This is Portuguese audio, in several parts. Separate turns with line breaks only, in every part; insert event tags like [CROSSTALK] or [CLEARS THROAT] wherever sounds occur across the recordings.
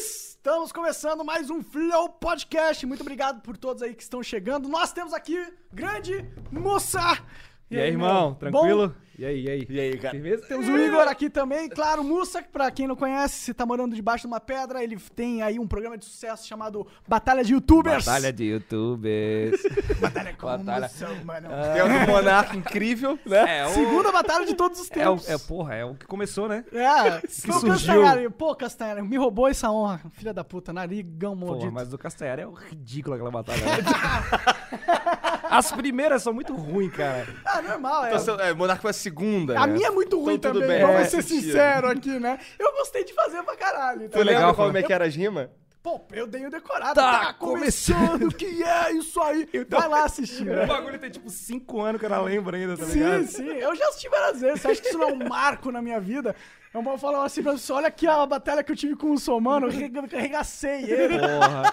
Estamos começando mais um Flow Podcast. Muito obrigado por todos aí que estão chegando. Nós temos aqui grande Mussa.
E aí, irmão?
meu?
Tranquilo?
Bom,
E aí, e aí?
E aí, cara?
Firmeza?
temos o Igor aqui também, claro, Mussa, que pra quem não conhece, se tá morando debaixo de uma pedra, ele tem aí um programa de sucesso chamado Batalha de Youtubers.
Batalha de youtubers.
Batalha com
Batalha. Ah,
Mussa, mano.
Tem um monarca incrível, né?
É o,
Segunda batalha de todos os
é, o,
tempos.
é, porra, é o que começou, né?
É,
[LAUGHS] Que
pô,
surgiu.
Castanhari, pô, Castanhari, me roubou essa honra, filha da puta, narigão maldito.
Porra, mas o Castanhari é o ridículo aquela batalha. né? [LAUGHS] As primeiras são muito ruins, cara.
Ah,
tá
normal, é.
Então, seu- é, o monarca foi a segunda.
A
né?
minha é muito ruim
Então, tudo
também,
bem.
vamos
É,
ser
mentira.
sincero aqui, né? Eu gostei de fazer pra caralho.
Tu
Tá?
Foi
lembra
legal,
como
foi.
é que era a rima?
Pô, eu dei o decorado.
Tá
começando, que é isso aí? Vai lá assistir,
O
né?
bagulho tem tipo 5 anos que eu não lembro ainda, tá ligado?
Sim, sim, eu já assisti várias vezes, acho que isso não é um marco na minha vida. Eu vou falar assim pra você, olha aqui a batalha que eu tive com o Somano, eu arrega- arregacei
[LAUGHS]
ele.
Porra.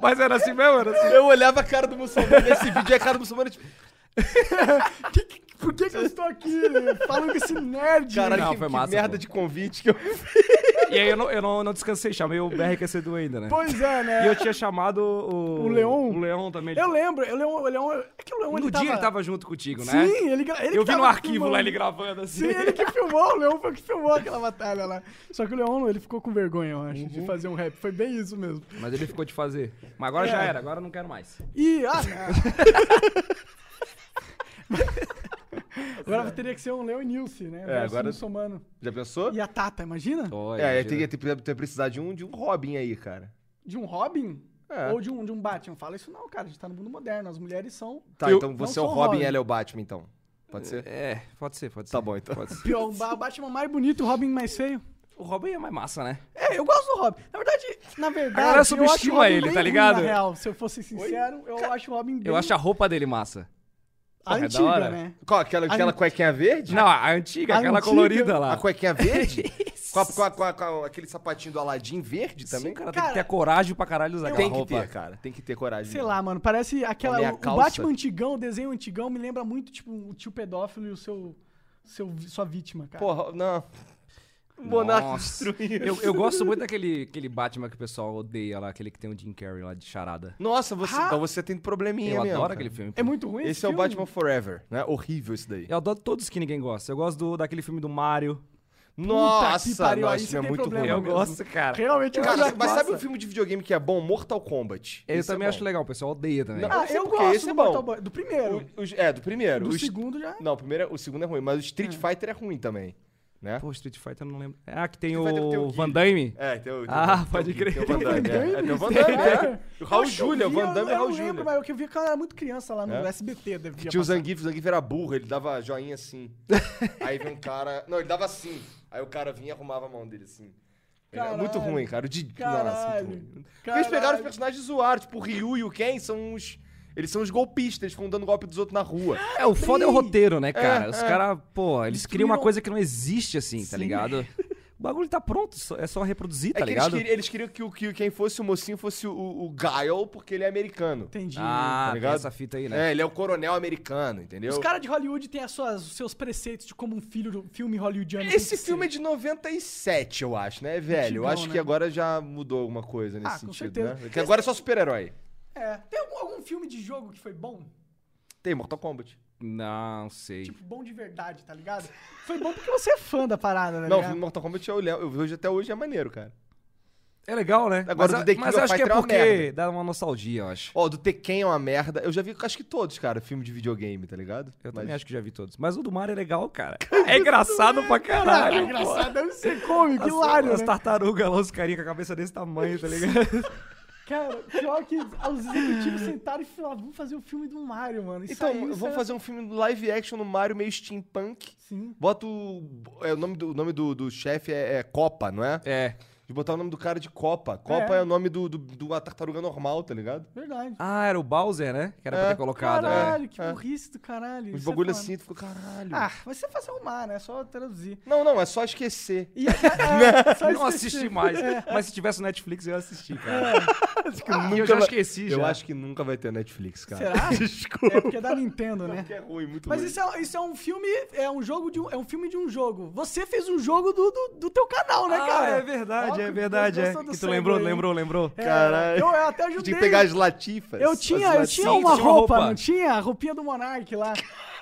Mas era assim mesmo, era assim.
Eu olhava a cara do muçulmano nesse vídeo e a cara do muçulmano, tipo,
Que- que- por que, que eu estou aqui falando com esse nerd?
caralho,
Não,
que,
foi
que
massa,
merda
pô.
de convite que eu
E aí eu não, eu não, não descansei, chamei o BRQC do ainda, né?
Pois é,
E
né?
eu tinha chamado o.
O Leon?
O Leon também.
Eu lembro, eu lembro, eu lembro, é que o Leão
No
ele
dia
tava...
ele tava junto contigo, né?
Sim, ele, gra- ele
eu
que
vi no
tava
arquivo
filmando.
lá ele gravando assim.
Sim, ele que filmou, o Leon foi o que filmou aquela batalha lá. Só que o Leon, ele ficou com vergonha, eu acho,
Uhum.
de fazer um rap. Foi bem isso mesmo.
Mas ele ficou de fazer. Mas
É.
agora já era, agora eu não quero mais.
E, ah,
[LAUGHS]
não. Agora teria que ser um Leon e Nilce,
É,
né? Versus
agora-
um somano.
Já pensou?
E a Tata, imagina?
é, tem que ter, ter precisado de um, de um Robin aí, cara.
De um Robin?
É.
Ou de um, de um Batman? Fala isso não, cara. A gente tá no mundo moderno. As mulheres são...
Tá,
Eu-
então você é o
sou o
Robin
Robin.
e ela é o Batman, então. Pode ser?
É, pode ser, pode ser.
Tá bom, então.
Pode ser.
Pior, o Batman mais bonito e o Robin mais feio.
O Robin é mais massa, né?
É, eu gosto do Robin. Na verdade, na verdade,
galera
eu
subestima
acho o Robin
ele,
bem
tá
ruim,
ligado?
Na real, se eu fosse sincero, eu acho o Robin bem
Eu acho a roupa dele massa.
a
Porra, é da
antiga,
hora.
né?
Qual? Aquela, aquela cuequinha verde?
Não, a antiga,
A
aquela
antiga?
colorida lá.
A
[LAUGHS]
cuequinha verde? com, a- com a- com a- com a- aquele sapatinho do Aladim verde também?
Sim, cara, tem
Cara,
que ter coragem pra caralho usar aquela
Tem que
roupa.
ter, cara. Tem que ter coragem.
Sei lá, mano, parece aquela.
A minha
O, o
calça.
Batman antigão, o desenho antigão, me lembra muito, tipo, o tio pedófilo e o seu. seu sua vítima, cara.
Porra, não. Monarca
Nossa.
destruiu.
Eu, eu gosto muito daquele aquele Batman que o pessoal odeia lá, aquele que tem o Jim Carrey lá de charada.
Nossa, você,
Ah.
então você tem probleminha
Eu
mesmo.
adoro
cara.
aquele filme. pô.
é muito ruim
Esse,
esse,
é o
filme?
Batman Forever, né? Horrível esse daí.
Eu adoro todos que ninguém gosta. Eu gosto do, daquele filme do Mario.
que
Nossa,
pariu,
nossa,
aí
esse
você tem
filme é muito
problema
ruim.
mesmo.
cara.
Realmente, eu
Cara,
gosto.
mas sabe um filme de videogame que é bom? Mortal Kombat.
Eu
Esse é
também
bom.
acho legal, o pessoal odeia também.
Não,
Ah,
Esse é
eu
porque
gosto
esse é
do
bom.
Mortal Kombat. Do primeiro.
O- os- é, do primeiro.
do
Os-
segundo já.
Não, o, primeiro, é- o segundo é ruim, mas o Street Fighter é ruim também, né?
Pô, Street Fighter eu não lembro. Ah, que tem
Street Fighter tem
o
o
Van
Guile.
Damme?
É, tem o... tem o-
Ah,
tem o-
pode
tem o
crer.
Van Damme,
Tem o Van
é. É, tem o Van
Damme,
Damme, é.
é.
O Raul
Eu acho que eu
Júlia, o
vi,
Van Damme e
eu-
o Raul
Eu lembro,
Júlia.
mas eu que eu vi quando eu era muito criança lá no
É.
SBT. Devia
Tinha o
passar.
Zangief, o Zangief era burro, ele dava joinha [LAUGHS] assim. Aí vem um cara... Não, ele dava assim. Aí o cara vinha e arrumava a mão dele assim. Era muito
Caralho.
ruim, cara. O Didi... Nossa,
Caralho.
muito ruim. Porque eles
Caralho.
pegaram os personagens e zoaram. Tipo, o Ryu e o Ken são uns... Eles são os golpistas, eles ficam dando golpe dos outros na rua.
É, o foda é o roteiro, né, cara? Os
é.
caras, pô, eles criam uma
Destruíram-
coisa que não existe assim, tá ligado? [LAUGHS] O bagulho tá pronto, só- é só reproduzir, tá
é que eles
ligado?
queriam, eles queriam que, o, que quem fosse o mocinho fosse o, o Guile, porque ele é americano.
Entendi.
Ah,
tá
tem
ligado?
essa fita aí, né?
É, ele é o coronel americano, entendeu?
Os caras de Hollywood têm as suas, os seus preceitos de como um filho, filme hollywoodiano tem
Esse
que
filme é
ser.
de 97, eu acho, né, velho? eu
Antigão,
acho
né?
que agora já mudou alguma coisa nesse
Ah, com
sentido,
certeza.
né? Porque agora é só super-herói.
É. Tem algum, algum filme de jogo que foi bom?
Tem Mortal Kombat.
Não sei.
Tipo, bom de verdade, tá ligado? [LAUGHS] Foi bom porque você é fã da parada, né?
Não, Mortal Kombat eu, lembro- eu vejo até hoje é maneiro, cara.
É legal, né?
Agora
mas
o
a-
The King
mas
of
acho que é
Fighter é uma
porque
merda.
dá uma nostalgia, eu acho.
Ó, do Tekken é uma merda. Eu já vi, acho que todos, cara, filme de videogame, tá ligado?
Eu
Mas-
também acho que já vi todos. Mas o do Mario é legal, cara. É engraçado pra
Cara,
caralho.
é
pô.
engraçado, deve ser cômico,
As-
hilário,
As
né?
tartarugas lá, os carinha com a cabeça desse tamanho, tá ligado?
Cara, pior que os executivos sentaram e falaram, "Ah, vamos fazer o filme do Mario, mano. E
Então,
saiu,
eu vou
saiu-
fazer um filme live action no Mario meio steampunk.
Sim.
Bota o. é, o nome do, o nome do, do chefe é, é Copa, não é?
É.
De botar o nome do cara de Copa. Copa é, o nome do, do, do- da tartaruga normal, tá ligado?
Verdade.
Ah, era o Bowser, né? Que era pra
É.
ter colocado. né?
Caralho, que burrice do caralho.
Uns
isso é
bagulho
foda.
assim, tu ficou, caralho.
Ah, mas você faz arrumar, né? É Só traduzir.
Não, não, é só esquecer. [LAUGHS]
E,
Né?
é, só
Não
esquecer.
assisti mais. Mas se tivesse Netflix, eu ia assistir, cara.
Acho que
eu já esqueci,
Eu
já.
acho que nunca vai ter Netflix, cara.
Será?
[LAUGHS] Desculpa.
É porque é da Nintendo, né?
É ruim, muito
Mas
ruim.
isso é, isso é um filme, é um jogo de um, é um filme de um jogo. Você fez um jogo do, do, do teu canal, né,
Ah,
cara?
é verdade, verdade, é verdade, é.
Gostou do
Que tu
segue
lembrou,
aí.
lembrou, lembrou.
É,
Caralho.
Eu até ajudei.
Tinha que pegar as latifas.
Eu tinha,
As
eu
latifas.
tinha uma
é assim. tinha uma
roupa,
roupa.
não tinha? A roupinha do Monark lá.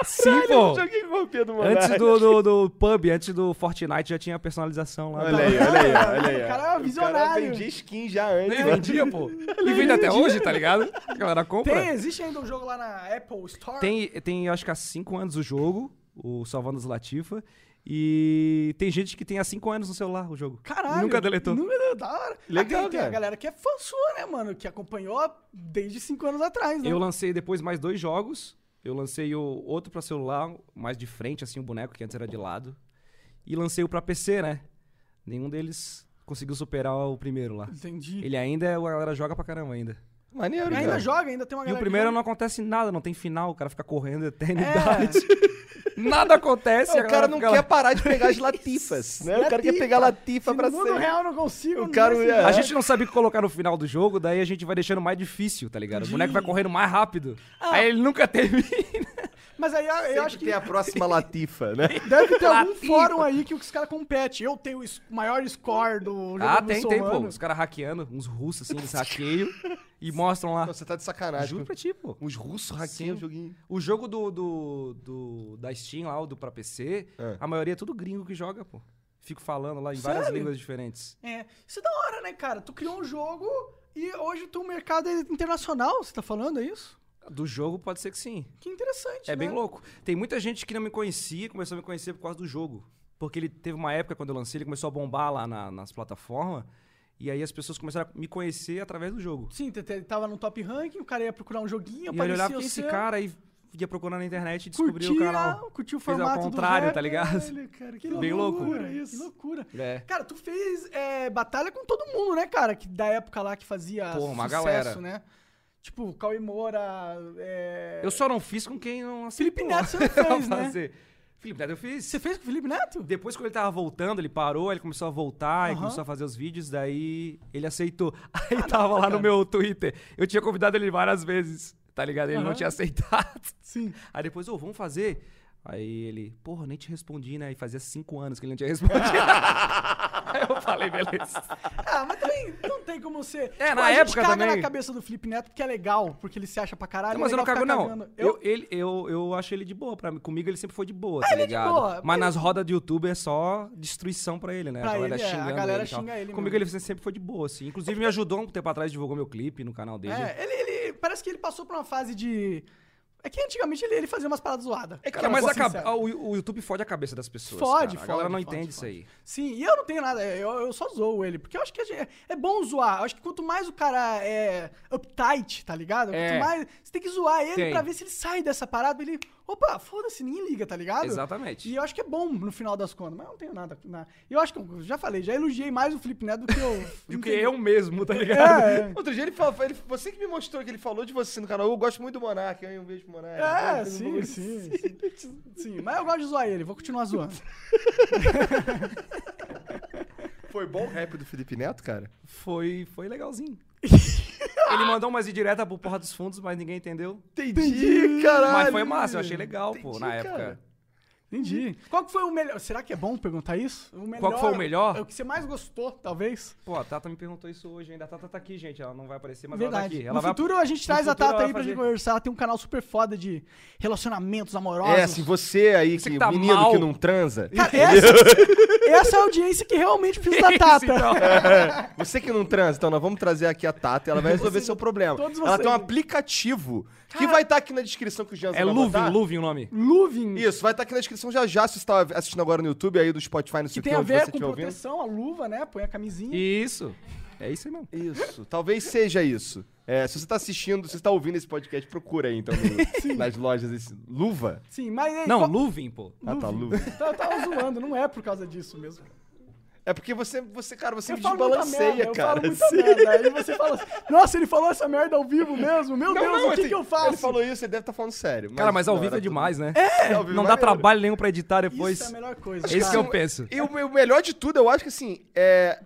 Sim, pô.
Joguei com a roupinha do Monark.
Antes do, do, do pub, antes do Fortnite, já tinha a personalização lá.
Olha aí, olha aí, olha aí.
O cara é um
O cara
visionário.
vendia skin já antes.
Nem Então, vendia, [LAUGHS] pô. E vende até hoje, tá ligado? A galera compra.
Tem, existe ainda um jogo lá na Apple Store?
Tem, tem, acho que há 5 anos o jogo, o Salvando os Latifa. E tem gente que tem há 5 anos no celular o jogo.
Caralho.
Nunca deletou.
Nunca deletou. Da hora. Ah,
Legal,
tem, tem a
cara.
galera que é fã sua, né, mano? Que acompanhou desde cinco anos atrás, né?
Eu lancei depois mais dois jogos. Eu lancei o outro pra celular, mais de frente, assim, o boneco que antes era de lado. E lancei o pra PC, né? Nenhum deles conseguiu superar o primeiro lá.
Entendi.
Ele ainda, é a galera joga pra caramba ainda.
Maneiro,
ainda
cara.
joga, É. ainda tem uma
E o
galera.
primeiro é não acontece nada, não tem final, o cara fica correndo
[LAUGHS]
a eternidade. Nada acontece, a
O cara
galera
não
fica
quer
lá.
parar
[LAUGHS]
de pegar as latifas, né? O cara quer pegar latifa
pra
pra
No mundo
sempre.
real eu não consigo.
O
não
cara
sei
ia-
se- é.
[LAUGHS] A gente não sabe o que colocar no final do jogo, daí a gente vai deixando mais difícil, tá ligado? O boneco vai correndo mais rápido. Aí ele nunca termina.
Mas aí eu
Sempre
acho que
tem
[LAUGHS]
a próxima latifa, né?
deve ter algum
Latifa. [LAUGHS]
fórum aí que os caras competem. Eu tenho o s- maior score do jogo
Ah, tem, tem, pô.
muçulmano.
Os caras hackeando, uns russos assim, eles hackeiam e mostram lá.
Não, você tá de sacanagem.
Juro pra ti, pô.
Uns russos hackeiam o joguinho.
O jogo do, do, do- da Steam lá, o do pra PC,
É.
a maioria é tudo gringo que joga, pô. Fico falando lá em várias
Sério?
línguas diferentes.
É, isso é da hora, né, cara? Tu criou um jogo e hoje tu um mercado é internacional, você tá falando, é isso?
Do jogo pode ser que sim.
Que interessante,
É
né?
bem louco. Tem muita gente que não me conhecia, começou a me conhecer por causa do jogo. Porque ele teve uma época, quando eu lancei, ele começou a bombar lá na- nas plataformas. E aí as pessoas começaram a me conhecer através do jogo.
Sim, t- t- tava no top ranking, o cara ia procurar um joguinho,
E aí eu
aparecia
olhava quem é
o
esse
seu,
cara e ia procurando na internet e descobriu
curtia,
o canal.
curtia o
Fez ao
formato
contrário,
do rap,
tá ligado?
Caralho, cara, que
Bem louco.
loucura isso. Que loucura.
É.
Cara, tu fez é, batalha com todo mundo, né, cara? Que da época lá que fazia
Pô, uma
sucesso,
galera.
né? Tipo, Cauê Moura, é...
Eu só não fiz com quem não aceitou.
Felipe Neto você não
[LAUGHS]
fez, né?
Então, fazer. Felipe Neto eu fiz.
Você fez com o Felipe Neto?
Depois, quando ele tava voltando, ele parou, aí ele começou a voltar, e
Aham.
começou a fazer os vídeos, daí ele aceitou. [LAUGHS] Aí tava lá no meu Twitter. Eu tinha convidado ele várias vezes, tá ligado? Ele
Aham.
não tinha aceitado.
Sim.
[LAUGHS] Aí depois, ô, vamos fazer. Aí ele, porra, nem te respondi, né? E fazia cinco anos que ele não tinha
[LAUGHS]
respondido. Aí eu falei, beleza.
Ah, mas também não tem como ser.
É,
tipo,
na
a gente
época
caga
também.
na cabeça do Felipe Neto porque é legal, porque ele se acha pra caralho.
Não, mas
é
eu não
legal
cago,
ficar
não.
cagando.
Eu,
Eu...
ele, eu, eu acho ele de boa. Pra mim. Comigo ele sempre foi de boa, tá
ele é de
ligado?
boa,
mas,
mas-
nas rodas de YouTube é só destruição pra ele, né?
Pra
a galera
ele, é, a
xingando
galera
e tal.
xinga ele
Comigo ele sempre foi de boa, assim. Inclusive me ajudou um tempo atrás, divulgou meu clipe no canal dele.
É, ele, ele- Parece que ele passou por uma fase de. É que antigamente ele, ele fazia umas paradas zoadas.
É,
Cara,
mas
vou
a
ser
cab-
sincero.
ah, o, o YouTube fode a cabeça das pessoas.
Fode,
cara.
fode,
A galera não
fode,
entende isso
fode.
aí.
Sim, e eu não tenho nada, eu, eu só zoo ele, porque eu acho que a gente- é bom zoar. Eu acho que quanto mais o cara é uptight, tá ligado? Quanto
É.
mais. Você tem que zoar ele
Tem.
pra ver se ele sai dessa parada. Ele. Opa, foda-se, ninguém liga, tá ligado?
Exatamente.
E eu acho que é bom no final das contas, mas eu não tenho nada. Na... Eu acho que eu já falei, já elogiei mais o Felipe Neto [LAUGHS] do que eu.
Do que eu mesmo, tá ligado?
É,
Outro dia ele falou, você que me mostrou que ele falou de você no canal. Eu gosto muito do Monark, eu um beijo pro Monark.
é, sim, sim, sim. Sim, mas eu gosto de zoar ele, vou continuar zoando.
Foi bom o rap do Felipe Neto, cara?
Foi,
[LAUGHS]
foi legalzinho. ele mandou umas indireta pro Porra dos Fundos, mas ninguém entendeu.
Entendi, caralho.
Mas foi massa, eu achei legal, pô, na
Entendi,
época.
cara.
Entendi. Qual que foi o melhor? Será que é bom perguntar isso? O melhor,
Qual que foi o melhor?
É o que você mais gostou, talvez.
Pô, a Tata me perguntou isso hoje ainda. A Tata tá aqui, gente. Ela não vai aparecer, mas ela tá
Verdade.
aqui. Ela
no
vai...
futuro a gente traz a
futuro
Tata
ela
aí pra
vai
gente
fazer.
conversar. Ela Tem um canal super foda de relacionamentos amorosos.
É, assim, você aí,
Você
que,
que tá
menino
mal.
que não transa.
Cara, essa, [LAUGHS] essa é a audiência que realmente precisa da
[LAUGHS]
Tata.
É, Você que não transa, então nós vamos trazer aqui a Tata e ela vai resolver seu problema.
todos
Ela
vocês.
tem um aplicativo que vai estar aqui na descrição que o Jean
É
vai
Luvin,
botar.
Luvin o nome.
Luvin,
Isso, vai estar aqui na descrição já já, se você está assistindo agora no YouTube, aí do Spotify, não
que
sei o que,
tem a
onde
ver
você
com
estiver ouvindo.
proteção, a luva, né? Põe a camisinha.
Isso. É isso aí mesmo.
Isso, talvez seja isso. É, se você tá assistindo, se você tá ouvindo esse podcast, procura aí, então,
[LAUGHS]
no- nas lojas. Esse, luva?
Sim, mas... aí,
Não,
qual-
Luvin, pô.
Ah, tá, luva.
Então [LAUGHS] eu tava zoando, não é por causa disso mesmo.
É porque você, você cara, você
eu
me
falo muita
desbalanceia,
merda, eu
cara.
falo muita merda. Aí você fala assim, nossa, ele falou essa merda ao vivo mesmo? Meu
Não,
Deus,
não,
o que,
assim,
que eu faço?
Ele falou isso, ele deve estar falando sério.
Cara, mas ao
não,
vivo
era
é
tudo-
demais, né?
ao vivo
Não
é
dá
maneiro.
trabalho nenhum pra editar
Isso
depois.
é a melhor coisa,
É isso que
cara.
eu penso.
E o, o melhor de tudo, eu acho que assim, é.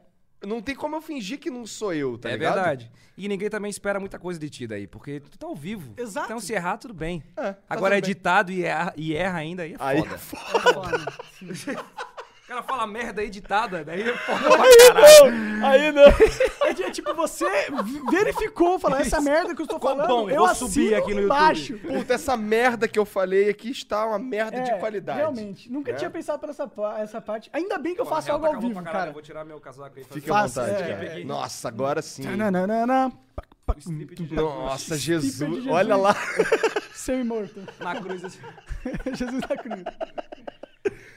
Não tem como eu fingir que não sou eu, tá
é
ligado?
verdade. E ninguém também espera muita coisa de ti daí, porque tu tá ao vivo.
Exato.
Então se errar, tudo bem.
É, tá
Agora é
tudo bem.
editado e erra, e erra ainda, aí é
Aí,
foda.
É foda.
cara fala merda editada,
[LAUGHS]
daí é foda pra caralho.
Aí
né?
não. É, de- tipo, você verificou, falou, essa merda que eu estou
Ficou
falando,
bom,
eu
vou
assino
subir aqui no
embaixo.
[LAUGHS] Puta, essa merda que eu falei aqui está uma merda
É,
de qualidade.
Realmente, nunca
né?
tinha pensado por essa, pa- essa parte. Ainda bem que eu
Pô,
faço
na real,
algo
tá
ao
calor pra
vivo,
caralho,
cara.
Eu vou tirar meu casaco aí.
Fique
fazer-
Faço,
à vontade,
é,
cara.
é.
Nossa, agora sim.
Tananana, pac, pac,
O strip de Jesus
Nossa,
Tipo de
Jesus.
Jesus.
Olha lá.
semi-morto.
[LAUGHS] Na cruz. assim.
[LAUGHS] Jesus da cruz.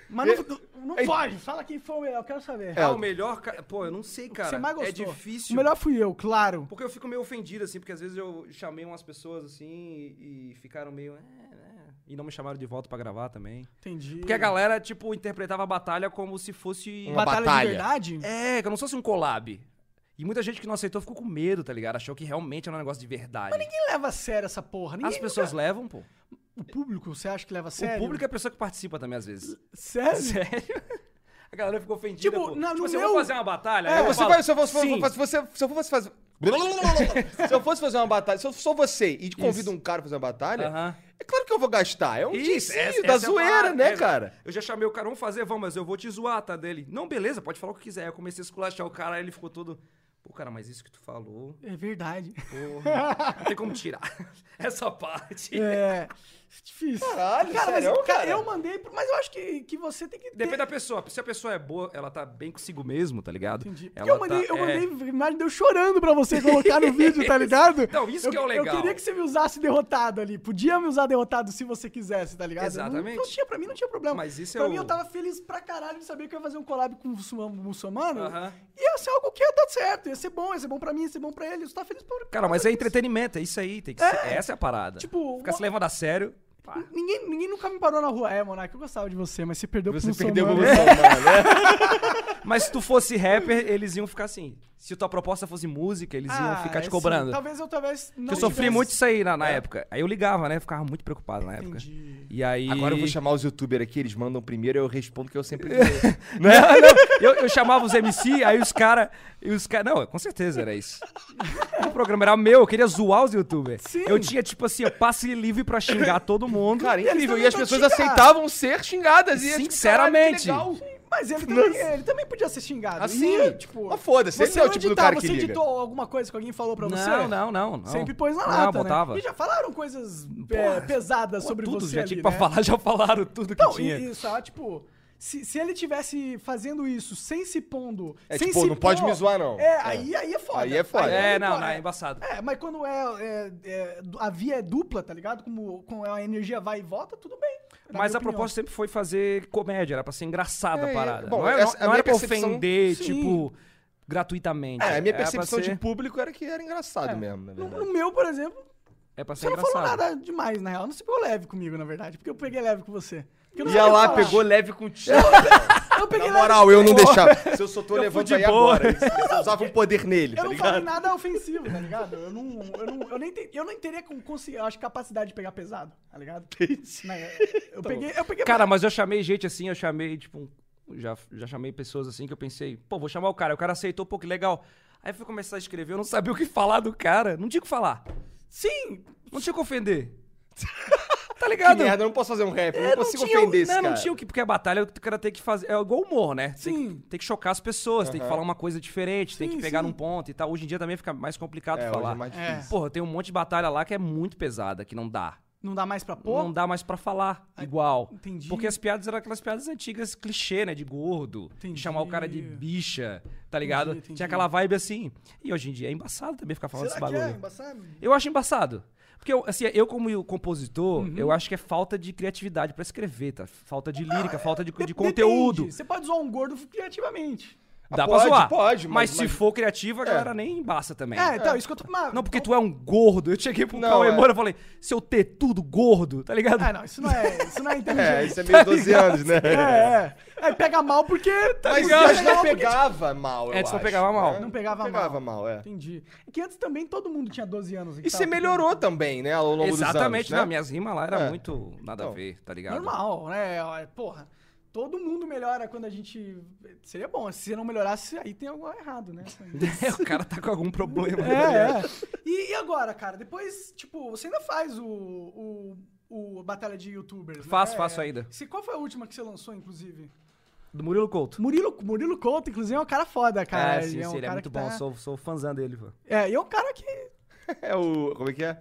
Mas não, não foge, fala quem foi o melhor, eu quero saber.
É,
Ah, o melhor. ca- Pô, eu não sei, cara.
Você mais gostou.
É difícil.
O melhor fui eu, claro.
Porque eu fico meio ofendido, assim, porque às vezes eu chamei umas pessoas assim e, e ficaram meio. "É, né?" E não me chamaram de volta pra gravar também.
Entendi.
Porque a galera, tipo, interpretava a batalha como se fosse.
Uma
batalha,
batalha.
de verdade?
É, como se fosse um collab. E muita gente que não aceitou ficou com medo, tá ligado? Achou que realmente era um negócio de verdade.
Ninguém leva a sério essa porra. Ninguém,
As pessoas levam, pô.
O público, você acha que leva a sério?
O público é a pessoa que participa também, às vezes. [LAUGHS]
Sério?
Sério? A galera ficou ofendida.
Tipo,
pô.
na-
tipo
no
assim, eu
meu-
vou fazer uma batalha.
É,
aí eu
você
falo,
vai, se eu fosse,
sim.
se você- se eu fosse fazer. [LAUGHS] se eu fosse fazer uma batalha, se eu sou você e convido um cara pra fazer uma batalha,
Aham.
é claro que eu vou gastar. É um
Isso,
dincinho
essa-
da
essa é a
zoeira,
parada,
né,
é,
cara?
Eu já chamei o cara, vamos fazer, vamos, mas eu vou te zoar, tá? Dele. Não, beleza, pode falar o que quiser. Eu comecei a esculachar o cara, aí ele ficou todo. Pô, cara, mas isso que tu falou,
É verdade.
porra. não tem como tirar [LAUGHS] essa parte.
É. Difícil.
Caralho,
cara, mas,
sério,
cara,
cara?
eu mandei, pro- mas eu acho que, que você tem que ter.
Depende da pessoa. Se a pessoa é boa, ela tá bem consigo mesmo, tá ligado?
Entendi. Porque
Ela
eu mandei,
tá-
eu
é.
mandei imagem de eu chorando pra você colocar no vídeo,
[LAUGHS]
tá ligado?
Então, isso
eu,
que é o legal.
Eu queria que você me usasse derrotado ali. Podia me usar derrotado se você quisesse, tá ligado?
Exatamente.
Não, não tinha, pra mim não tinha problema.
Mas isso é
pra
o-
mim eu tava feliz pra caralho de saber que eu ia fazer um collab com o muçulma- muçulmano.
é. Aham.
E ia ser algo que ia dar certo. Ia ser bom, ia ser bom pra mim, ia ser bom pra ele. Eu tava feliz por.
Cara, mas é entretenimento, é isso aí. Tem que ser- Essa é a parada.
Tipo,
Ficar se
uma-
levando a sério. pá.
Ninguém, ninguém nunca me parou na rua. É, Monark, eu gostava de você, mas você perdeu pro
Você
[LAUGHS]
perdeu o
muçulmano. Ah,
mano. né?
Mas se tu fosse rapper, eles iam ficar assim. Se tua proposta fosse música, eles iam
Ah,
ficar te
assim,
cobrando.
Talvez eu talvez não
eu sofri
tivesse- É.
muito isso aí na, na época. Aí eu ligava, né? Ficava muito preocupado na época.
Entendi.
E aí.
[LAUGHS] Agora eu vou chamar os youtubers aqui, eles mandam primeiro, eu respondo que eu sempre. digo.
[LAUGHS] Não, não, eu, eu chamava os MC, aí os caras. Os cara, não, com certeza era isso. O programa era meu, eu queria zoar os youtubers.
Sim.
Eu tinha, tipo assim, eu passe livre pra xingar todo mundo.
Cara, incrível. E
também
as
vão te
pessoas
xingar.
aceitavam ser xingadas. E
Sinceramente.
Caralho, que legal.
Mas
[LAUGHS]
ele também, ele também podia ser
Ah,
xingado.
Assim,
E, tipo,
mas foda-se, ele
você
não é o
não
tipo do
editava,
cara que
Você
liga.
editou alguma coisa que alguém falou pra você?
não, não, não, não.
Sempre pôs na
Não,
lata,
botava.
né? E já falaram coisas é,
Porra,
pesadas
Pô,
sobre
tudo,
você
já
ali,
tinha
né?
pra falar, já falaram tudo que
Não,
tinha.
e, e só, tipo... Se, se ele tivesse fazendo isso sem se pondo...
É,
sem
tipo,
se
não pode
pôr,
me zoar, não.
É, Aí, aí é foda.
Aí é foda.
É,
ele
não,
pode-
não, é embaçado.
É, mas quando é, é- é- a via é dupla, tá ligado? Como, como a energia vai e volta, tudo bem. na
Mas
minha
a
opinião.
proposta sempre foi fazer comédia, era pra ser engraçada
É,
a
é.
parada.
Bom,
não era,
essa- a
não
minha
era pra
percepção-
ofender,
Sim.
tipo, gratuitamente.
É, a minha
Era pra
percepção
ser-
de público era que era engraçado mesmo, né, na
No,
verdade.
no meu, por exemplo,
É pra ser
Você não falou
engraçado.
nada demais, na real. Não se pegou leve comigo, na verdade. Porque eu peguei leve com você. Porque eu não
Ia
sabia
lá,
falar.
pegou leve contigo.
Eu peguei
Na
leve.
moral, eu não deixava. Se eu soltou,
Eu fui
levanta
de
aí
boa.
agora. Você usava um poder nele,
Eu
tá
não falei
ligado?
nada ofensivo, tá ligado? Eu não. Eu, não, eu, nem, te- eu nem teria com, consci- eu acho, capacidade de pegar pesado, tá ligado? Na- Eu
Tá
peguei. Eu peguei
Cara, mas eu chamei gente assim, eu chamei, tipo, um- já, já chamei pessoas assim que eu pensei, pô, vou chamar o cara. O cara aceitou, pô, que legal. Aí eu fui começar a escrever, eu não sabia o que falar do cara. Não tinha o que falar.
Sim!
Não tinha o que ofender. [LAUGHS] tá
Que
ligado?
merda, eu não posso fazer um rap, eu
É,
não consigo
tinha o-
ofender esse
não,
cara.
Não tinha o que, porque a batalha o cara tem que fazer. É igual humor, né? Tem
Sim.
que, tem que chocar as pessoas, tem que falar uma coisa diferente, tem
Sim,
que pegar
sim.
num ponto e tal. Hoje em dia também fica mais complicado
É, hoje
falar.
é mais
É.
difícil.
Porra, tem um monte de batalha lá que é muito pesada, que não dá.
Não dá mais pra pôr?
Não dá mais pra falar igual.
entendi.
Porque as piadas eram aquelas piadas antigas, clichê, né? De gordo,
Entendi.
de chamar o cara de bicha, tá ligado?
Entendi, entendi.
Tinha aquela vibe assim. E hoje em dia é embaçado também ficar falando
Será
esse
que é
bagulho.
embaçado?
Tipo
Eu acho embaçado. Porque, eu, assim, eu como compositor, eu acho que é falta de criatividade pra escrever, tá? Falta de lírica, falta de, de
Depende.
conteúdo.
Você pode zoar um gordo criativamente.
Dá
pode,
pra zoar.
pode,
mas,
mas-
se
mas-
for criativo, a galera nem embaça também.
É, então, isso que eu tô. mas-
Não, porque tu é um gordo. Eu cheguei pro
Não,
Cauê
é.
Moura e falei, seu tetudo gordo, tá ligado?
Ah, não, isso não é. Isso não é inteligente.
[LAUGHS] É, isso é meio 12 anos, né?
[LAUGHS] É, é. Aí pega mal porque. Tá
Mas
ligado?
antes não
Pega mal porque-
pegava mal, eu
Antes não
acho,
pegava mal.
né?
Não pegava mal.
pegava mal, é.
Entendi. É que antes também todo mundo tinha 12 anos.
E você melhorou também, né, ao longo
Exatamente,
dos
não,
anos, né?
minhas rimas lá era
É.
muito nada a
Então,
ver, tá ligado?
Normal, né? Porra, todo mundo melhora quando a gente... Seria bom, se você não melhorasse, aí tem algo errado, né?
É, [LAUGHS] o cara tá com algum problema.
É, é. E, e agora, cara? Depois, tipo, você ainda faz o... o... o Batalha de Youtubers. né?
Faço,
É.
faço ainda.
Se, qual foi a última que você lançou, inclusive?
Do Murilo Couto.
Murilo, Murilo Couto, inclusive, é um cara foda, cara.
é, sim,
um
sim, ele é
cara
muito
que
bom.
tá-
Sou, sou fãzão dele, pô.
É, e é um cara que.
É o. Como é que é?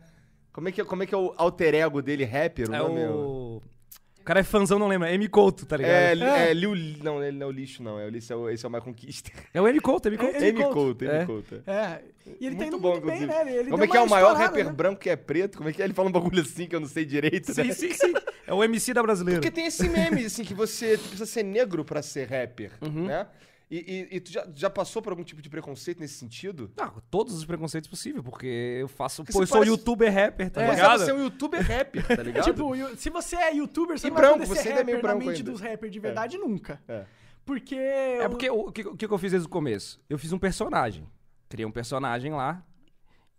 Como é que é, como é, que é o alter ego dele, rapper? O
É
nome o-
o... O cara é fãzão, não lembra. É M. Couto, tá ligado?
É,
É,
li- é, Liu. Não, ele não é o lixo, não. É o lixo, é o, esse é o Michael Kister.
o M. Couto, M. Couto.
[LAUGHS]
Ele
M.
Couto.
Couto,
É.
M. Couto. é.
É. E ele tá indo muito bem,
inclusive.
né? Ele- Ele
Como
deu
é que é
uma
o maior
estourada,
rapper
né?
branco que é preto? Como é que é? Ele fala um bagulho assim que eu não sei direito, né?
Sim, sim, sim. É o MC da brasileira.
Porque tem esse meme, assim, que você precisa ser negro pra ser rapper,
Uhum.
né? E, e- e tu já, já passou por algum tipo de preconceito nesse sentido?
Ah, todos os preconceitos possíveis, porque eu faço.
Porque
pô,
você
eu sou
parece-
youtuber rapper, tá
Você
ligado?
você é um youtuber rapper, tá ligado?
Tipo, you- se você é youtuber, você
E
não
branco,
vai poder
você
ser
ainda é
rapper
meio
na
branco
mente
ainda.
dos rappers de verdade nunca.
É.
Porque.
É porque o o que, o que eu fiz desde o começo? Eu fiz um personagem. Criei um personagem lá.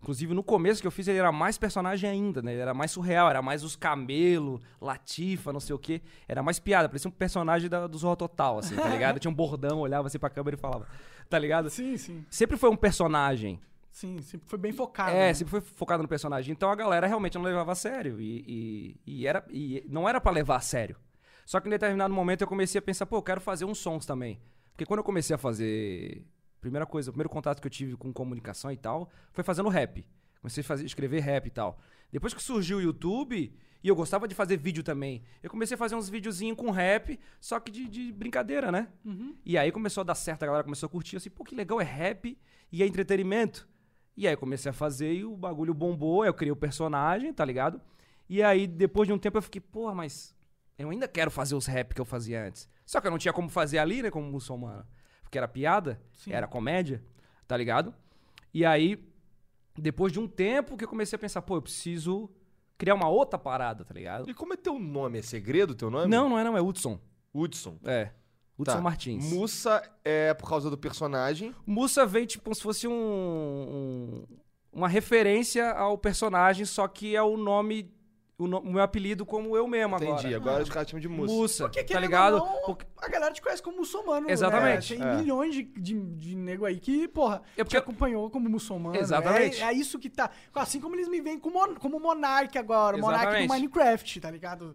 Inclusive, no começo que eu fiz, ele era mais personagem ainda, né? Ele era mais surreal, era mais os camelos, latifa, não sei o quê. Era mais piada, parecia um personagem da, do Zorro Total, assim, tá ligado? Tinha um bordão, olhava assim pra câmera e falava, tá ligado?
Sim, sim.
Sempre foi um personagem.
Sim, sempre foi bem focado.
É,
né?
sempre foi focado no personagem. Então a galera realmente não levava a sério. E, e- e era, e não era pra levar a sério. Só que em determinado momento eu comecei a pensar, pô, eu quero fazer uns sons também. Porque quando eu comecei a fazer. Primeira coisa, o primeiro contato que eu tive com comunicação e tal foi fazendo rap. Comecei a fazer, escrever rap e tal. Depois que surgiu o YouTube, e eu gostava de fazer vídeo também, eu comecei a fazer uns videozinhos com rap, só que de, de brincadeira, né? E aí começou a dar certo, a galera começou a curtir, assim, pô, que legal, é rap e é entretenimento. E aí eu comecei a fazer e o bagulho bombou, eu criei o personagem, tá ligado? E aí depois de um tempo eu fiquei, porra, mas eu ainda quero fazer os rap que eu fazia antes. Só que eu não tinha como fazer ali, né, como muçulmano. Porque era piada,
Sim.
era comédia, tá ligado? E aí, depois de um tempo que eu comecei a pensar, pô, eu preciso criar uma outra parada, tá ligado?
E como é teu nome? É segredo teu nome?
Não, não é não, é Hudson.
Hudson.
É, Hudson
Tá.
Martins.
Mussa é por causa do personagem.
Mussa vem tipo como se fosse um, um- uma referência ao personagem, só que é o nome, o, no- o meu apelido como eu mesmo
Entendi,
é
agora.
agora os caras chamam de Mussa.
Mussa,
Porque,
tá
querendo
ligado?
ou não,
Porque-
A galera te conhece como muçulmano.
Exatamente.
Né? Tem milhões de, de, de nego aí que, porra,
É
te
porque-
acompanhou como muçulmano.
Exatamente.
É, é isso que tá. Assim como eles me veem como, como monarca agora, monarca do
Exatamente.
Minecraft, tá ligado?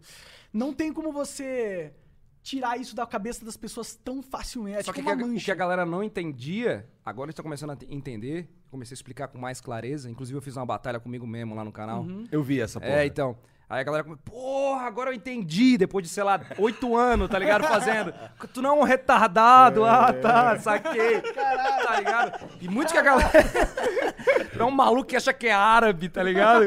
Não tem como você tirar isso da cabeça das pessoas tão facilmente. É
Só que,
tipo
a-
uma
o que
mancha.
a galera não entendia, agora está começando a te- entender. Comecei a explicar com mais clareza. Inclusive, eu fiz uma batalha comigo mesmo lá no canal.
Uhum.
Eu vi essa porra.
É, então. Aí a galera come, porra, agora eu entendi, depois de, sei lá, oito anos, tá ligado?
[LAUGHS]
Fazendo. Tu não é um retardado,
É.
ah, tá, saquei. Tá ligado? E muito que a galera. [LAUGHS] Tu é um maluco que acha que é árabe, tá ligado?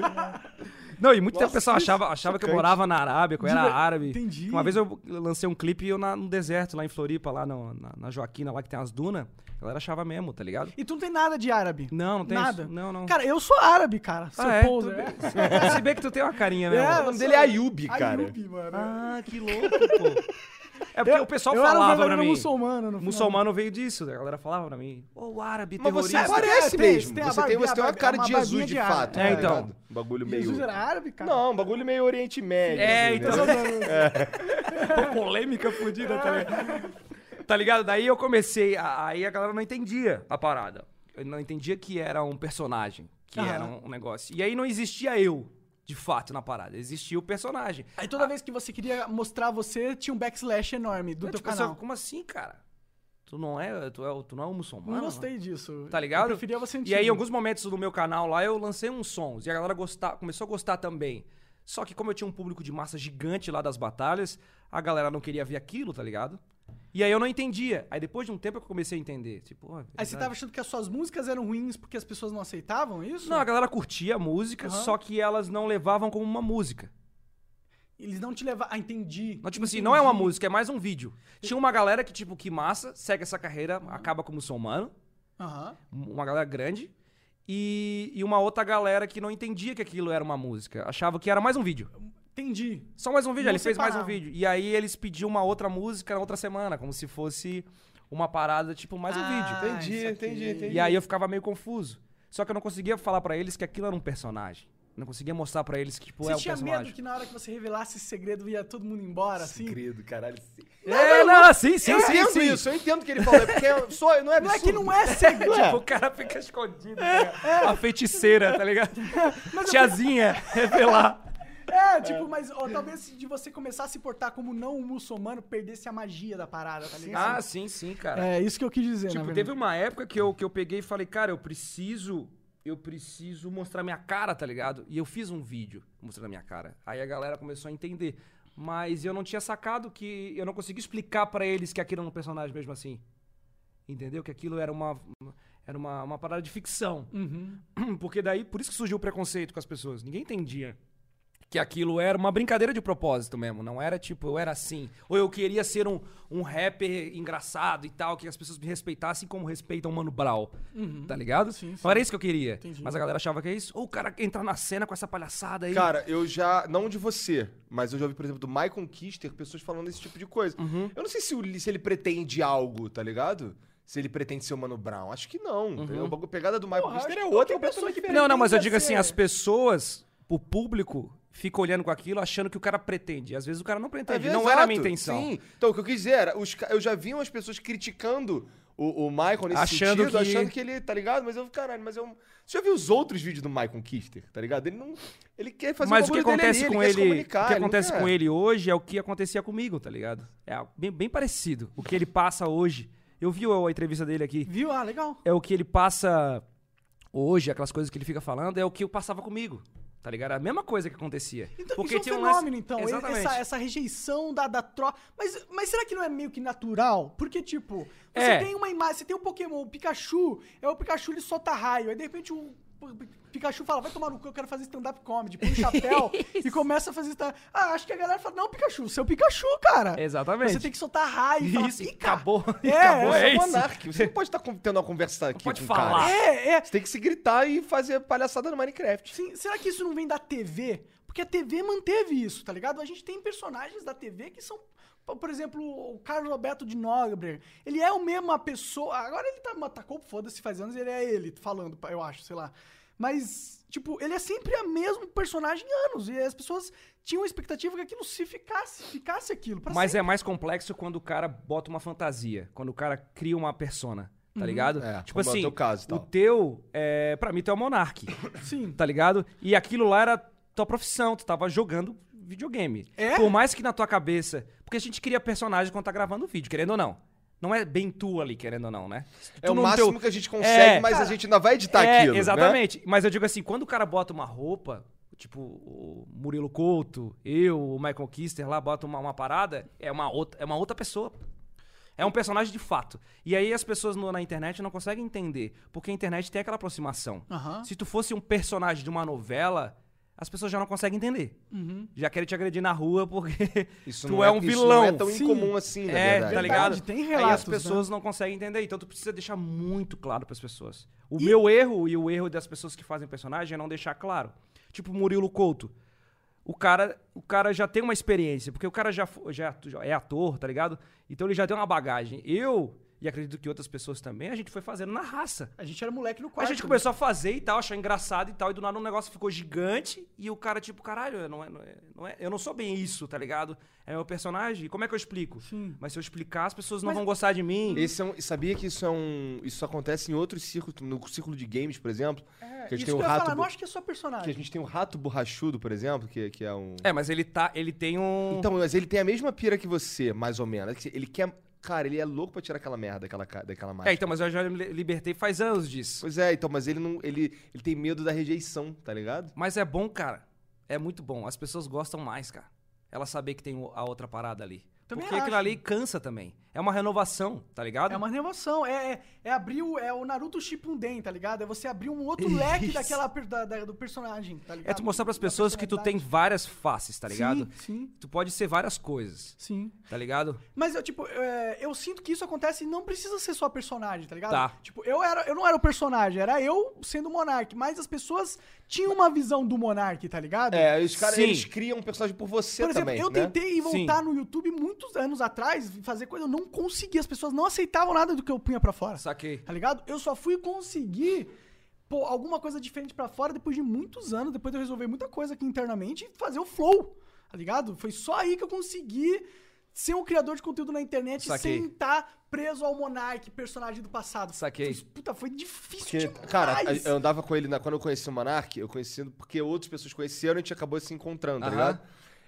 Não, e muito tempo o pessoal achava, achava que eu morava na Arábia, que eu era
é Diver-
árabe.
Entendi.
Uma vez eu lancei um clipe e eu na, no deserto, lá em Floripa, lá no- na, na Joaquina, lá que tem as dunas. A galera achava mesmo, tá ligado?
E tu não tem nada de árabe.
Não, não tem isso.
Nada.
Não, não.
Cara, eu sou árabe, cara. Seu
ah, é?
poser.
Tudo bem. Se bem que tu tem uma carinha mesmo.
É,
né?
eu
O nome
sou-
dele é Ayub, cara.
Ayub, mano.
Ah, que louco, pô. É porque o pessoal
eu era um
falava pra
verdadeiro
mim.
muçulmano, no final.
Muçulmano veio disso, a galera falava pra mim. Ô, árabe,
Mas você
terrorista.
parece
É, tem-
mesmo.
tem a
você, tem,
barbinha-
você tem uma cara
uma
de
barbinha
Jesus de,
de árabe.
fato.
É,
tá
então.
ligado?
Um bagulho meio.
Jesus era árabe, cara. um
Não, um bagulho meio Oriente Médio.
É,
assim,
então.
né?
[LAUGHS]
é
Pô, polêmica fodida, tá ligado? Tá ligado? Daí eu comecei, a- aí a galera não entendia a parada. Eu não entendia que era um personagem, que
Aham.
era um negócio. E aí não existia eu, de fato, na parada. Existia o personagem.
Aí toda vez que você queria mostrar você, tinha um backslash enorme do
Eu,
teu
tipo,
canal.
assim, Como assim, cara? Tu não é, tu é, tu não é um muçulmano?
Não gostei disso.
Tá ligado?
Eu preferia você
E
antigo.
aí, em alguns momentos do meu canal lá, eu lancei uns sons e a galera gostar, começou a gostar também. Só que como eu tinha um público de massa gigante lá das batalhas, a galera não queria ver aquilo, tá ligado? E aí eu não entendia. Aí depois de um tempo eu comecei a entender. Tipo, ó,
Aí você
verdade.
tava achando que as suas músicas eram ruins porque as pessoas não aceitavam isso?
Não, a galera curtia a música,
Aham.
só que elas não levavam como uma música.
Eles não te levavam. Ah, entendi.
Não, tipo assim,
Entendi.
não é uma música, é mais um vídeo. Tinha uma galera que, tipo, que massa, segue essa carreira, acaba como som humano.
Aham.
uma galera grande e, e uma outra galera que não entendia que aquilo era uma música, achava que era mais um vídeo.
Entendi.
Só mais um vídeo,
Não
ele fez mais um
separava.
vídeo. E aí eles pediam uma outra música na outra semana, como se fosse uma parada, tipo, mais um
Ah,
vídeo.
Entendi,
isso aqui.
entendi, entendi.
E aí eu ficava meio confuso. Só que eu não conseguia falar pra eles que aquilo era um personagem. Não conseguia mostrar pra eles que, tipo,
Você
é um
tinha
personagem.
medo que na hora que você revelasse esse segredo ia todo mundo embora, assim?
Segredo, caralho. sim.
É, não, sim, sim,
eu
sim,
entendo
sim.
isso, eu entendo o que ele falou. É porque eu sou, não é
Não é
absurdo.
que não é segredo.
Tipo, o cara fica escondido, tá ligado? A feiticeira, tá ligado?
É, [LAUGHS] Mas eu-
Tiazinha, revelar.
É, tipo, mas ó, talvez se de você começar a se portar como não um muçulmano, perdesse a magia da parada, tá ligado?
Ah, sim, sim, cara.
é isso que eu quis dizer, na
tipo,
verdade.
teve uma época que eu, que eu peguei e falei, cara, eu preciso. Eu preciso mostrar minha cara, tá ligado? E eu fiz um vídeo mostrando a minha cara. Aí a galera começou a entender. Mas eu não tinha sacado que. Eu não consegui explicar pra eles que aquilo era um personagem mesmo assim. Entendeu? Que aquilo era uma. Era uma, uma parada de ficção. [CLEARS THROAT] Porque daí, por isso que surgiu o preconceito com as pessoas. Ninguém entendia que aquilo era uma brincadeira de propósito mesmo. Não era tipo, eu era assim. Ou eu queria ser um, um rapper engraçado e tal, que as pessoas me respeitassem como respeitam o Mano Brown.
Uhum.
Tá ligado?
Sim, sim.
Não era isso que eu queria. Mas a galera achava que é isso. Ou o cara entrar na cena com essa palhaçada aí.
Cara, eu já. Não de você, mas eu já ouvi, por exemplo, do Michael Kister, pessoas falando esse tipo de coisa.
Uhum.
Eu não sei se, o- se ele pretende algo, tá ligado? Se ele pretende ser o Mano Brown. Acho que não.
Uhum.
entendeu? A bagu- pegada do Michael Kister é outra completamente diferente.
não, não, mas eu digo
pretende
assim,
ser-
as pessoas, o público, fica olhando com aquilo achando que o cara pretende. Às vezes o cara não pretende. é não era a minha
é Exato,
intenção.
Sim. Então, o que eu quis dizer era, os ca- eu já vi umas pessoas criticando o, o Michael nesse
Achando
sentido,
que-
achando que ele, tá ligado? Mas eu, caralho, mas eu... Você já viu os outros vídeos do Michael Kister, tá ligado? Ele não... Ele quer fazer
Mas o que
bagulho
acontece
dele ali,
com
quer se
ele, o que
comunicar, não
acontece
quer-
com ele hoje é o que acontecia comigo, tá ligado? É algo bem, bem parecido. O que ele passa hoje. Eu vi a entrevista dele aqui.
Viu? Ah, legal.
É o que ele passa hoje, aquelas coisas que ele fica falando, é o que eu passava comigo. Tá ligado? Era a mesma coisa que acontecia.
Então,
Porque
isso é
tinha
um
lance-
fenômeno, então. Ele-
Exatamente.
Essa, essa rejeição da, da troca. Mas, mas será que não é meio que natural? Porque, tipo, você
É.
tem uma imagem, você tem um Pokémon, o Pikachu, é o Pikachu ele solta raio, aí de repente o. P- Pikachu fala, vai tomar no cu, eu quero fazer stand-up comedy, põe um chapéu
[LAUGHS]
e começa a fazer stand-up. Ah, acho que a galera fala, não, Pikachu, seu Pikachu, cara.
Exatamente.
Você tem que soltar raio. e falar,
Isso, e
"Ih, cara."
acabou.
É,
acabou,
eu sou
é isso.
Monark, um você não pode estar com- tendo uma conversa aqui
pode
com o
falar.
cara.
É, é.
Você tem que se gritar e fazer palhaçada no Minecraft.
Sim, será que isso não vem da TV? Porque a TV manteve isso, tá ligado? A gente tem personagens da TV que são. p- Por exemplo, o Carlos Alberto de Nobre. Ele é o mesmo a pessoa. Agora ele tá, tacou, foda-se, faz anos, ele é ele falando, eu acho, sei lá. Mas, tipo, ele é sempre o mesmo personagem há anos. E as pessoas tinham a expectativa que aquilo se ficasse, ficasse aquilo. Pra
Mas é mais complexo quando o cara bota uma fantasia, quando o cara cria uma persona, tá ligado?
É,
tipo
como é o
assim,
teu caso e
o
tal.
teu, é, pra mim, tu é o Monark,
sempre. Sim.
[COUGHS] tá ligado? E aquilo lá era tua profissão, tu tava jogando videogame.
É?
Por mais que na tua cabeça... Porque a gente cria personagem quando tá gravando o vídeo, querendo ou não. Não é bem tu ali, querendo ou não, né?
É
Tu
o
não
máximo
teu-
que a gente consegue,
É.
mas a gente ainda vai editar
é,
aquilo, né?
Exatamente. Mas eu digo assim, quando o cara bota uma roupa, tipo o Murilo Couto, eu, o Michael Kister lá, bota uma, uma parada, é uma, outra, é uma outra pessoa. É um personagem de fato. E aí as pessoas no- na internet não conseguem entender, porque a internet tem aquela aproximação.
Aham.
Se tu fosse um personagem de uma novela, as pessoas já não conseguem entender.
Uhum.
Já querem te agredir na rua porque [LAUGHS]
Isso
tu
não
é, um
isso
vilão.
não é tão
Sim.
incomum assim, na
É,
verdade.
tá ligado?
Verdade, tem
Aí
relatos,
as
né?
pessoas não conseguem entender. Então tu precisa deixar muito claro pras pessoas. O meu erro e o erro das pessoas que fazem personagem é não deixar claro. Tipo Murilo Couto. O cara, o cara já tem uma experiência, porque o cara já, fo- já, já é ator, tá ligado? Então ele já tem uma bagagem. Eu, e acredito que outras pessoas também, a gente foi fazendo na raça.
A gente era moleque no
A
quarto. né?
gente começou a fazer e tal, achar engraçado e tal, e do nada um negócio ficou gigante, e o cara, tipo, caralho, eu não, é- não é- não é- eu não sou bem isso, tá ligado? É meu personagem, e como é que eu explico? Mas se eu explicar, as pessoas não vão gostar de mim.
Esse é um- sabia que isso é um. Isso acontece em outros círculos, no círculo de games, por exemplo. que a gente
É, Isso
tem o
que eu ia
rato.
falar, não
bo-
acho que é só
Que a
personagem.
gente tem o rato borrachudo, por exemplo, que, que é um.
É, mas ele tá, ele tem um...
Então, mas ele tem a mesma pira que você, mais ou menos. É que Ele quer. Cara, ele é louco pra tirar aquela merda daquela, ca- daquela
é,
máscara.
então, mas eu já me li- libertei faz anos disso.
Pois é, então, mas ele não. Ele, ele tem medo da rejeição, tá ligado?
Mas é bom, cara. É muito bom. As pessoas gostam mais, cara. Ela saber que tem o- a outra parada ali.
Também
Porque
acho.
aquilo ali cansa também. É uma renovação, tá ligado?
É uma renovação, é, é, é abrir o, é o Naruto Shippuden, tá ligado? É você abrir um outro
Isso.
leque daquela, per- da- da- do personagem, tá ligado?
É tu mostrar pras
Da
pessoas que tu tem
personalidade.
várias faces, tá ligado?
Sim, sim,
Tu pode ser várias coisas,
sim.
tá ligado?
Mas eu, tipo, é, eu sinto que isso acontece e não precisa ser só personagem, tá ligado?
Tá.
Tipo, eu, era, eu não era o personagem, era eu sendo o Monark, mas as pessoas tinham uma visão do Monark, tá ligado?
É, os caras
Sim.
eles criam um personagem por você
Por exemplo,
também.
eu
né?
tentei voltar no YouTube muitos anos atrás, fazer coisa, eu não consegui, as pessoas não aceitavam nada do que eu punha pra fora.
Saquei.
Tá ligado? Eu só fui conseguir pô, alguma coisa diferente pra fora depois de muitos anos, depois de eu resolver muita coisa aqui internamente e fazer o flow, tá ligado? Foi só aí que eu consegui ser um criador de conteúdo na internet
Saquei.
sem estar preso ao Monark, personagem do passado.
Saquei.
Foi- Puta, foi difícil
Porque,
demais.
cara, a- eu andava com ele na, quando eu conheci o Monark, eu conheci porque outras pessoas conheceram e a gente acabou se encontrando, tá
Aham.
ligado?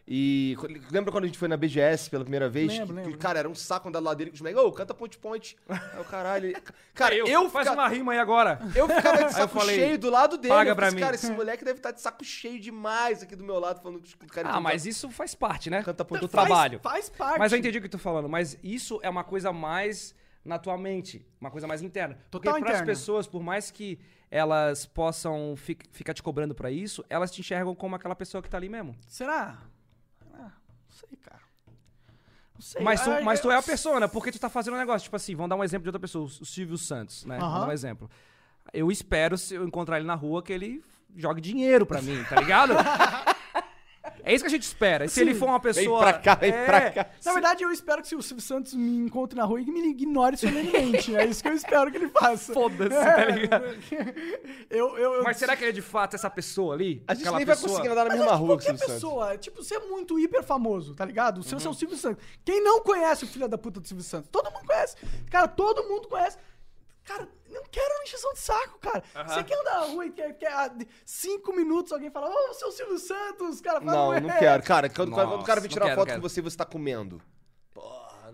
E co- lembra quando a gente foi na BGS pela primeira vez?
Lembro,
Que- que,
lembro.
Cara, era um saco andar lá dele com os moleques. Ô, canta ponte ponte. Aí o
[LAUGHS]
caralho. ele- Cara, eu,
Faz
fica-
uma rima [LAUGHS] aí agora.
eu ficava de
eu
saco
falei,
cheio do lado dele.
paga
eu
pra
fiz,
mim.
Cara, esse moleque deve estar de saco cheio demais aqui do meu lado, falando que os caras.
Ah, mas isso faz parte, né?
Canta ponte
do
então faz-
trabalho.
Faz parte.
Mas eu entendi o que tu tá falando, mas isso é uma coisa mais na tua mente, uma coisa mais interna. Porque
Total
para as
interna.
pessoas, por mais que elas possam fi- ficar te cobrando pra isso, elas te enxergam como aquela pessoa que tá ali mesmo.
Será? Ah, não sei, cara. Não sei.
Mas tu,
Ah,
mas tu é
eu-
a persona, porque tu tá fazendo um negócio. Tipo assim, vamos dar um exemplo de outra pessoa, o Silvio Santos, né? Vamos
Aham.
dar um exemplo. Eu espero, se eu encontrar ele na rua, que ele jogue dinheiro pra mim,
[LAUGHS]
tá ligado? é isso que a gente espera. E se ele for uma pessoa.
pra cá, vem
É,
pra cá.
Na verdade, eu espero que se o Silvio Santos me encontre na rua e me ignore solenemente. é isso que eu espero que ele faça. É.
Foda-se, tá ligado?
Eu, eu, eu-
Mas será que ele é de fato essa pessoa ali?
A gente
Aquela
nem
pessoa?
vai conseguir andar na
Mas
mesma
é
rua
tipo
que o
qualquer
Silvio Santos.
pessoa. É tipo, você é muito hiper famoso, tá ligado? O seu é o Silvio Santos. Quem não conhece o filho da puta do Silvio Santos? Todo mundo conhece. Cara, todo mundo conhece. Cara, não quero encheção de saco, cara. Você quer andar na rua e quer, quer ah, de- cinco minutos alguém fala, ô, seu Silvio Santos, cara, fala, "É".
Não,
"Ué".
não quero. Cara, quando,
Nossa,
quando o cara vem
não
tirar
quero,
foto
não
com
quero.
você, você tá comendo.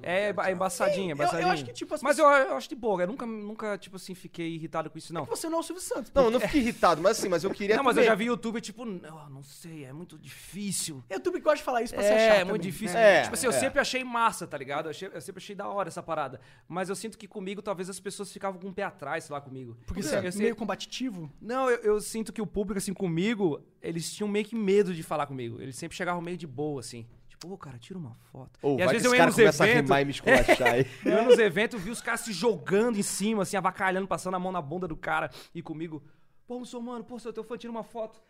É, é embaçadinha,
Eu-
embaçadinha.
eu acho que, tipo, as
Mas eu, eu acho de boa, eu nunca, nunca, tipo assim, fiquei irritado com isso, não.
Você não é o Silvio Santos.
Não, eu não fiquei irritado, mas assim, mas eu queria.
Não, mas eu
comer.
já vi YouTube, tipo, não, não sei, é muito difícil.
YouTube gosta de falar isso pra se
é,
achar
é muito
Tá também,
difícil.
né?
É,
tipo assim, eu
é.
sempre achei massa, tá ligado? Eu, achei- eu sempre achei da hora essa parada. Mas eu sinto que comigo, talvez as pessoas ficavam com o pé atrás, sei lá, comigo.
Porque
Eu
você
sei-
é
eu sei-
meio combativo.
Não, eu, eu sinto que o público, assim, comigo, eles tinham meio que medo de falar comigo. Eles sempre chegavam meio de boa, assim. Tipo, ô, cara, tira uma foto.
Ou
e
vai
às
que
vezes
esse
eu ia
cara
nos
começa a
eventos.
rimar e me
[LAUGHS]
esculachar aí.
Eu ia nos eventos, vi os caras se jogando em cima, assim, avacalhando, passando a mão na bunda do cara. E comigo, pô, muçulmano, pô, sou teu fã, tira uma foto.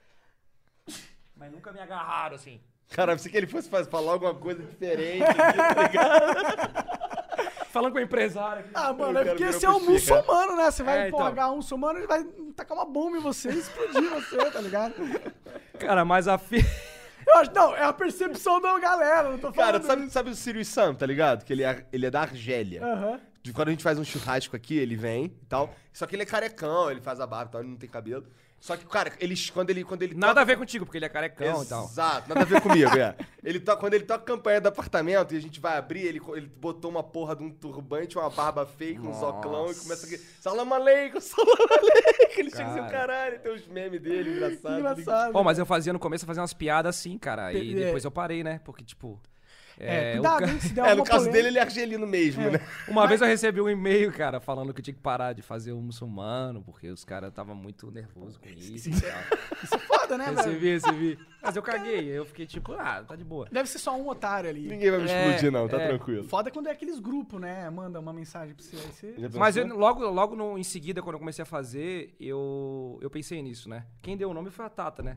Mas nunca me agarraram, assim.
Cara, eu pensei que ele fosse faz- falar alguma coisa diferente.
Falando com o empresário. aqui.
Ah, mano, é
quero
porque
virar
você é um
fuxica.
muçulmano, né? Você vai
É, então.
empolgar um muçulmano, ele vai tacar uma bomba em você e explodir você, tá ligado?
Cara, mas a fi...
Eu acho, não, é a percepção da galera, não tô falando.
Cara, sabe, sabe o Sirius Sam, tá ligado? Que ele é, ele é da Argélia.
Aham.
De Quando a gente faz um churrasco aqui, ele vem e tal. Só que ele é carecão, ele faz a barba e tal, ele não tem cabelo. Só que, cara, ele, quando ele. Quando
[LAUGHS]
ele
Nada a ver contigo, porque ele é carecão e tal.
Exato, nada a ver comigo, é. [LAUGHS] Ele to... Quando ele toca campanha do apartamento e a gente vai abrir, ele, co- ele botou uma porra de um turbante, uma barba fake, um zoclão e começa a gritar: Salam aleikum, salam [LAUGHS] aleikum. Ele chega assim,
Cara.
caralho, tem os memes dele, engraçado.
Engraçado.
Bom, mas eu fazia no começo, eu fazia umas piadas assim, cara. E
Pe-
depois eu parei, né? Porque, tipo.
é,
é, o
cuidado,
ca-
hein, se der
[LAUGHS] É, no
alguma
caso dele,
polêmica.
ele é argelino mesmo, né?
[LAUGHS]
[LAUGHS]
Uma vez eu recebi um e-mail, cara, falando que eu tinha que parar de fazer o muçulmano, porque os caras estavam muito nervosos com isso e [LAUGHS] tal.
Isso é foda,
[LAUGHS]
né, velho?
Recebi, recebi. Mas eu caguei, eu fiquei tipo, ah, tá de boa.
Deve ser só um otário ali.
Ninguém vai me
É,
explodir, não, tá
é.
tranquilo.
Foda é quando é aqueles grupos, né? Manda uma mensagem pra você. Aí você...
Já
Mas eu,
pensou?
logo, logo no- em seguida, quando eu comecei a fazer, eu, eu pensei nisso, né? Quem deu o nome foi a Tata, né?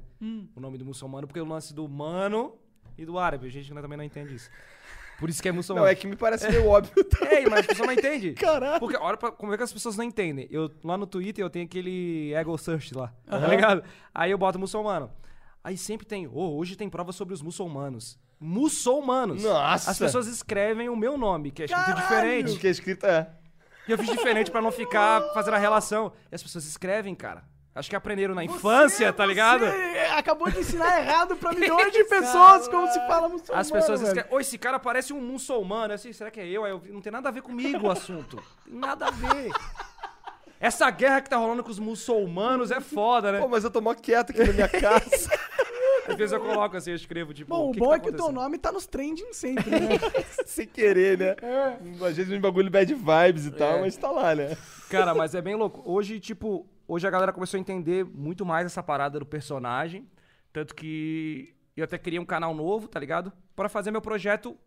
O nome do muçulmano, porque o lance do mano e do árabe. A gente ainda também não entende isso. Por isso que é muçulmano.
Não, é que me parece meio
[LAUGHS]
óbvio. tá?
É, mas a pessoa não
[LAUGHS]
entende.
Caralho.
Porque olha pra, como é que as pessoas não entendem. Eu, lá no Twitter eu tenho aquele ego search lá, tá ligado? Aí eu boto muçulmano. Aí sempre tem, "Ô, hoje tem prova sobre os muçulmanos. Muçulmanos.
Nossa.
As pessoas escrevem o meu nome, que é escrito
Caralho.
diferente.
O que é escrito é.
E eu fiz diferente pra não ficar fazendo a relação. E as pessoas escrevem, cara. Acho que aprenderam na
Você- é
infância, tá ligado?
Você acabou de ensinar errado pra milhões
[LAUGHS]
de pessoas como se fala muçulmano.
As pessoas
velho.
escrevem, ô, esse cara parece um muçulmano. Eu, assim, será que é eu? Aí eu vi, não tem nada a ver comigo o assunto. Tem nada a ver. Essa guerra que tá rolando com os muçulmanos é foda,
Pô,
né?
mas eu tô mó quieto
[LAUGHS]
aqui na minha casa. [LAUGHS]
Às vezes eu coloco assim, eu escrevo, tipo,
Bom, o
que
bom
tá
é que o teu
acontecendo?
nome tá nos trending sempre, né?
Sem querer, né? Às vezes um bagulho bad vibes e tal,
É.
mas tá lá, né?
Cara, mas é bem louco. Hoje, tipo, hoje a galera começou a entender muito mais essa parada do personagem. Tanto que eu até criei um canal novo, tá ligado? Pra fazer meu projeto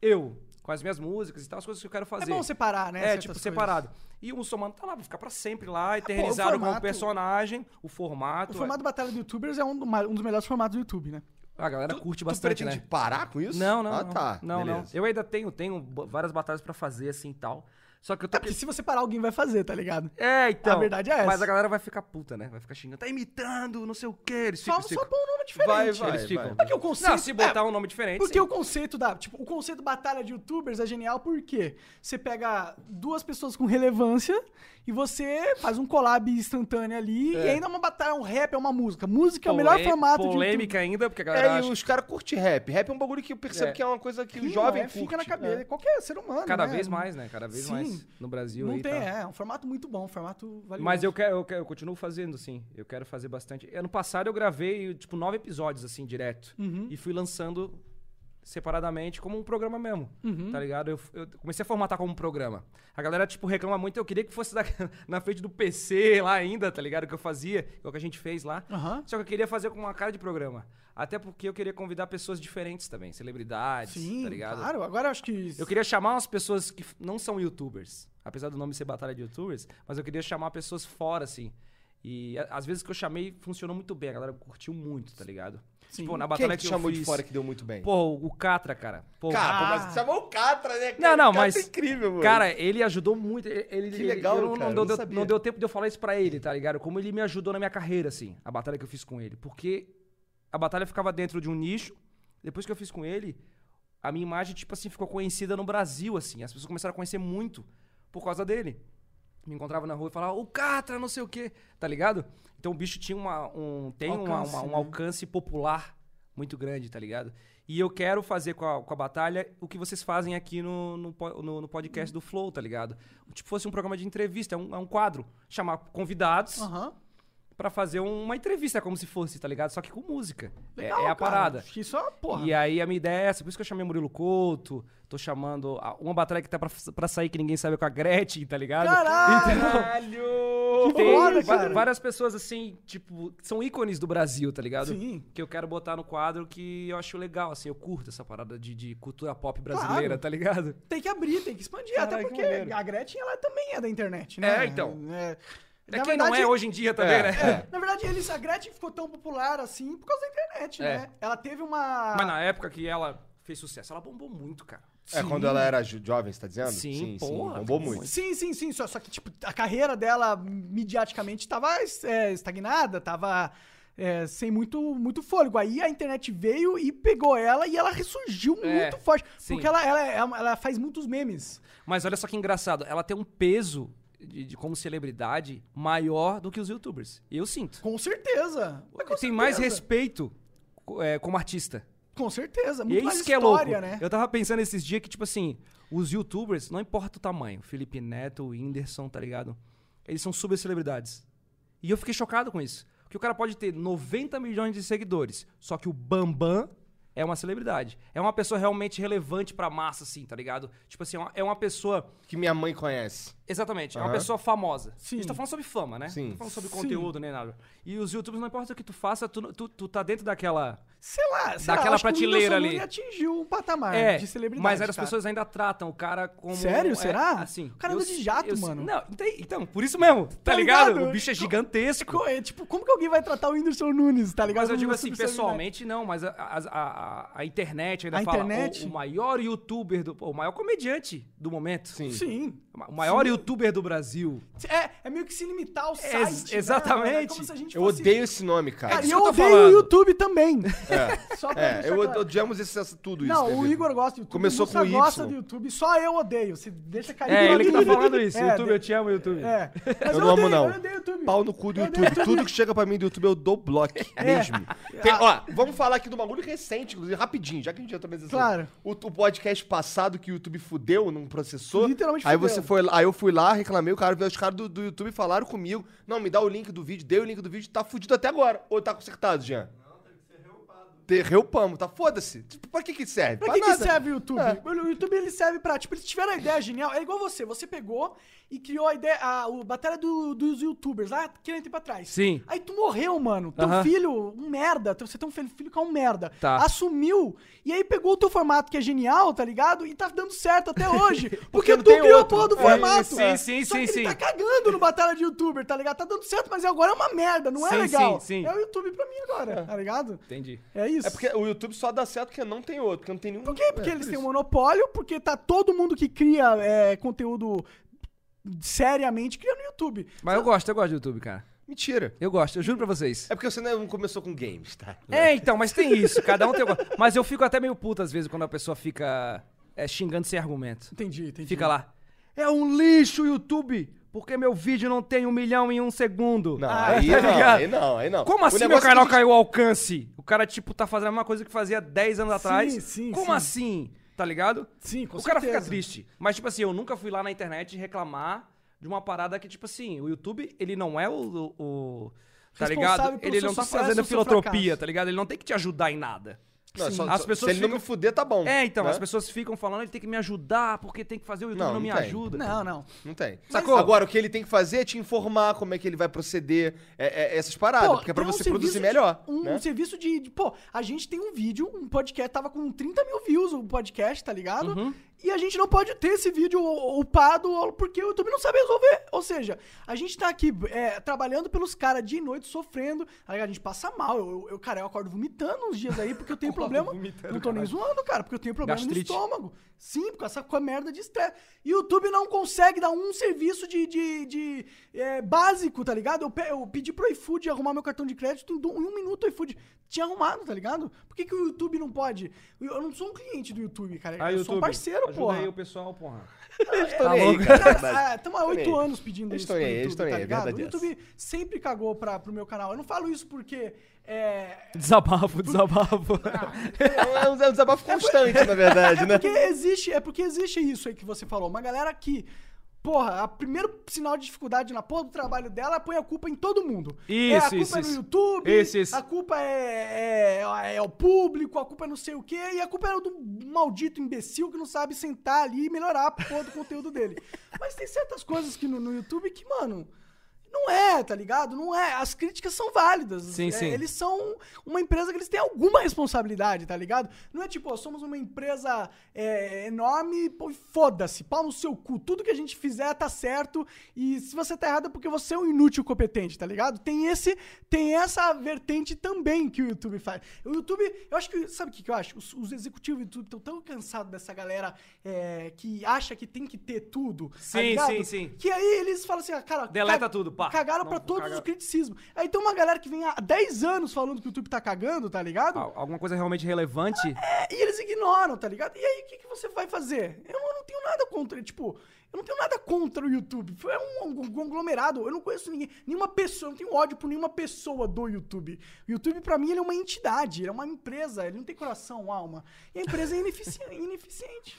eu. Com as minhas músicas e tal, as coisas que eu quero
é
fazer.
bom separar, né?
É,
certas
tipo,
coisas. É,
separado. E o muçulmano tá lá, vai ficar pra sempre lá,
o
eternizado como
formato-
personagem, o formato.
O formato Batalha de Youtubers é um, do- um dos melhores formatos do YouTube, né?
é. A galera curte
Tu
bastante,
pretende
né?
parar com isso?
Não, não.
Ah,
não.
tá.
Não, não.
beleza.
Eu ainda tenho, tenho b- várias batalhas pra fazer, assim e tal. Só que eu
Tá,
tô.
porque se você parar, alguém vai fazer, tá ligado?
É, então.
A verdade é essa.
Mas a galera vai ficar puta, né? Vai ficar xingando. Tá imitando, não sei o quê. Eles
Só,
ficam.
só
ficam.
põe um nome diferente.
Vai, vai.
Eles ficam.
Porque o conceito...
Não, se botar um nome diferente.
é, Porque
sim.
o conceito da. Tipo, o conceito batalha de youtubers é genial porque você pega duas pessoas com relevância e você faz um collab instantâneo ali e ainda é uma batalha, é um rap, é uma música. Música é o melhor
Polê-
formato
Polêmica ainda, porque a
É,
galera
e
acha.
os caras curtem rap. Rap é um bagulho que eu percebo
É.
que é uma coisa que
de YouTube.
o
Sim,
jovem
é,
curte.
fica na cabeça.
É.
Qualquer ser humano.
né? Cada
né?
vez mais, né? Cada vez
Sim.
mais. No Brasil
Não
aí.
tem,
tá.
é. É um formato muito bom, um formato valioso.
Mas eu quero, eu quero, eu continuo fazendo, sim. Eu quero fazer bastante. Ano passado eu gravei, tipo, nove episódios, assim,
Uhum.
direto. E fui lançando separadamente como um programa mesmo.
Uhum.
Tá ligado? Eu, eu comecei a formatar como um programa. A galera, tipo, reclama muito. Eu queria que fosse da- [LAUGHS] na frente do PC lá ainda, tá ligado? Que eu fazia, que é o que a gente fez lá.
Aham.
Só que eu queria fazer com uma cara de programa. Até porque eu queria convidar pessoas diferentes também, celebridades,
Sim,
tá ligado?
claro. Agora eu acho que.
Eu queria chamar umas pessoas que f- não são youtubers. Apesar do nome ser Batalha de Youtubers, mas eu queria chamar pessoas fora, assim. E a- às vezes que eu chamei, funcionou muito bem. A galera curtiu muito, tá ligado?
Sim.
Tipo, na
Quem
batalha
é que
que,
te
eu
chamou
fiz...
de fora que deu muito bem?
Pô, o Catra, cara. Pô,
Cara, pô,
Ah.
mas chamou o Catra, né?
Não,
cara?
não,
O Catra
mas-
é incrível, mano.
Cara, ele ajudou muito. Ele, ele-
Que
ele-
legal,
eu não,
cara,
não
não
deu,
sabia.
não deu tempo de eu falar isso pra ele, tá ligado? Como ele me ajudou na minha carreira, assim, a batalha que eu fiz com ele. Porque a batalha ficava dentro de um nicho. Depois que eu fiz com ele, a minha imagem, tipo assim, ficou conhecida no Brasil, assim. As pessoas começaram a conhecer muito por causa dele. Me encontrava na rua e falava, o Catra, não sei o quê, tá ligado? Então o bicho tinha uma, um, tem uma-
Alcance,
uma- um
né?
alcance popular muito grande, tá ligado? E eu quero fazer com a, com a batalha o que vocês fazem aqui no, no, po- no- no podcast do Flow, tá ligado? Tipo, fosse um programa de entrevista, é um, é um quadro. Chamar convidados
Aham.
pra fazer um, uma entrevista, como se fosse, tá ligado? Só que com música. É-
Legal,
é,
cara.
a parada.
Acho que isso é uma porra.
E aí a minha ideia é essa, por isso que eu chamei Murilo Couto, tô chamando a- uma batalha que tá pra, pra sair que ninguém sabe é com a Gretchen, tá ligado?
Caralho!
Então,
Caralho!
tem
foda,
va-
cara.
várias pessoas assim, tipo, que são ícones do Brasil,
é
tá ligado?
Sim.
Que eu quero botar no quadro que eu acho legal, assim, eu curto essa parada de, de cultura pop brasileira,
Claro.
tá ligado?
Tem que abrir, tem que expandir.
Caralho,
até
que
porque
maneiro.
a Gretchen, ela também é da internet, né?
É, então.
É,
É
Na
quem não
verdade-
é hoje em dia também,
É,
né?
É, na verdade, eles, a Gretchen ficou tão popular assim por causa da internet,
É.
né? Ela teve uma.
Mas é na época que ela fez sucesso, ela bombou muito, cara.
É quando ela era jo- jovem, você tá dizendo?
Sim, porra,
sim. Bombou
cara,
muito.
Sim, sim, sim. Só, só que, tipo, a carreira dela midiaticamente tava é, estagnada, tava é, sem muito, muito fôlego. Aí a internet veio e pegou ela e ela ressurgiu
É,
muito forte.
sim.
Porque ela, ela, é- ela faz muitos memes.
Mas olha só que engraçado, ela tem um peso de, de como celebridade maior do que os youtubers. Eu sinto.
Com certeza. Mas com
tem mais
certeza.
respeito co- é, como artista.
Com certeza.
E
Muito
é
mais
isso que é louco.
história, né?
Eu tava pensando esses dias que, tipo assim, os youtubers, não importa o tamanho, Felipe Neto, Whindersson, tá ligado? Eles são super celebridades. E eu fiquei chocado com isso. Porque o cara pode ter 90 milhões de seguidores, só que o Bambam é uma celebridade. É uma pessoa realmente relevante pra massa, assim, tá ligado? Tipo assim, é uma- é uma pessoa
Que minha mãe conhece.
Exatamente, é uma
Aham.
pessoa famosa.
Sim.
Sim. Você tá falando sobre fama, né?
Sim.
Não tá falando sobre
Sim.
conteúdo nem nada. E os youtubers, não importa o que tu faça, tu, tu, tu tá dentro daquela.
Sei lá, sei lá,
Daquela
acho que o
prateleira
Whindersson
ali.
Nunes atingiu um patamar
é,
de celebridade.
mas aí as
cara.
pessoas ainda tratam o cara como.
Sério?
é,
Será?
Assim,
O cara
eu
anda de
s-
jato,
eu s-
mano.
Não, ente- então, por isso mesmo, tá,
Tá
ligado?
ligado?
O bicho é
Co-
gigantesco.
Co- é, tipo, como que alguém vai tratar o Whindersson Nunes, tá ligado?
Mas eu digo
Uma
assim,
subcelebridade.
pessoalmente não, mas a, a, a- a- a internet ainda
A
fala. o-
internet?
O, maior youtuber, do, pô, o maior comediante do momento.
Sim.
Sim.
O maior youtuber do Brasil.
É, é meio que se limitar ao site.
Ex-
né?
exatamente.
É como se a gente
Eu
fosse-
odeio esse nome, cara.
Cara,
disso
eu,
que eu tô
odeio o
falando.
YouTube também. [LAUGHS]
É.
Só pra
É,
deixar
eu
claro.
odiamos esse, essa- tudo isso.
Não,
né,
o
Vitor?
Igor gosta do YouTube.
Começou
o Mussa
com Y.
gosta do YouTube. Só eu odeio. Se deixa cair.
É,
eu
ele que tá
odeio.
falando isso.
[LAUGHS] É,
YouTube,
de-
eu te amo, YouTube.
É. Mas
Eu não amo,
odeio,
não.
Eu odeio o YouTube. É.
Pau no cu do YouTube. Tudo que chega pra mim do YouTube eu dou bloco mesmo. Tem-
Ah.
ó, vamos falar aqui do bagulho recente, inclusive, rapidinho, já que a gente já tá pensando.
Claro.
O, o podcast passado que o YouTube fudeu, não processou.
Literalmente
aí
fudeu.
você foi lá- aí eu fui lá, reclamei, o cara veio os caras do, do YouTube falaram comigo. Não, me dá o link do vídeo, dei o link do vídeo, tá fudido até agora. Ou tá consertado, Jean? Não, teve que ser reupado. Reupamos, tá? Foda-se. Tipo, pra que que serve?
Pra que, que
nada. É.
serve o YouTube?
É.
O YouTube ele serve pra, tipo, eles tiveram a ideia genial. É igual você, você pegou e criou a ideia, a, o batalha do- dos youtubers lá, que nem tempo atrás.
Sim.
Aí tu morreu, mano. Teu
Aham.
filho, um merda. Teu- Você tem um filho filho que é um merda.
Tá.
Assumiu. E aí pegou o teu formato que é genial, tá ligado? E tá dando certo até
[LAUGHS]
hoje. porque
Porque não
tu
tem
criou
outro.
a porra do
É,
formato.
sim, sim,
Só
sim,
que ele
sim.
tá cagando no batalha de youtuber, tá ligado? Tá dando certo, mas agora é uma merda, não é
Sim,
legal.
sim, sim.
É o YouTube pra mim agora, tá ligado?
Entendi.
É isso.
É porque o YouTube só dá certo porque não tem outro, porque não tem nenhum.
Por quê? Porque
é,
eles
por
têm um
isso.
monopólio, porque tá todo mundo que cria é, conteúdo seriamente criando no YouTube.
Mas eu gosto, eu gosto do YouTube, cara.
Mentira.
Eu gosto, eu juro pra vocês.
É porque você não começou com games, tá?
É, então, mas tem isso. Cada um tem o go- Mas eu fico até meio puto às vezes quando a pessoa fica é, xingando sem argumento.
Entendi, entendi.
Fica lá. É um lixo, YouTube! Porque meu vídeo não tem um milhão em um segundo.
Não,
Ah,
aí,
tá
não
ligado?
aí não, aí não.
Como
O
assim meu
negócio
canal
que-
caiu ao alcance? O cara, tipo, tá fazendo a mesma coisa que fazia 10 anos
Sim,
atrás.
sim,
Como
sim.
assim? Tá ligado?
Sim, com
o cara
certeza.
fica triste. Mas, tipo assim, eu nunca fui lá na internet reclamar de uma parada que, tipo assim, o YouTube, ele não é o. o- o- tá
Responsável
ligado?
pelo
Ele
seu
não tá
sucesso
fazendo
ou seu
filantropia,
fracasso.
tá ligado? Ele não tem que te ajudar em nada.
Não,
Sim.
só-
As
só-
pessoas
se ele não
ficam-
me fuder, tá bom.
É, então,
né?
as pessoas ficam falando, ele tem que me ajudar, porque tem que fazer, o YouTube não,
Não, não
me
tem.
ajuda.
Não, não.
Não tem.
Sacou?
Agora, o que ele tem que fazer é te informar como é que ele vai proceder, é- é- essas paradas,
Pô,
porque é pra
tem um
você
serviço
produzir
de-
melhor.
um
né?
serviço de, de- Pô, a gente tem um vídeo, um podcast, tava com 30 mil views o podcast, tá ligado?
Uhum.
E a gente não pode ter esse vídeo upado porque o YouTube não sabe resolver. Ou seja, a gente tá aqui é, trabalhando pelos caras dia e noite, sofrendo. tá ligado? A gente passa mal. Eu, eu- eu, cara, eu acordo vomitando uns dias aí
[LAUGHS]
porque eu tenho problema. Não tô nem zoando, cara, porque eu tenho problema
Gastrite.
no estômago. Sim, com essa com a merda de estresse. E o YouTube não consegue dar um serviço de, de, de, é, básico, tá ligado? Eu, pe- eu pedi pro iFood arrumar meu cartão de crédito em, do- em um minuto o iFood tinha arrumado, tá ligado? Por que, que o YouTube não pode? Eu eu não sou um cliente do YouTube, cara. eu sou um parceiro,
Ah, ajuda
porra.
aí o pessoal, porra. [LAUGHS]
Tô
Tá
nem aí,
louco.
cara, é verdade.
Cara, estamos há oito
aí.
anos pedindo
Eu
isso
estou
pro
aí, eu
YouTube,
estou
tá
aí, é
ligado? O
verdade
YouTube sempre cagou pra, pro meu canal. Eu não falo isso porque... É,
Desabafo,
[LAUGHS]
desabafo.
É um, é um desabafo constante, na verdade, né?
porque existe, é porque existe isso aí que você falou. Uma galera que, porra, o primeiro sinal de dificuldade na porra do trabalho dela é põe a culpa em todo mundo. é, a
Isso,
culpa
isso,
é no
isso.
YouTube,
Isso, isso.
a culpa é, é, é o público, a culpa é não sei o quê, e a culpa é do maldito imbecil que não sabe sentar ali e melhorar a porra do conteúdo dele. Mas tem certas coisas que no, no YouTube que, mano. Não é, tá ligado? Não é. As críticas são válidas.
Sim,
É,
sim.
Eles são uma empresa que eles têm alguma responsabilidade, tá ligado? Não é tipo, ó, somos uma empresa é, enorme, pô, e foda-se, pau no seu cu. Tudo que a gente fizer tá certo e se você tá errado é porque você é um inútil competente, tá ligado? Tem esse, tem essa vertente também que o YouTube faz. O YouTube, eu acho que, sabe o que que eu acho? Os, os executivos do YouTube estão tão cansados dessa galera é, que acha que tem que ter tudo,
Sim,
tá ligado?
sim, sim.
Que aí eles falam assim, ah, cara...
Deleta
ca-
tudo, pá.
Cagaram
Não,
pra todos
cagaram.
os criticismos. Aí tem uma galera que vem há 10 anos falando que o YouTube tá cagando, tá ligado?
Al- Alguma coisa realmente relevante?
É, e eles ignoram, tá ligado? E aí, o que, que você vai fazer? Eu não, eu não tenho nada contra, tipo, eu não tenho nada contra o YouTube. Foi um, um conglomerado, eu não conheço ninguém, nenhuma pessoa, eu não tenho ódio por nenhuma pessoa do YouTube. O YouTube, pra mim, ele é uma entidade, ele é uma empresa, ele não tem coração, alma. E a empresa é inefici- [LAUGHS] ineficiente.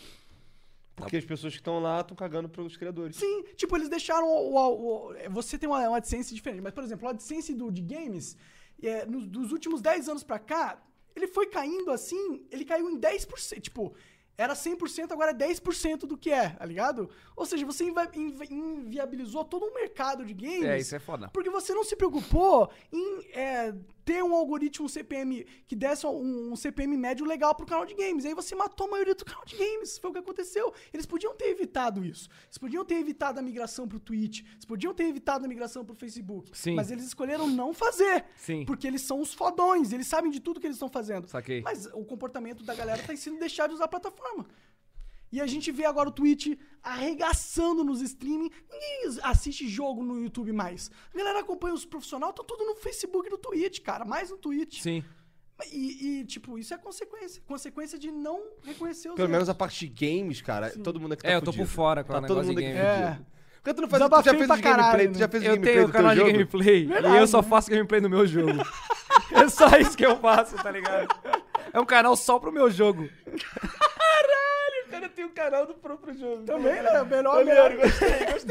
Porque as pessoas que estão lá estão cagando pros criadores.
Sim, tipo, eles deixaram o, o- o- é, Você tem uma, uma AdSense diferente, mas, por exemplo, o AdSense do, de games, é, nos- dos últimos 10 anos pra cá, ele foi caindo assim, ele caiu em 10%. Tipo, era 100%, agora é 10% do que é, tá ligado? Ou seja, você invi- invi- inviabilizou todo um mercado de games.
É, isso é foda.
Porque você não se preocupou em é, ter um algoritmo CPM que desse um, um CPM médio legal pro canal de games. Aí você matou a maioria do [LAUGHS] canal de games. Foi o que aconteceu. Eles podiam ter evitado isso. Eles podiam ter evitado a migração pro Twitch. Eles podiam ter evitado a migração pro Facebook.
Sim.
Mas eles escolheram não fazer.
Sim.
Porque eles são os fodões. Eles sabem de tudo que eles estão fazendo.
Saquei.
Mas o comportamento da galera tá sendo deixar de usar a plataforma. E a gente vê agora o Twitch arregaçando nos streaming. Ninguém assiste jogo no YouTube mais. A galera acompanha os profissionais, tá tudo no Facebook e no Twitch, cara. Mais no Twitch.
Sim.
E, e, tipo, isso é consequência. Consequência de não reconhecer os
Pelo
erros.
menos a parte de games, cara, todo mundo aqui tá
É, eu tô
fudido.
por fora com o
Tá todo
negócio de
mundo aqui
game.
É.
fudido. Por que tu não faz, tu já
Desabafei
fez
pra
os
caralho,
gameplay,
né?
tu já fez os
Eu
gameplay
tenho
do
o
teu
canal de
jogo?
gameplay
Verdade,
e eu só
né?
faço gameplay no meu
[LAUGHS]
jogo. é só isso que eu faço, tá ligado? É um canal só pro meu jogo.
Cara, tem o canal do próprio jogo.
Também, né? O Melhor, o melhor.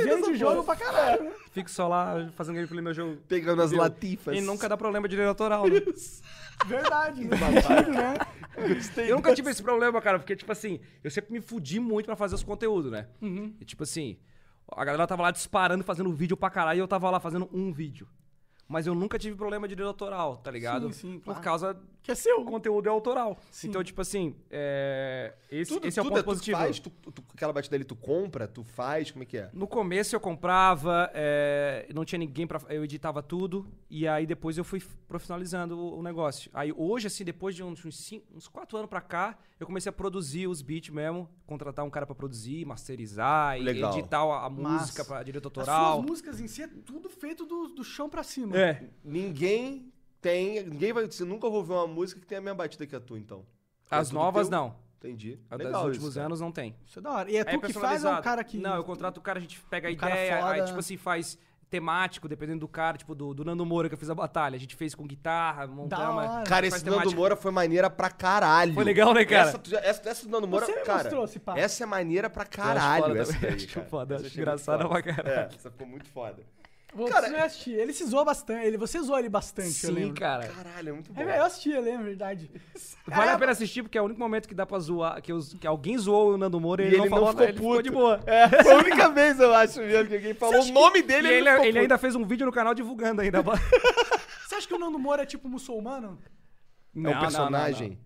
Gente, jogo pra caralho. né?
Fico só lá fazendo gameplay no meu jogo.
Pegando as latifas.
E nunca dá problema de direito autoral,
[LAUGHS]
né?
Verdade. né? Sentido, né?
Eu nunca tive esse problema, cara, porque, tipo assim, eu sempre me fudi muito pra fazer os conteúdos, né?
Uhum.
E, tipo assim, a galera tava lá disparando, fazendo vídeo pra caralho, e eu tava lá fazendo um vídeo. Mas eu nunca tive problema de direito autoral, tá ligado?
sim,
Por
claro.
causa
Que é seu.
O conteúdo é autoral. Então, tipo assim, é, esse, esse é o ponto positivo.
Tu faz, tu, tu- aquela batida ali tu compra, tu faz, como é que é?
No começo eu comprava, é, não tinha ninguém pra. Eu editava tudo, e aí depois eu fui profissionalizando o, o negócio. Aí hoje, assim, depois de uns, uns, cinco, uns quatro anos pra cá, eu comecei a produzir os beats mesmo, contratar um cara pra produzir, masterizar, e
Legal.
editar a, a
Massa.
música pra direito
As
autoral.
suas músicas em si é tudo feito do, do chão pra cima.
É.
Ninguém tem. Ninguém vai. Você nunca vou ouvir uma música que tenha a minha batida que a tua, então.
As
tudo
novas,
teu?
não.
Entendi.
A dos
Legal
últimos
isso, cara.
anos não tem.
Isso é da hora. E é tu
É
que faz ou é
personalizado.
o cara que...
Não, eu contrato o cara, a gente pega a
Um cara
ideia,
foda.
aí, tipo assim, faz temático, dependendo do cara, tipo do, do Nando Moura que eu fiz a batalha. A gente fez com guitarra, montamos.
hora.
Cara,
faz
esse Nando
temática.
Moura foi maneira pra caralho.
Foi legal, né, cara?
Essa, tu já- essa, essa do Nando Moura,
Você me
cara.
mostrou esse papo.
Essa é maneira pra
tá? Eu acho
caralho.
foda
Essa
também,
daí,
acho
cara.
foda,
Essa
acho
achei
engraçada pra
muito foda.
caralho.
É, essa ficou muito foda.
Vou
Cara,
cara, assistir. Ele se zoou bastante. Ele, você zoou ele bastante, eu
Sim,
lembro.
cara.
Caralho, é muito bom.
É, velho, eu assisti, eu lembro, verdade.
Vale a pena assistir, porque é o único momento que dá pra zoar, que, os- que alguém zoou o Nando Moura e,
E
ele,
ele
não
não
falou
ficou
nada, ele ficou
puto.
de boa.
Foi a única vez, eu acho mesmo, que alguém falou o nome dele
E
ele
ele,
ficou
ele
puto.
ainda fez um vídeo no canal divulgando ainda.
[LAUGHS] É um
Você acha que o Nando Moura é tipo muçulmano?
Não,
É um personagem.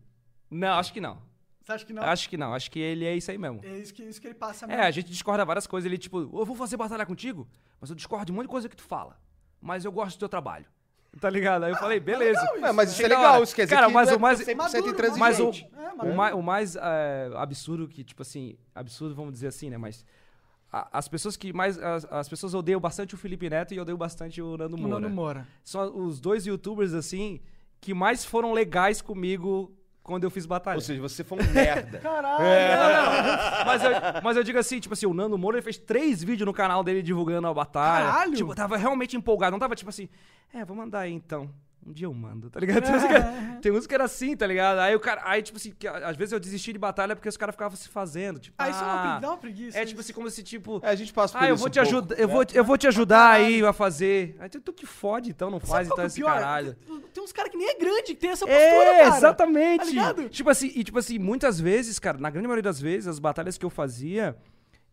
Não, não. Não, acho que não.
Você acha que não?
Acho que não, acho que ele é isso aí mesmo.
É isso que, isso que ele passa
É, a gente discorda várias coisas. Ele, tipo, eu vou fazer batalha contigo, mas eu discordo de um monte de coisa que tu fala. Mas eu gosto do teu trabalho. Tá ligado? Aí eu falei, beleza.
É, mas isso é
Chega a
legal,
hora.
isso quer dizer
Cara,
que
mas
não é
o mais-
100%
Maduro,
intransigente.
Mas o,
É,
o,
maduro.
mai- o mais é, absurdo que, tipo assim, absurdo, vamos dizer assim, né? Mas a- as pessoas que mais. As, as pessoas odeiam bastante o Felipe Neto e odeiam bastante o Nando
O
Moura.
Nando Moura.
São os dois youtubers, assim, que mais foram legais comigo quando eu fiz batalha.
Ou seja, você foi um [LAUGHS] merda.
Caralho!
É. [LAUGHS] Mas eu, mas eu digo assim, tipo assim, o Nando Moura ele fez três vídeos no canal dele divulgando a batalha.
Caralho!
Tipo, tava realmente empolgado. Não tava tipo assim, é, vou mandar aí então. Um dia eu mando,
[LAUGHS]
tá ligado? Tem, uns que, tem uns que era assim, tá ligado? Aí o cara. Aí, tipo assim, que a- às vezes eu desisti de batalha porque os caras ficavam se fazendo. Tipo,
Ah, isso é uma
"Ah,
pregui- dá uma preguiça,
É
isso.
tipo assim, como se, tipo.
É, a gente passa por
Ah, eu
isso
vou
um
te
pouco,
né?
ajudar, eu, vou, te- eu vou te ajudar aí a fazer. Aí tu, tu que fode, então, não faz,
Sabe qual que Ah,
então,
é o
esse
pior?
caralho.
Tem- Tem uns caras que nem é grande, que tem essa postura,
É,
cara. Tá
exatamente.
ligado?
tipo assim, e tipo assim, muitas vezes, cara, na grande maioria das vezes, as batalhas que eu fazia,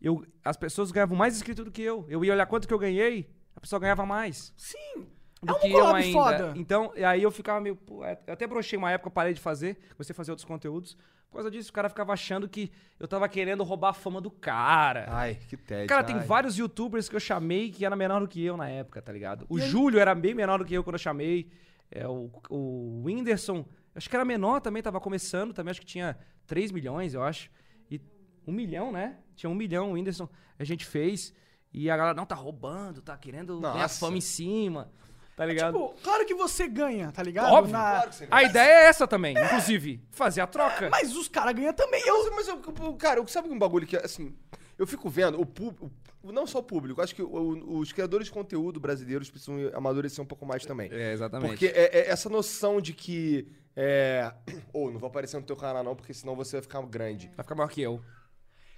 eu, as pessoas ganhavam mais inscrito do que eu. Eu ia olhar quanto que eu ganhei, a pessoa ganhava mais.
Sim.
Do
é um
que eu
collab
ainda.
foda.
Então, e aí eu ficava meio. pô, é- eu até brochei uma época, parei de fazer, comecei a fazer outros conteúdos. Por causa disso, o cara ficava achando que eu tava querendo roubar a fama do cara.
Ai, que tédio.
Cara, tem
ai.
vários youtubers que eu chamei que era menor do que eu na época, tá ligado? O Júlio era bem menor do que eu quando eu chamei. É, o, o Whindersson, acho que era menor também, tava começando também, acho que tinha 3 milhões, eu acho. E um milhão, né? Tinha um milhão, o Whindersson. A gente fez. E a galera, não, tá roubando, tá querendo ganhar
Nossa.
fama em cima, tá ligado?
Tipo, claro que você ganha, tá ligado?
Óbvio.
Na-
Claro que você-
a ideia é essa também, inclusive. Fazer a troca.
Mas os caras ganham também. Eu...
Mas, mas eu, cara, eu- sabe um bagulho que, assim, eu fico vendo, o público, não só o público, acho que o- os criadores de conteúdo brasileiros precisam amadurecer um pouco mais também.
É, exatamente.
Porque é- é essa noção de que, é, [CLEARS THROAT] ou não vou aparecer no teu canal não, porque senão você vai ficar grande.
Vai ficar maior que eu.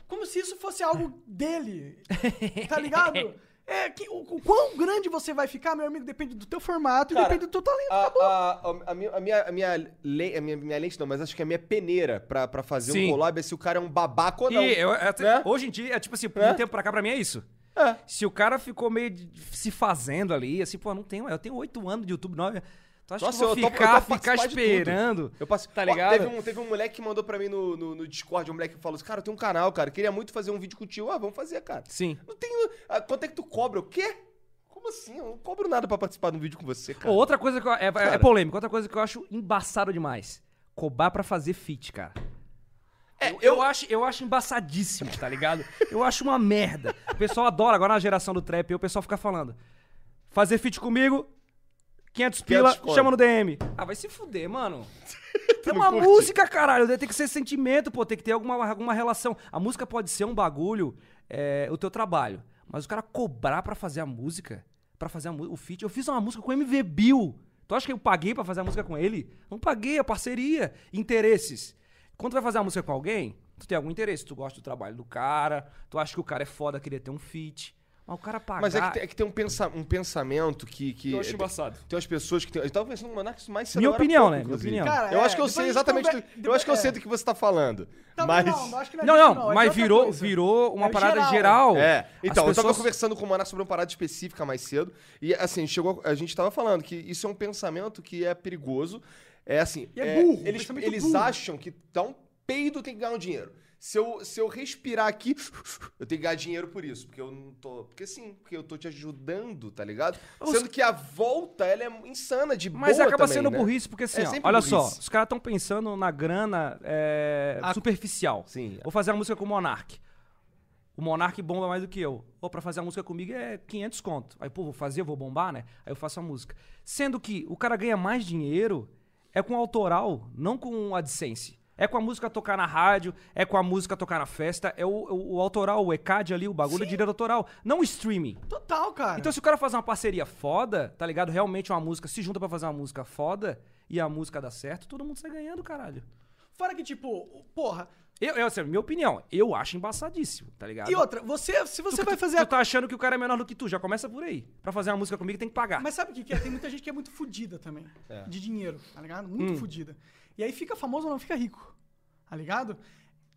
Como se isso fosse algo dele, tá ligado? É, que, o, o quão grande você vai ficar, meu amigo, depende do teu formato e
Cara,
depende do teu talento.
A, a, a, a minha, a, minha, a, minha le- a minha- minha lente não, mas acho que a minha peneira pra, pra fazer
Sim.
um collab é se o cara é um babaca ou não.
E eu- eu-
Né?
hoje em dia, é tipo assim, de
Né?
um tempo pra cá, pra mim é isso.
É.
Se o cara ficou meio de- se fazendo ali, assim, pô, não tenho, eu tenho oito anos de YouTube, nove. Tu acha
Nossa,
que eu vou
eu topo- eu
ficar,
topo
ficar
participar de tudo.
esperando?
Eu passo.
Tá
Ó,
ligado?
Teve um, teve um moleque que mandou pra mim no, no, no Discord, um moleque que falou assim, cara, eu tenho um canal, cara, queria muito fazer um vídeo contigo. Ah, vamos fazer, cara.
Sim.
Não tenho... ah, quanto é que tu cobra? O quê? Como assim? Eu não cobro nada pra participar de um vídeo com você, cara.
Ô, outra coisa que eu, é, é
Cara.
polêmica, outra coisa que eu acho embaçado demais. Cobrar pra fazer fit, cara.
É,
eu, eu acho, eu acho embaçadíssimo, tá ligado? Eu acho uma merda. O pessoal adora, agora na geração do trap, o pessoal fica falando. Fazer fit comigo, 500 pila,
500 conto.
chama no DM. Ah, vai se fuder, mano. É
não
uma
curte?
música, caralho. Tem que ser sentimento, pô. Tem que ter alguma, alguma relação. A música pode ser um bagulho, é, o teu trabalho. Mas o cara cobrar pra fazer a música, pra fazer a mu- o feat. Eu fiz uma música com o MV Bill. Tu acha que eu paguei pra fazer a música com ele? Não paguei, é parceria. Interesses. Quando tu vai fazer uma música com alguém, tu tem algum interesse. Tu gosta do trabalho do cara, tu acha que o cara é foda, queria ter um feat. Mas o cara pagar...
Mas é que, tem- é que tem um, pensa, um pensamento que... que
Eu acho embaçado.
Tem umas pessoas que... Tem, eu tava pensando no Monark isso mais cedo
Minha
agora há
opinião,
pouco,
né? Minha
inclusive.
opinião.
Cara,
eu
é,
acho que eu
depois
sei
a gente
exatamente...
conver-
do- eu
depois-
acho que eu
é.
sei do que você tá falando.
Tá,
mas...
não, acho que é
Não,
disso,
não,
é de
mas
outra
virou,
coisa.
virou uma
É
parada
geral.
geral.
É.
As
Então, eu tava
pessoas-
conversando com o Monark sobre uma parada específica mais cedo. E assim, chegou. A gente tava falando que isso é um pensamento que é perigoso. É assim,
E é burro,
eles,
pensamento
eles
burro.
acham que dá um peido tem que ganhar um dinheiro. Se eu, se eu respirar aqui, eu tenho que ganhar dinheiro por isso, porque eu não tô, porque sim, porque eu tô te ajudando, tá ligado?
Os-
Sendo que a volta ela é insana de
Mas
boa
acaba
também,
sendo
né?
burrice, porque assim,
É
ó,
sempre
olha
burrice.
só, os caras estão pensando na grana é, superficial.
Sim.
Vou fazer a música com o Monark. O Monark bomba mais do que eu. Ou pra fazer a música comigo é 500 conto. Aí, pô, vou fazer, vou bombar, né? Aí eu faço a música. Sendo que o cara ganha mais dinheiro é com autoral, não com AdSense. É com a música tocar na rádio, é com a música tocar na festa, é o, o- o autoral, o ECAD ali, o bagulho é direito autoral, não o streaming.
Total, cara.
Então, se o cara fazer uma parceria foda, tá ligado? Realmente uma música, se junta pra fazer uma música foda e a música dá certo, todo mundo sai ganhando, caralho.
Fora que, tipo, o- porra.
Eu, eu, assim, minha opinião, eu acho embaçadíssimo, tá ligado?
E outra, você, se você vai fazer
tu,
a.
tá achando que o cara é menor do que tu, já começa por aí. Pra fazer uma música comigo tem que pagar.
Mas sabe o que, que é? Tem muita gente que é muito fodida também.
É.
De dinheiro, tá ligado? Muito
Hum.
fodida. E aí fica famoso, não fica rico. Tá ligado?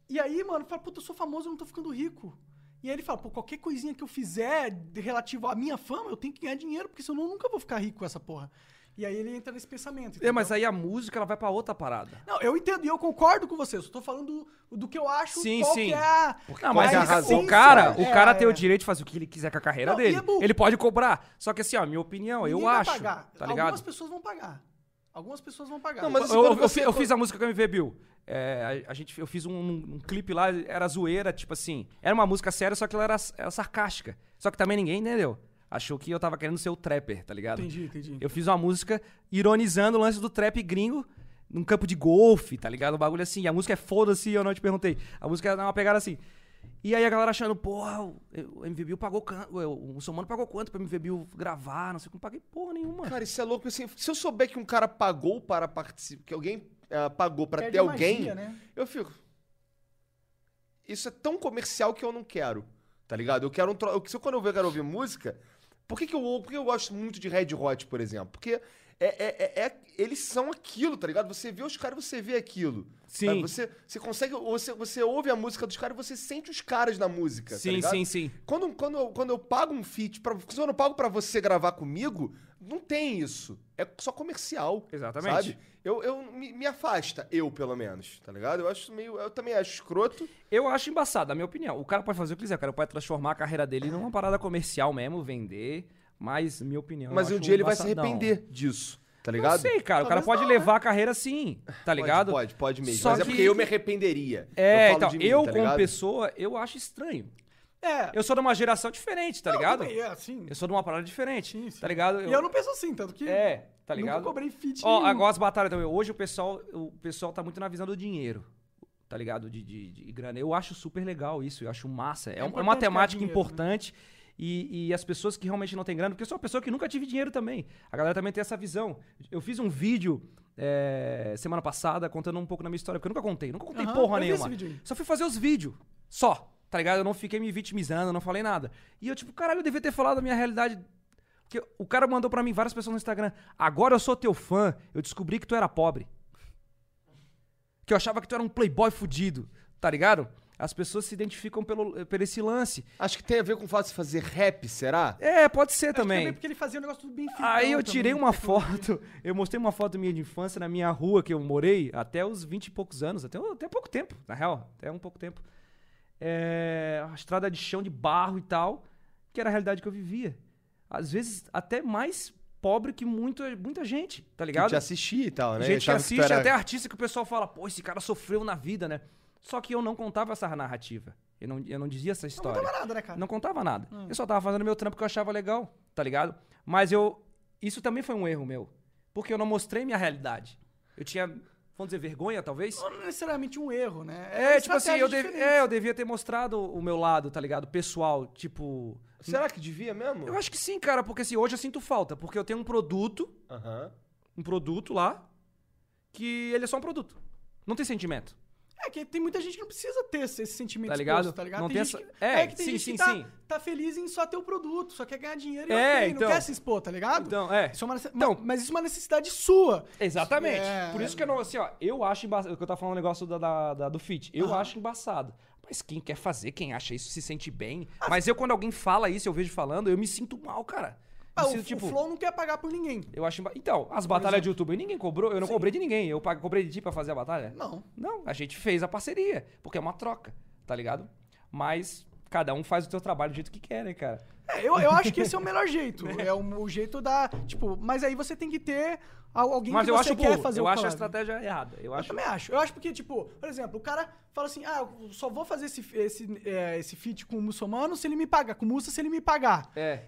E aí, mano, fala, puta, eu sou famoso, eu não tô ficando rico. E aí ele fala, pô, qualquer coisinha que eu fizer de- relativo à minha fama, eu tenho que ganhar dinheiro, porque senão eu nunca vou ficar rico com essa porra. E aí ele entra nesse pensamento.
É, mas
entendeu?
aí a música ela vai pra outra parada.
Não, eu entendo e eu concordo com você. Eu só tô falando do, do que eu acho.
Sim,
qual
sim.
Que é a...
Não,
qual
mas
é a
o-
essência.
o cara, o
É,
cara tem
é.
o direito de fazer o que ele quiser com a carreira
Não, e
dele.
é burro.
ele pode cobrar. Só que assim, ó, minha opinião,
Ninguém
eu
vai
acho.
pagar.
Tá
Algumas
ligado?
pessoas vão pagar. Algumas pessoas vão pagar.
Não, mas assim,
eu,
quando
eu- eu
você-
fi- eu fiz a música com a MV Bill. É, a, a gente, eu fiz um, um clipe lá, era zoeira, tipo assim. Era uma música séria, só que ela era, era sarcástica. Só que também ninguém entendeu. Achou que eu tava querendo ser o trapper, tá ligado?
Entendi, entendi.
Eu fiz uma música ironizando o lance do trap gringo num campo de golfe, tá ligado? Um bagulho assim. E a música é foda-se, eu não te perguntei. A música é uma pegada assim. E aí a galera achando, porra, o- o MVBio pagou. can- O muçulmano pagou quanto pro MVBio gravar? Não sei o que, não paguei porra nenhuma.
Cara, isso é louco assim. Se eu souber que um cara pagou para participar, que alguém ah, pagou para
Perde
ter
a
alguém,
magia, né?
eu fico. Isso é tão comercial que eu não quero, tá ligado? Eu quero um tro... eu- se eu- quando eu ver- quero ouvir música, por que, que eu por que eu gosto muito de Red Hot, por exemplo? Porque é- é- é- é- eles são aquilo, tá ligado? Você vê os caras, você vê aquilo.
Sim.
Sabe? Você, você consegue, você, você ouve a música dos caras, você sente os caras na música. tá
sim,
ligado?
sim, sim.
Quando, quando, eu, quando eu pago um feat, pra, se eu não pago pra você gravar comigo, não tem isso. É só comercial.
Exatamente.
Sabe? Eu, eu me, me afasta, eu pelo menos, tá ligado? Eu acho meio. Eu também acho escroto.
Eu acho embaçado, na minha opinião. O cara pode fazer o que quiser, o cara pode transformar a carreira dele numa parada comercial mesmo, vender. Mas, minha opinião.
mas
eu
um
acho
dia ele vai se
embaçadão.
arrepender disso, tá
Não
ligado?
sei, cara. o cara
Talvez
pode
não, né?
levar a carreira sim, tá ligado?
Pode, pode, pode mesmo.
Só
mas é
que-
porque eu me arrependeria.
É,
falo
então,
de mim,
eu
tá
como
ligado?
pessoa, eu acho estranho.
É.
Eu sou de uma geração diferente, tá
Não,
ligado?
também É, assim.
Eu sou de uma parada diferente,
Sim, sim.
tá ligado?
E eu não penso assim, tanto que.
É, tá ligado?
Nunca cobrei fit.
Ó,
nenhum.
agora as batalhas também. Hoje o pessoal, o pessoal tá muito na visão do dinheiro. Tá ligado? De, de, de grana. Eu acho super legal isso, eu acho massa. É, um- é uma
importante ganhar
temática
dinheiro, né?
importante. E, e as pessoas que realmente não têm grana, porque eu sou uma pessoa que nunca tive dinheiro também. A galera também tem essa visão. Eu fiz um vídeo é, semana passada contando um pouco da minha história, porque eu nunca contei, nunca contei
Aham,
porra
eu vi esse
nenhuma.
vídeo aí.
Só fui fazer os vídeos. Só. Tá ligado? Eu não fiquei me vitimizando, eu não falei nada. E eu, tipo, caralho, eu devia ter falado a minha realidade. Porque o cara mandou pra mim várias pessoas no Instagram. Agora eu sou teu fã, eu descobri que tu era pobre. Que eu achava que tu era um playboy fudido, tá ligado? As pessoas se identificam pelo, eh, por esse lance.
Acho que tem a ver com o fato de fazer rap, será?
É, pode ser
Acho que
também.
Porque ele fazia um negócio tudo bem feito.
Aí eu tirei uma foto, [LAUGHS] eu mostrei uma foto minha de infância na minha rua que eu morei até os 20 e poucos anos, até, até pouco tempo, na real, até um pouco tempo. É, a estrada de chão de barro e tal, que era a realidade que eu vivia. Às vezes até mais pobre que muito, muita gente, tá
Que
ligado?
te assistir e tal, né?
Gente que
Achava tu
assiste,
era-
até artista que o pessoal fala, pô, esse cara sofreu na vida, né? Só que eu não contava essa narrativa. Eu não, eu não dizia essa
Não
história.
contava nada, né, cara?
Não contava nada. Eu só tava fazendo meu trampo que eu achava legal, tá ligado? Mas eu. Isso também foi um erro meu. Porque eu não mostrei minha realidade. Eu tinha, vamos dizer, vergonha, talvez?
Não é necessariamente um erro, né?
É, tipo assim, eu,
devo.
dev- é, eu devia ter mostrado o meu lado, tá ligado? Pessoal, tipo.
Será que devia mesmo?
Eu acho que sim, cara, porque assim, hoje eu sinto falta. Porque eu tenho um produto,
Aham.
um produto lá, que ele é só um produto. Não tem sentimento.
É que tem muita gente que não precisa ter esse esse sentimento
Tá ligado?
exposto, tá ligado?
Não tem
gente
essa-
que,
é,
é, que tem
sim,
gente
sim,
que tá,
sim.
tá feliz em só ter o produto, só quer ganhar dinheiro e
É,
ok,
então.
não quer se expor, tá ligado?
Então, é.
Isso é uma nece-
Então-
ma- mas isso é uma necessidade sua.
Exatamente.
É.
Por isso que eu não, assim, ó, eu acho embaçado. que eu tava falando o negócio da, da- da- do fit. Eu
Aham.
acho embaçado. Mas quem quer fazer, quem acha isso, se sente bem. Mas eu, quando alguém fala isso, eu vejo falando, eu me sinto mal, cara.
Ah,
Isso,
o,
tipo-
o Flow não quer pagar por ninguém.
Eu acho. emba- Então, as batalhas de YouTube ninguém cobrou, eu não cobrei de ninguém. Eu pa- cobrei de ti pra fazer a batalha?
Não.
Não, a gente fez a parceria, porque é uma troca, tá ligado? Mas cada um faz o seu trabalho do jeito que quer, né, cara?
É, eu, eu acho que esse é o melhor
[LAUGHS]
jeito. É o, o jeito da. Tipo, mas aí você tem que ter al- alguém
Mas
que
eu
você
acho
quer
burro,
fazer
eu
o
acho a
collab.
estratégia errada. Eu
Eu
acho.
também acho. Eu acho porque, tipo, por exemplo, o cara fala assim: ah, eu só vou fazer esse, esse, é, esse feat com o muçulmano se ele me pagar, com o Mussa se ele me pagar.
É.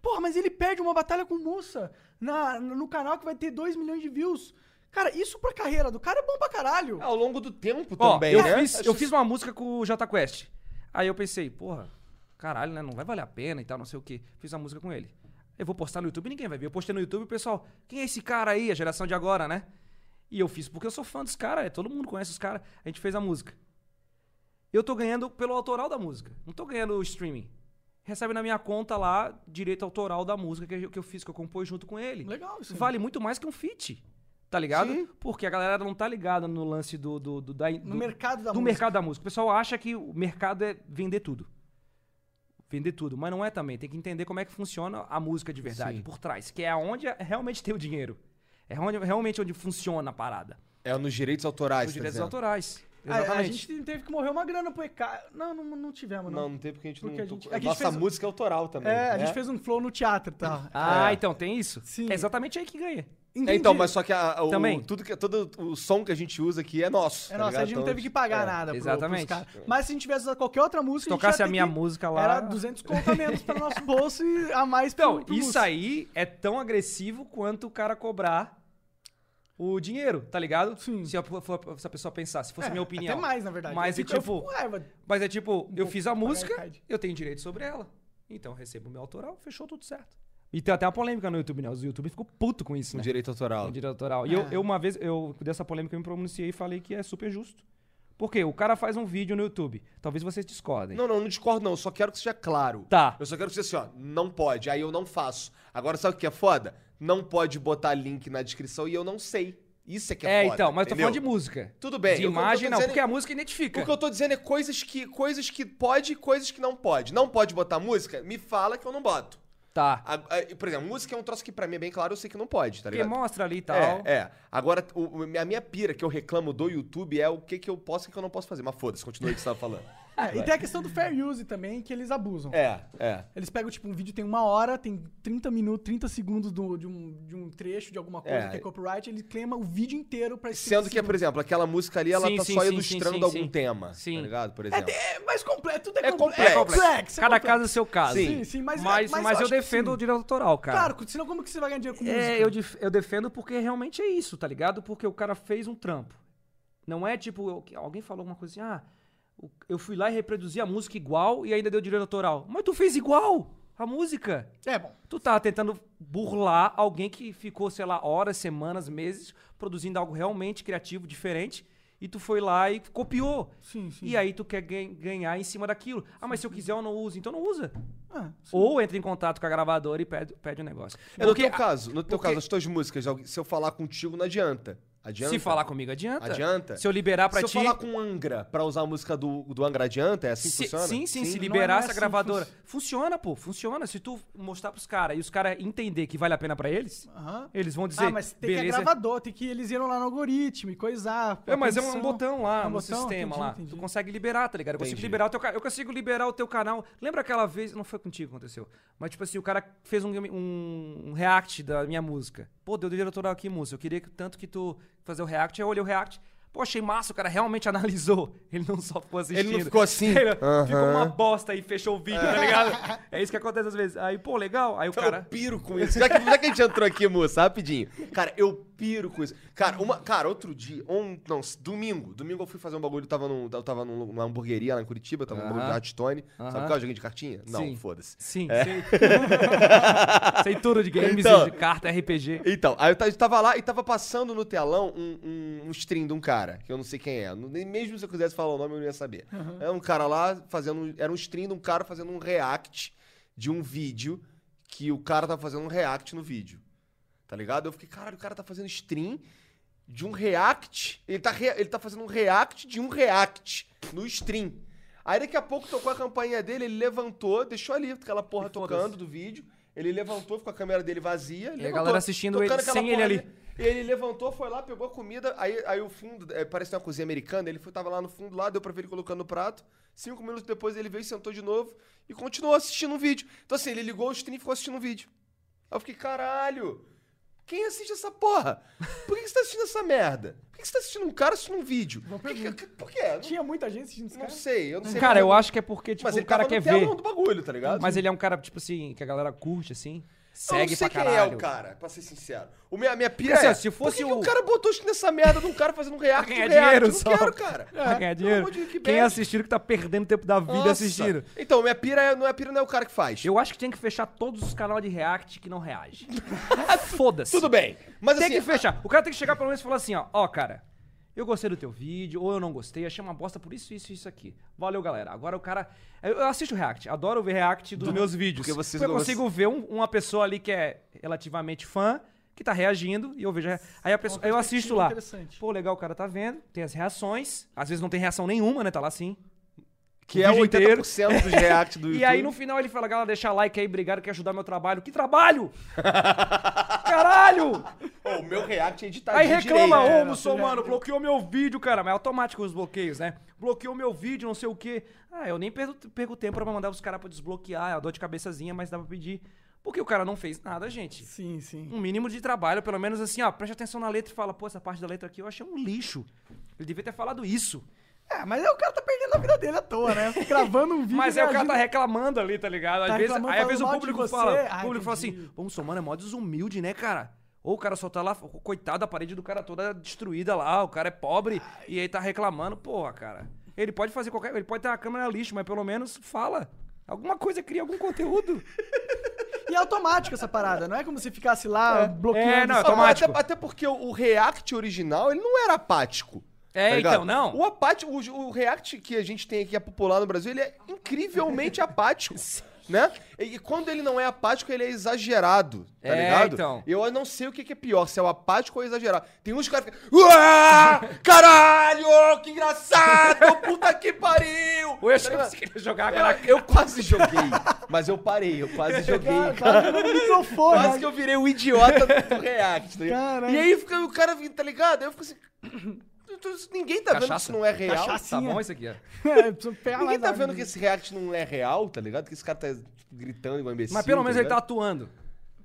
Porra, mas ele perde uma batalha com o Mussa na, no canal que vai ter 2 milhões de views. Cara, isso pra carreira do cara é bom pra caralho.
Ao longo do tempo
Ó,
também,
eu,
né?
fiz, eu fiz uma música com o Jota Quest. Aí eu pensei, porra, caralho, né? Não vai valer a pena e tal, não sei o quê. Fiz uma música com ele. Eu vou postar no YouTube e ninguém vai ver. Eu postei no YouTube e o pessoal, quem é esse cara aí? A geração de agora, né? E eu fiz porque eu sou fã dos caras, é, todo mundo conhece os caras. A gente fez a música. Eu tô ganhando pelo autoral da música. Não tô ganhando o streaming. Recebe na minha conta lá direito autoral da música que eu, que eu fiz, que eu compus junto com ele.
Legal isso aí.
Vale muito mais que um feat. Tá ligado? Porque a galera não tá ligada no lance do. do, do, da,
No
do-
mercado da música.
do mercado da música. O pessoal acha que o mercado é vender tudo. Vender tudo, mas não é também. Tem que entender como é que funciona a música de verdade, por trás. Que é onde realmente tem o dinheiro. É onde, realmente onde funciona a parada.
É nos direitos autorais,
Os direitos
tá dizendo?
autorais.
A- A,
Exatamente.
gente teve que morrer uma grana pro EK. Não, não, não tivemos, não.
Não, não tem porque a gente
Porque
não.
a gente-
tocou-
é que a gente
Nossa
fez um-
música é autoral também.
É, a
né?
gente fez um flow no teatro, tá?
Ah, então tem isso?
Sim.
É exatamente aí que ganha.
É, então, mas só que a- a- o,
Também.
Tudo que, todo o som que a gente usa aqui é nosso.
É,
tá
nossa, a
ligado?
gente não
Então,
teve que pagar
é,
nada pro,
exatamente.
pros caras. Mas se a gente tivesse usado qualquer outra música,
Se tocasse
gente ia
a
ter
minha
que-
música lá.
Era 200 conto a menos para nosso bolso e a mais pro-
Então,
pro
isso
músico.
aí é tão agressivo quanto o cara cobrar o dinheiro, tá ligado?
Sim.
Se a, for- se a pessoa pensar, se fosse
É,
minha opinião.
Até mais, na verdade.
Mas
Eu
é
fico- eu
tipo-
fico com raiva.
Mas é tipo, eu
pouco
fiz a
pra
música,
arcade.
eu tenho direito sobre ela. Então eu recebo o meu autoral, fechou tudo certo. E tem até uma polêmica no YouTube, né? Os youtubers ficam puto com isso,
Um
né?
direito autoral.
Com direito autoral. E eu,
É.
eu, uma vez, eu dessa polêmica, eu me pronunciei e falei que é super justo. Porque o cara faz um vídeo no YouTube. Talvez vocês discordem.
Não, não, não discordo, não. Eu só quero que seja claro.
Tá.
Eu só quero que seja assim, ó. Não pode. Aí eu não faço. Agora, sabe o que é foda? Não pode botar link na descrição e eu não sei. Isso é que é,
é,
foda.
então, mas eu tô
entendeu?
falando de música.
Tudo bem,
De
eu- eu tô
imagem, não,
dizendo-
porque a música identifica.
O que eu tô dizendo é coisas que, coisas que pode e coisas que não pode. Não pode botar música? Me fala que eu não boto.
Tá.
A- a- por exemplo, música é um troço que pra mim é bem claro, eu sei que não pode, tá
Porque
ligado?
mostra ali e tal.
É, é. Agora, o- o- a minha pira que eu reclamo do YouTube é o que, que eu posso e o que eu não posso fazer. Mas foda-se, continua o que você tava
[LAUGHS]
falando.
É, e tem a questão do fair use também, que eles abusam.
É, é.
Eles pegam, tipo, um vídeo tem uma hora, tem 30 minutos, 30 segundos do- de, um, de um trecho, de alguma coisa
É.
que é copyright, ele claima o vídeo inteiro pra esse
Sendo
é-
que, por exemplo, aquela música ali, ela
Sim,
tá
sim,
só
sim,
ilustrando
sim, sim,
algum
sim.
tema.
Sim.
Tá ligado? Por
É,
exemplo.
tem- é mais complexo, tudo é,
É
complexo.
complexo.
É complexo. é
Cada
complexo.
caso é seu caso.
Sim, sim, mas-
mas, mas,
mas eu
eu,
acho que
defendo
sim.
o direito autoral, cara.
Claro, senão como que você vai ganhar dinheiro com música?
É, eu, def- eu defendo porque realmente é isso, tá ligado? Porque o cara fez um trampo. Não é tipo, eu- que alguém falou alguma coisa assim, ah, o- eu fui lá e reproduzi a música igual e ainda deu direito autoral. Mas tu fez igual a música.
É bom.
Tu tá tentando burlar alguém que ficou, sei lá, horas, semanas, meses produzindo algo realmente criativo, diferente, e tu foi lá e copiou.
Sim, sim.
E aí tu quer gan- ganhar em cima daquilo. Ah, mas se eu quiser eu não uso, então não usa.
Ah,
Ou entra em contato com a gravadora e pede, pede um negócio.
É, no
Porque
teu caso, no teu
porque-
caso, as tuas músicas, alguém- se eu falar contigo, não adianta. Adianta.
se falar comigo adianta.
Adianta.
Se eu liberar pra
Se eu
ti.
falar com Angra pra usar a música do, do Angra Adianta, é assim que
se-
funciona?
sim, sim, se
não é-
liberar
não é
essa
assim
gravadora.
que
Funciona, pô, funciona. Se tu mostrar pros caras e os caras entender que vale a pena pra eles,
Aham.
eles vão dizer,
Ah, mas tem que
beleza.
é gravador, tem que eles iram lá no algoritmo e coisar.
É, mas é um
atenção.
botão lá,
É
um
botão?
sistema
Entendi,
lá.
entendi.
Tu consegue liberar, tá ligado? Eu consigo
Entendi.
liberar o teu canal. Eu consigo liberar o teu canal. Lembra aquela vez, não foi contigo que aconteceu, mas tipo assim, o cara fez um, um react da minha música. Pô, deu direito autoral aqui, música. Eu queria que, tanto que tu fazer o react, eu olhei o react. Pô, achei massa, o cara realmente [LAUGHS] analisou. Ele não só ficou assistindo.
Ele não ficou assim.
[LAUGHS] Ele Ficou uma bosta e fechou o vídeo, tá ligado? É isso que acontece às vezes. Aí, pô, legal. Aí o
Eu
cara.
piro com isso. Já que, já que a gente entrou aqui, moça, rapidinho. Cara, eu piro com isso. Cara, uma, cara outro dia, um, não, s- domingo. Domingo eu fui fazer um bagulho, eu tava, num, eu tava num- numa hamburgueria lá em Curitiba, tava num
Aham.
bagulho de Hearthstone. Sabe
Aham.
qual é o joguinho de cartinha? Não,
Sim.
foda-se.
Sim, sei. [LAUGHS] sei tudo de games,
É. Então-
de carta, RPG.
Então, aí eu ta- tava lá e tava passando no telão um, um, um stream de um cara, que eu não sei quem é. Nem mesmo se eu quisesse falar o nome, eu não ia saber. É um cara lá fazendo. Era um stream de um cara fazendo um react de um vídeo que o cara tava fazendo um react no vídeo. Tá ligado? Eu fiquei, caralho, o cara tá fazendo stream de um react. Ele tá, rea- ele tá fazendo um react de um react no stream. Aí daqui a pouco tocou a campainha dele, ele levantou, deixou ali aquela porra tocando do vídeo. Ele levantou, ficou a câmera dele vazia.
E a
levantou,
galera assistindo ele,
tocando aquela
sem ele
porra
ali.
Ele levantou, foi lá, pegou a comida, aí, aí o fundo, é, parece uma cozinha americana, ele foi, tava lá no fundo, lá, deu pra ver ele colocando no prato. Cinco minutos depois ele veio, sentou de novo e continuou assistindo um vídeo. Então assim, ele ligou o stream e ficou assistindo um vídeo. Aí eu fiquei, caralho, quem assiste essa porra? Por que que você tá assistindo essa merda? Por que que você tá assistindo um cara assistindo um vídeo? Por que? que- Por quê? Não-
Tinha muita gente assistindo esse
Não
cara.
sei, eu não sei.
Cara, eu
como-
acho que é porque, tipo,
Mas
o
ele
cara
tava
quer
no telão
ver.
do bagulho, tá ligado?
Mas ele é um cara, tipo assim, que a galera curte, assim.
eu
Segue
não sei
pra
quem
caralho.
é o cara, pra ser sincero. O minha, a minha pira
Porque,
é,
assim, se fosse
por que que
o-
o... cara botou isso nessa merda de um cara fazendo um react
Pra ganhar
do react?
dinheiro
eu não
só.
quero, cara.
[LAUGHS] Pra ganhar
Pelo
dinheiro.
amor de Deus, que
Quem
bad.
assistiu que tá perdendo tempo da vida
Nossa.
assistindo.
Então, minha pira é, não é a pira, não é o cara que faz.
Eu acho que tinha que fechar todos os canais de react que não
[LAUGHS]
reage. Foda-se.
Tudo bem. Mas
tem
assim,
que fechar. O cara tem que chegar pelo menos e falar assim, ó, ó, cara, eu gostei do teu vídeo, ou eu não gostei, achei uma bosta por isso, isso e isso aqui. Valeu, galera. Agora o cara. Eu eu assisto React, adoro ver React dos meus vídeos.
porque vocês
eu
não-
consigo ver um- uma pessoa ali que é relativamente fã, que tá reagindo, e eu vejo. a- Aí a pessoa, aí eu assisto lá.
Interessante.
Pô, legal, o cara tá vendo, tem as reações. Às vezes não tem reação nenhuma, né? Tá lá assim.
Que é
vídeo
80% dos reacts do YouTube.
[LAUGHS] E aí no final ele fala, galera, deixa like aí, obrigado, quer ajudar meu trabalho. Que trabalho? [LAUGHS] Caralho!
Ô, o meu react é editadinho
Aí reclama,
direito.
ô muçulmano, bloqueou meu vídeo, cara. Mas é automático os bloqueios, né? Bloqueou meu vídeo, não sei o quê. Ah, eu nem perdo- perco, tempo pra mandar os caras pra desbloquear. É uma dor de cabeçazinha, mas dá pra pedir. Porque o cara não fez nada, gente.
Sim, sim.
Um mínimo de trabalho, pelo menos assim, ó. Preste atenção na letra e fala, pô, essa parte da letra aqui eu achei um lixo. Ele devia ter falado isso.
É, mas aí o cara tá perdendo a vida dele à toa, né? Gravando
[LAUGHS]
um vídeo.
Mas é o cara tá
reagindo.
reclamando ali, tá ligado? Às
Tá
vezes,
reclamando,
aí às
falando
vezes o
mal de
público
você.
fala,
Ah,
o público fala
entendi.
assim, pô, muçulmano é mó desumilde, né, cara? Ou o cara só tá lá, coitado, a parede do cara toda destruída lá, o cara é pobre e aí tá reclamando, porra, cara. Ele pode fazer qualquer, ele pode ter uma câmera lixo, mas pelo menos fala. Alguma coisa, cria algum
[LAUGHS]
conteúdo.
E é automático essa parada, não é como se ficasse lá bloqueando.
É, não,
só-
Não, mas
automático.
até, até porque o, o react original, ele não era apático.
É,
Tá ligado?
então, não.
O, apático, o, o react que a gente tem aqui, é popular no Brasil, ele é [LAUGHS] incrivelmente apático. Né? E, e quando ele não é apático, ele é exagerado, tá
É,
ligado?
então.
Eu não sei o que, que é pior, se é o apático ou exagerado. Tem uns caras que ficam. "Uá, Caralho, que engraçado! [LAUGHS] Puta que pariu!
Ou eu
Tá
achei que
ligado?
você queria
[LAUGHS]
jogar aquela...
Eu quase joguei, mas eu parei, eu quase joguei.
Tá no microfone.
Quase que eu virei o idiota [LAUGHS] do React, tá ligado?
Caralho.
E aí fica, o cara, tá ligado? Aí eu fico assim. [CLEARS THROAT] "Então, isso- Ninguém tá vendo que
Cachaça.
isso não é real.
Tá
Cachacinha.
bom isso aqui, ó.
[LAUGHS] É, precisa pegar
Ninguém
mais
tá
água.
né?
vendo que esse react não é real, tá ligado? Que esse cara tá tipo, gritando igual imbecil.
Mas pelo menos ele tá
ligado?
atuando.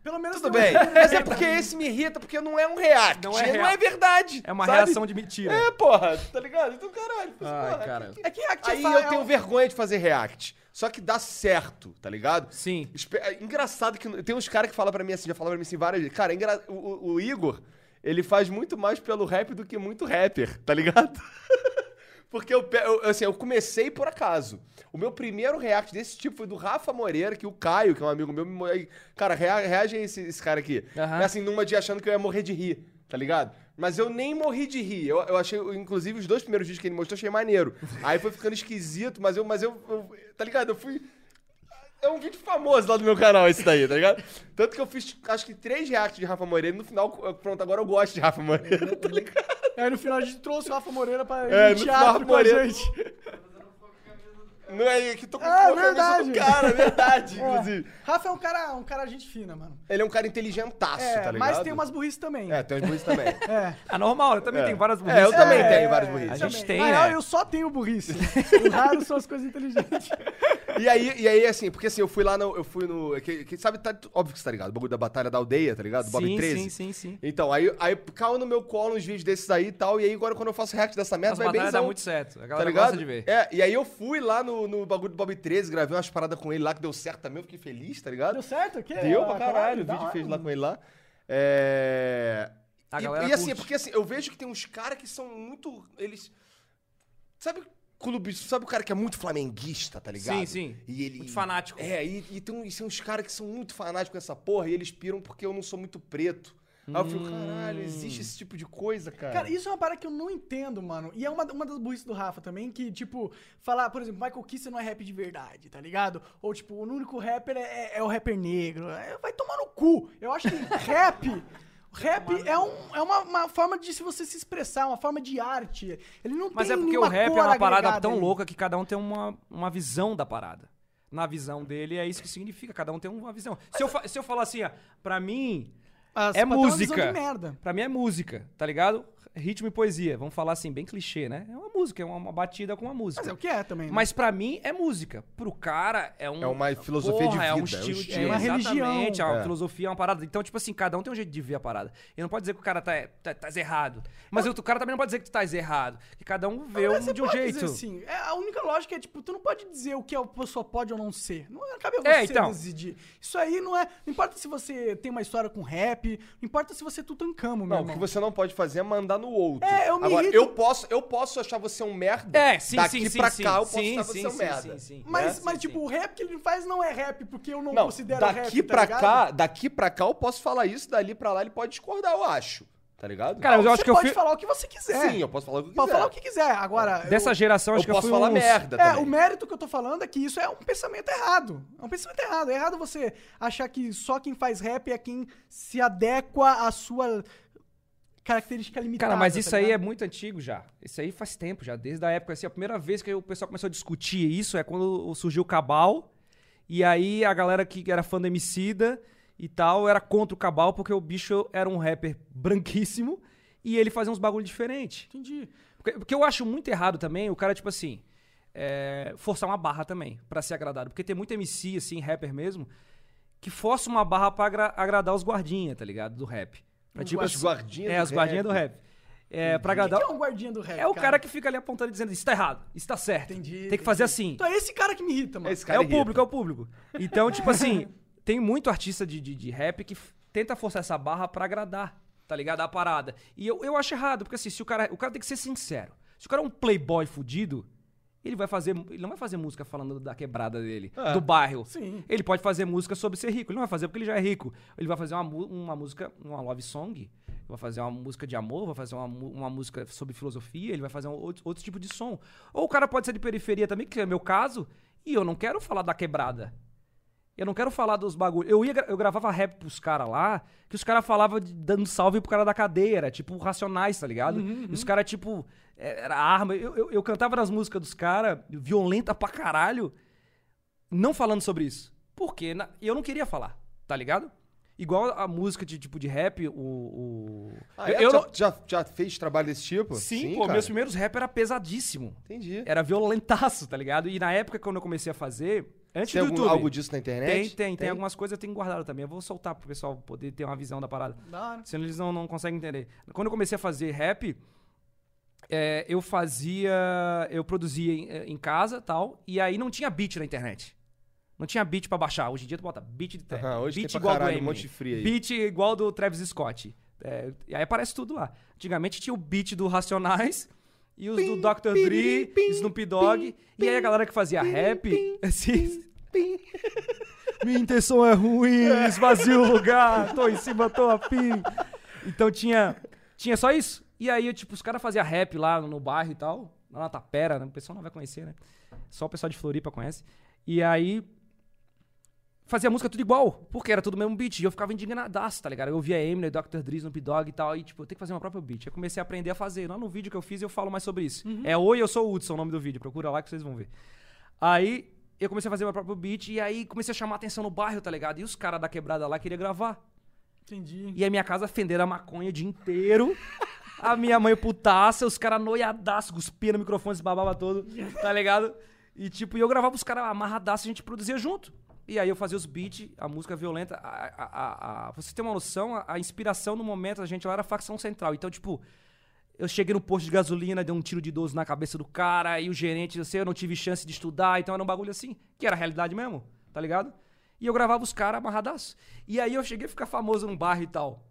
Pelo menos
Tudo
tem [LAUGHS]
[LAUGHS]
bem.
uma-
Mas é porque esse me irrita, porque não é um react.
Não
Não
é
é,
real.
verdade.
É uma
sabe?
reação de mentira.
É, porra, tá ligado? Então, caralho. fica assim,
Ai,
porra,
cara.
que-
É que react
Aí
é
eu tenho vergonha de fazer react. Só que dá certo, tá ligado?
Sim.
Espe- é Engraçado que tem uns caras que falam pra mim assim, já falaram pra mim assim várias vezes. Cara, é engra- o, o- o Igor, ele faz muito mais pelo rap do que muito rapper, tá ligado? Porque eu, pe- eu, assim, eu comecei por acaso. O meu primeiro react desse tipo foi do Rafa Moreira, que o Caio, que é um amigo meu, me mo- aí, Cara, rea- reage a esse, esse cara aqui.
Aham.
É assim, numa de achando que eu ia morrer de rir, tá ligado? Mas eu nem morri de rir. Eu, eu achei, inclusive, os dois primeiros vídeos que ele mostrou, eu achei maneiro. Aí foi ficando esquisito, mas eu, mas eu, eu- Tá ligado? Eu fui. É um vídeo famoso lá do meu canal, esse daí, tá ligado? Tanto que eu fiz, acho que, três reacts de Rafa Moreira e no final, eu- pronto, agora eu gosto de Rafa Moreira, tá ligado?
Aí É, no final a gente trouxe o Rafa Moreira pra ir
É,
no
no
teatro
Rafa
com a
Moreira.
gente.
Não é é que tô com
Ah,
É,
a cabeça do
verdade.
cara,
[LAUGHS]
é verdade,
É.
inclusive.
Rafa é um cara, um cara gente fina, mano.
Ele é um cara inteligentaço,
É,
tá ligado?
mas tem umas burrices também.
É, tem umas burrice também.
É.
Ah, normal, eu também tenho várias
É, eu
burrices.
também
É,
tenho várias
A
burrices.
gente
também.
tem,
Na
né?
real, eu só tenho
[LAUGHS]
burrice. o raro são as coisas inteligentes.
E aí, e aí, assim, porque assim, eu fui lá no. Eu fui no. Que, que- sabe, tá, óbvio que você tá ligado? O bagulho da Batalha da Aldeia, tá ligado? Bob
Sim,
13.
sim, sim, sim.
Então, aí, aí caiu no meu colo uns vídeos desses aí e tal. E aí, agora quando eu faço react dessa merda,
As
É, vai bem
batalhas dá muito certo. A
Tá
galera
ligado?
gosta de ver.
É, e aí eu fui lá no, no bagulho do Bob 13, gravei umas paradas com ele lá que deu certo também, eu fiquei feliz, tá ligado?
Deu certo? Que?
Deu
Ah,
pra caralho, o
da
vídeo
hora,
fez lá
mano.
com ele lá. É.
A
e,
galera
e assim,
curte.
é porque assim, eu vejo que tem uns caras que são muito. Eles. Sabe clube, sabe o cara que é muito flamenguista, tá ligado?
Sim, sim.
E ele,
Muito fanático.
É, e, e tem, um- e são uns caras que são muito fanáticos com essa porra e eles piram porque eu não sou muito preto. Aí eu fico, caralho,
Hum.
existe esse tipo de coisa, cara.
Cara, isso é uma parada que eu não entendo, mano. E é uma, uma das burrices do Rafa também, que, tipo, falar, por exemplo, Michael Kister não é rap de verdade, tá ligado? Ou, tipo, o único rapper é, é- é o rapper negro. É, vai tomar no cu. Eu acho que rap. Rap é, um, é uma, uma forma de se você se expressar, uma forma de arte. Ele não
Mas
tem
é porque o
nenhuma
rap é
cor
uma parada
agregada
tão
ali.
louca que cada um tem uma, uma visão da parada. na visão dele, é isso que significa. Cada um tem uma visão. Se eu, fa- se eu falar assim, ó, pra mim,
As-
é
pra ter Ah, uma visão
música.
de merda.
Pra mim é música, tá ligado? Ritmo e poesia. Vamos falar assim, bem clichê, né? É uma música, é uma, uma batida com uma música.
Mas é o que é também. né?
Mas pra mim é música. Pro cara é um.
É uma filosofia de
Porra, É um
vida, é um
estilo de
estilo.
É uma religião.
exatamente, É uma
É.
filosofia, é uma parada. Então, tipo assim, cada um tem um jeito de ver a parada. E não pode dizer que o cara tá, tá, tá errado. Mas o cara também não pode dizer que tu tá errado. Que cada um vê
né? Mas
um
você
de um
pode
jeito.
dizer assim, é, a única lógica é, tipo, tu não pode dizer o que a pessoa pode ou não ser. Não cabe a você
É, então.
decidir. Isso aí não é... Não importa se você tem uma história com rap, não importa se você é tutancamo, meu
Não, o
irmão.
que você não pode fazer é mandar no outro.
É, eu me
Agora,
irrito.
eu posso, eu posso achar você um merda.
É, sim,
Daqui
sim, sim.
pra
sim,
cá eu
sim,
posso achar você
sim,
um
sim,
merda.
sim, sim.
Mas,
É,
mas
sim,
tipo,
sim.
o rap que ele faz não é rap, porque eu não,
Não,
considero
daqui
rap, tá
pra
ligado?
cá, daqui pra cá eu posso falar isso, dali pra lá ele pode discordar, eu acho. Tá ligado?
Cara, mas eu
você
acho que eu
pode
fui.
falar o que você quiser.
Sim, eu posso falar o que eu
Pode
quiser.
falar o que quiser. Agora... eu-
Dessa geração,
Eu
acho que eu
posso
fui
falar
uns-
merda
É,
também.
o mérito que eu tô falando é que isso é um pensamento errado. É um pensamento errado. É errado você achar que só quem faz rap é quem se adequa à sua característica limitada.
Cara, mas
tá
isso aí é
ligado?
muito antigo já. Isso aí faz tempo já, desde a época assim, a primeira vez que o pessoal começou a discutir isso é quando surgiu o Cabal. E aí a galera que era fã do Emicida e tal era contra o Cabal porque o bicho era um rapper branquíssimo e ele fazia uns bagulho diferente.
Entendi.
Porque, porque eu acho muito errado também o cara, tipo assim, é, forçar uma barra também pra ser agradado. Porque tem muito MC, assim, rapper mesmo, que força uma barra pra agra- agradar os guardinha, tá ligado? Do rap. É, tipo,
As
assim,
guardinhas
É,
do
as guardinhas do rap. É, pra
O que
agradar.
que é um guardinha do rap?
É o cara que fica ali apontando e dizendo, isso tá errado, isso tá certo.
Entendi,
Tem que
entendi.
fazer assim.
Então é esse cara que me irrita, mano.
Esse
É
cara
o
irrita.
público, é o público. Então, tipo assim, tem muito artista de, de, de rap que f- tenta forçar essa barra pra agradar, tá ligado? A parada. E eu, eu acho errado, porque assim, se o cara, o cara tem que ser sincero. Se o cara é um playboy fudido, ele vai fazer, ele não vai fazer música falando da quebrada dele, do bairro.
Sim.
Ele pode fazer música sobre ser rico. Ele não vai fazer porque ele já é rico. Ele vai fazer uma, mu- uma música, uma love song, vai fazer uma música de amor, vai fazer uma, mu- uma música sobre filosofia, ele vai fazer um outro, outro tipo de som. Ou o cara pode ser de periferia também, que é meu caso, e eu não quero falar da quebrada. Eu não quero falar dos bagulhos. Eu, ia gra- eu gravava rap pros caras lá, que os caras falavam de- dando salve pro cara da cadeia, era tipo racionais, tá ligado? E os caras, tipo, é, era arma. Eu, eu, eu cantava nas músicas dos caras, violenta pra caralho, não falando sobre isso. Porque na- eu não queria falar, tá ligado? Igual a música de tipo de rap, o. o-
Ah,
eu,
é?
eu
já,
não-
já, já fez trabalho desse tipo?
Sim, pô,
cara.
meus primeiros rap era pesadíssimo.
Entendi.
Era violentaço, tá ligado? E na época quando eu comecei a fazer, antes
Tem
do
algum,
YouTube.
algo disso na
Tem,
internet?
tem, tem, algumas coisas eu tenho guardado também. Eu vou soltar pro pessoal poder ter uma visão da parada.
Da hora.
Senão eles não, não conseguem entender. Quando eu comecei a fazer rap, é, eu fazia. Eu produzia em, eh, em casa tal. E aí não tinha beat na internet. Não tinha beat pra baixar. Hoje em dia tu bota beat de trap.
Aham, hoje
beat
tem pra
igual do
caralho, um
Eminem.
monte de free aí.
Beat igual do Travis Scott. É, e aí aparece tudo lá. Antigamente tinha o beat do Racionais. E os do Dr. Dre, Snoop Dogg. e aí a galera que fazia rap. [LAUGHS] assim, [LAUGHS] minha intenção é ruim, esvazia o lugar, tô em cima, tô afim. Então tinha, tinha só isso. E aí, eu, tipo, os caras faziam rap lá no bairro e tal, lá na Tapera, né? o pessoal não vai conhecer, né? Só o pessoal de Floripa conhece. E aí, fazia música tudo igual, porque era tudo o mesmo beat. E eu ficava indignadaço, tá ligado? Eu via Eminem, Dr. Dre, Snoop Dogg e tal, e tipo, eu tenho que fazer uma própria beat. Eu comecei a aprender a fazer. Lá no vídeo que eu fiz, eu falo mais sobre isso. É Oi, Eu Sou o Hudson, o nome do vídeo. Procura lá que vocês vão ver. Aí eu comecei a fazer meu próprio beat e aí comecei a chamar atenção no bairro, tá ligado? E os caras da quebrada lá queriam gravar.
Entendi.
E a minha casa fenderam a maconha o dia inteiro. A minha mãe putaça, os caras noiadaço, cuspia no microfone, se babava todo, tá ligado? E tipo, e eu gravava os caras amarradaço, a gente produzia junto. E aí eu fazia os beats, a música violenta. A, a- a- a- pra você ter uma noção, a, a inspiração no momento da gente lá era a facção central. Então, tipo, eu cheguei no posto de gasolina, dei um tiro de 12 na cabeça do cara, e o gerente, eu sei, eu não tive chance de estudar, então era um bagulho assim, que era a realidade mesmo, tá ligado? E eu gravava os caras amarradaço. E aí eu cheguei a ficar famoso num bairro e tal,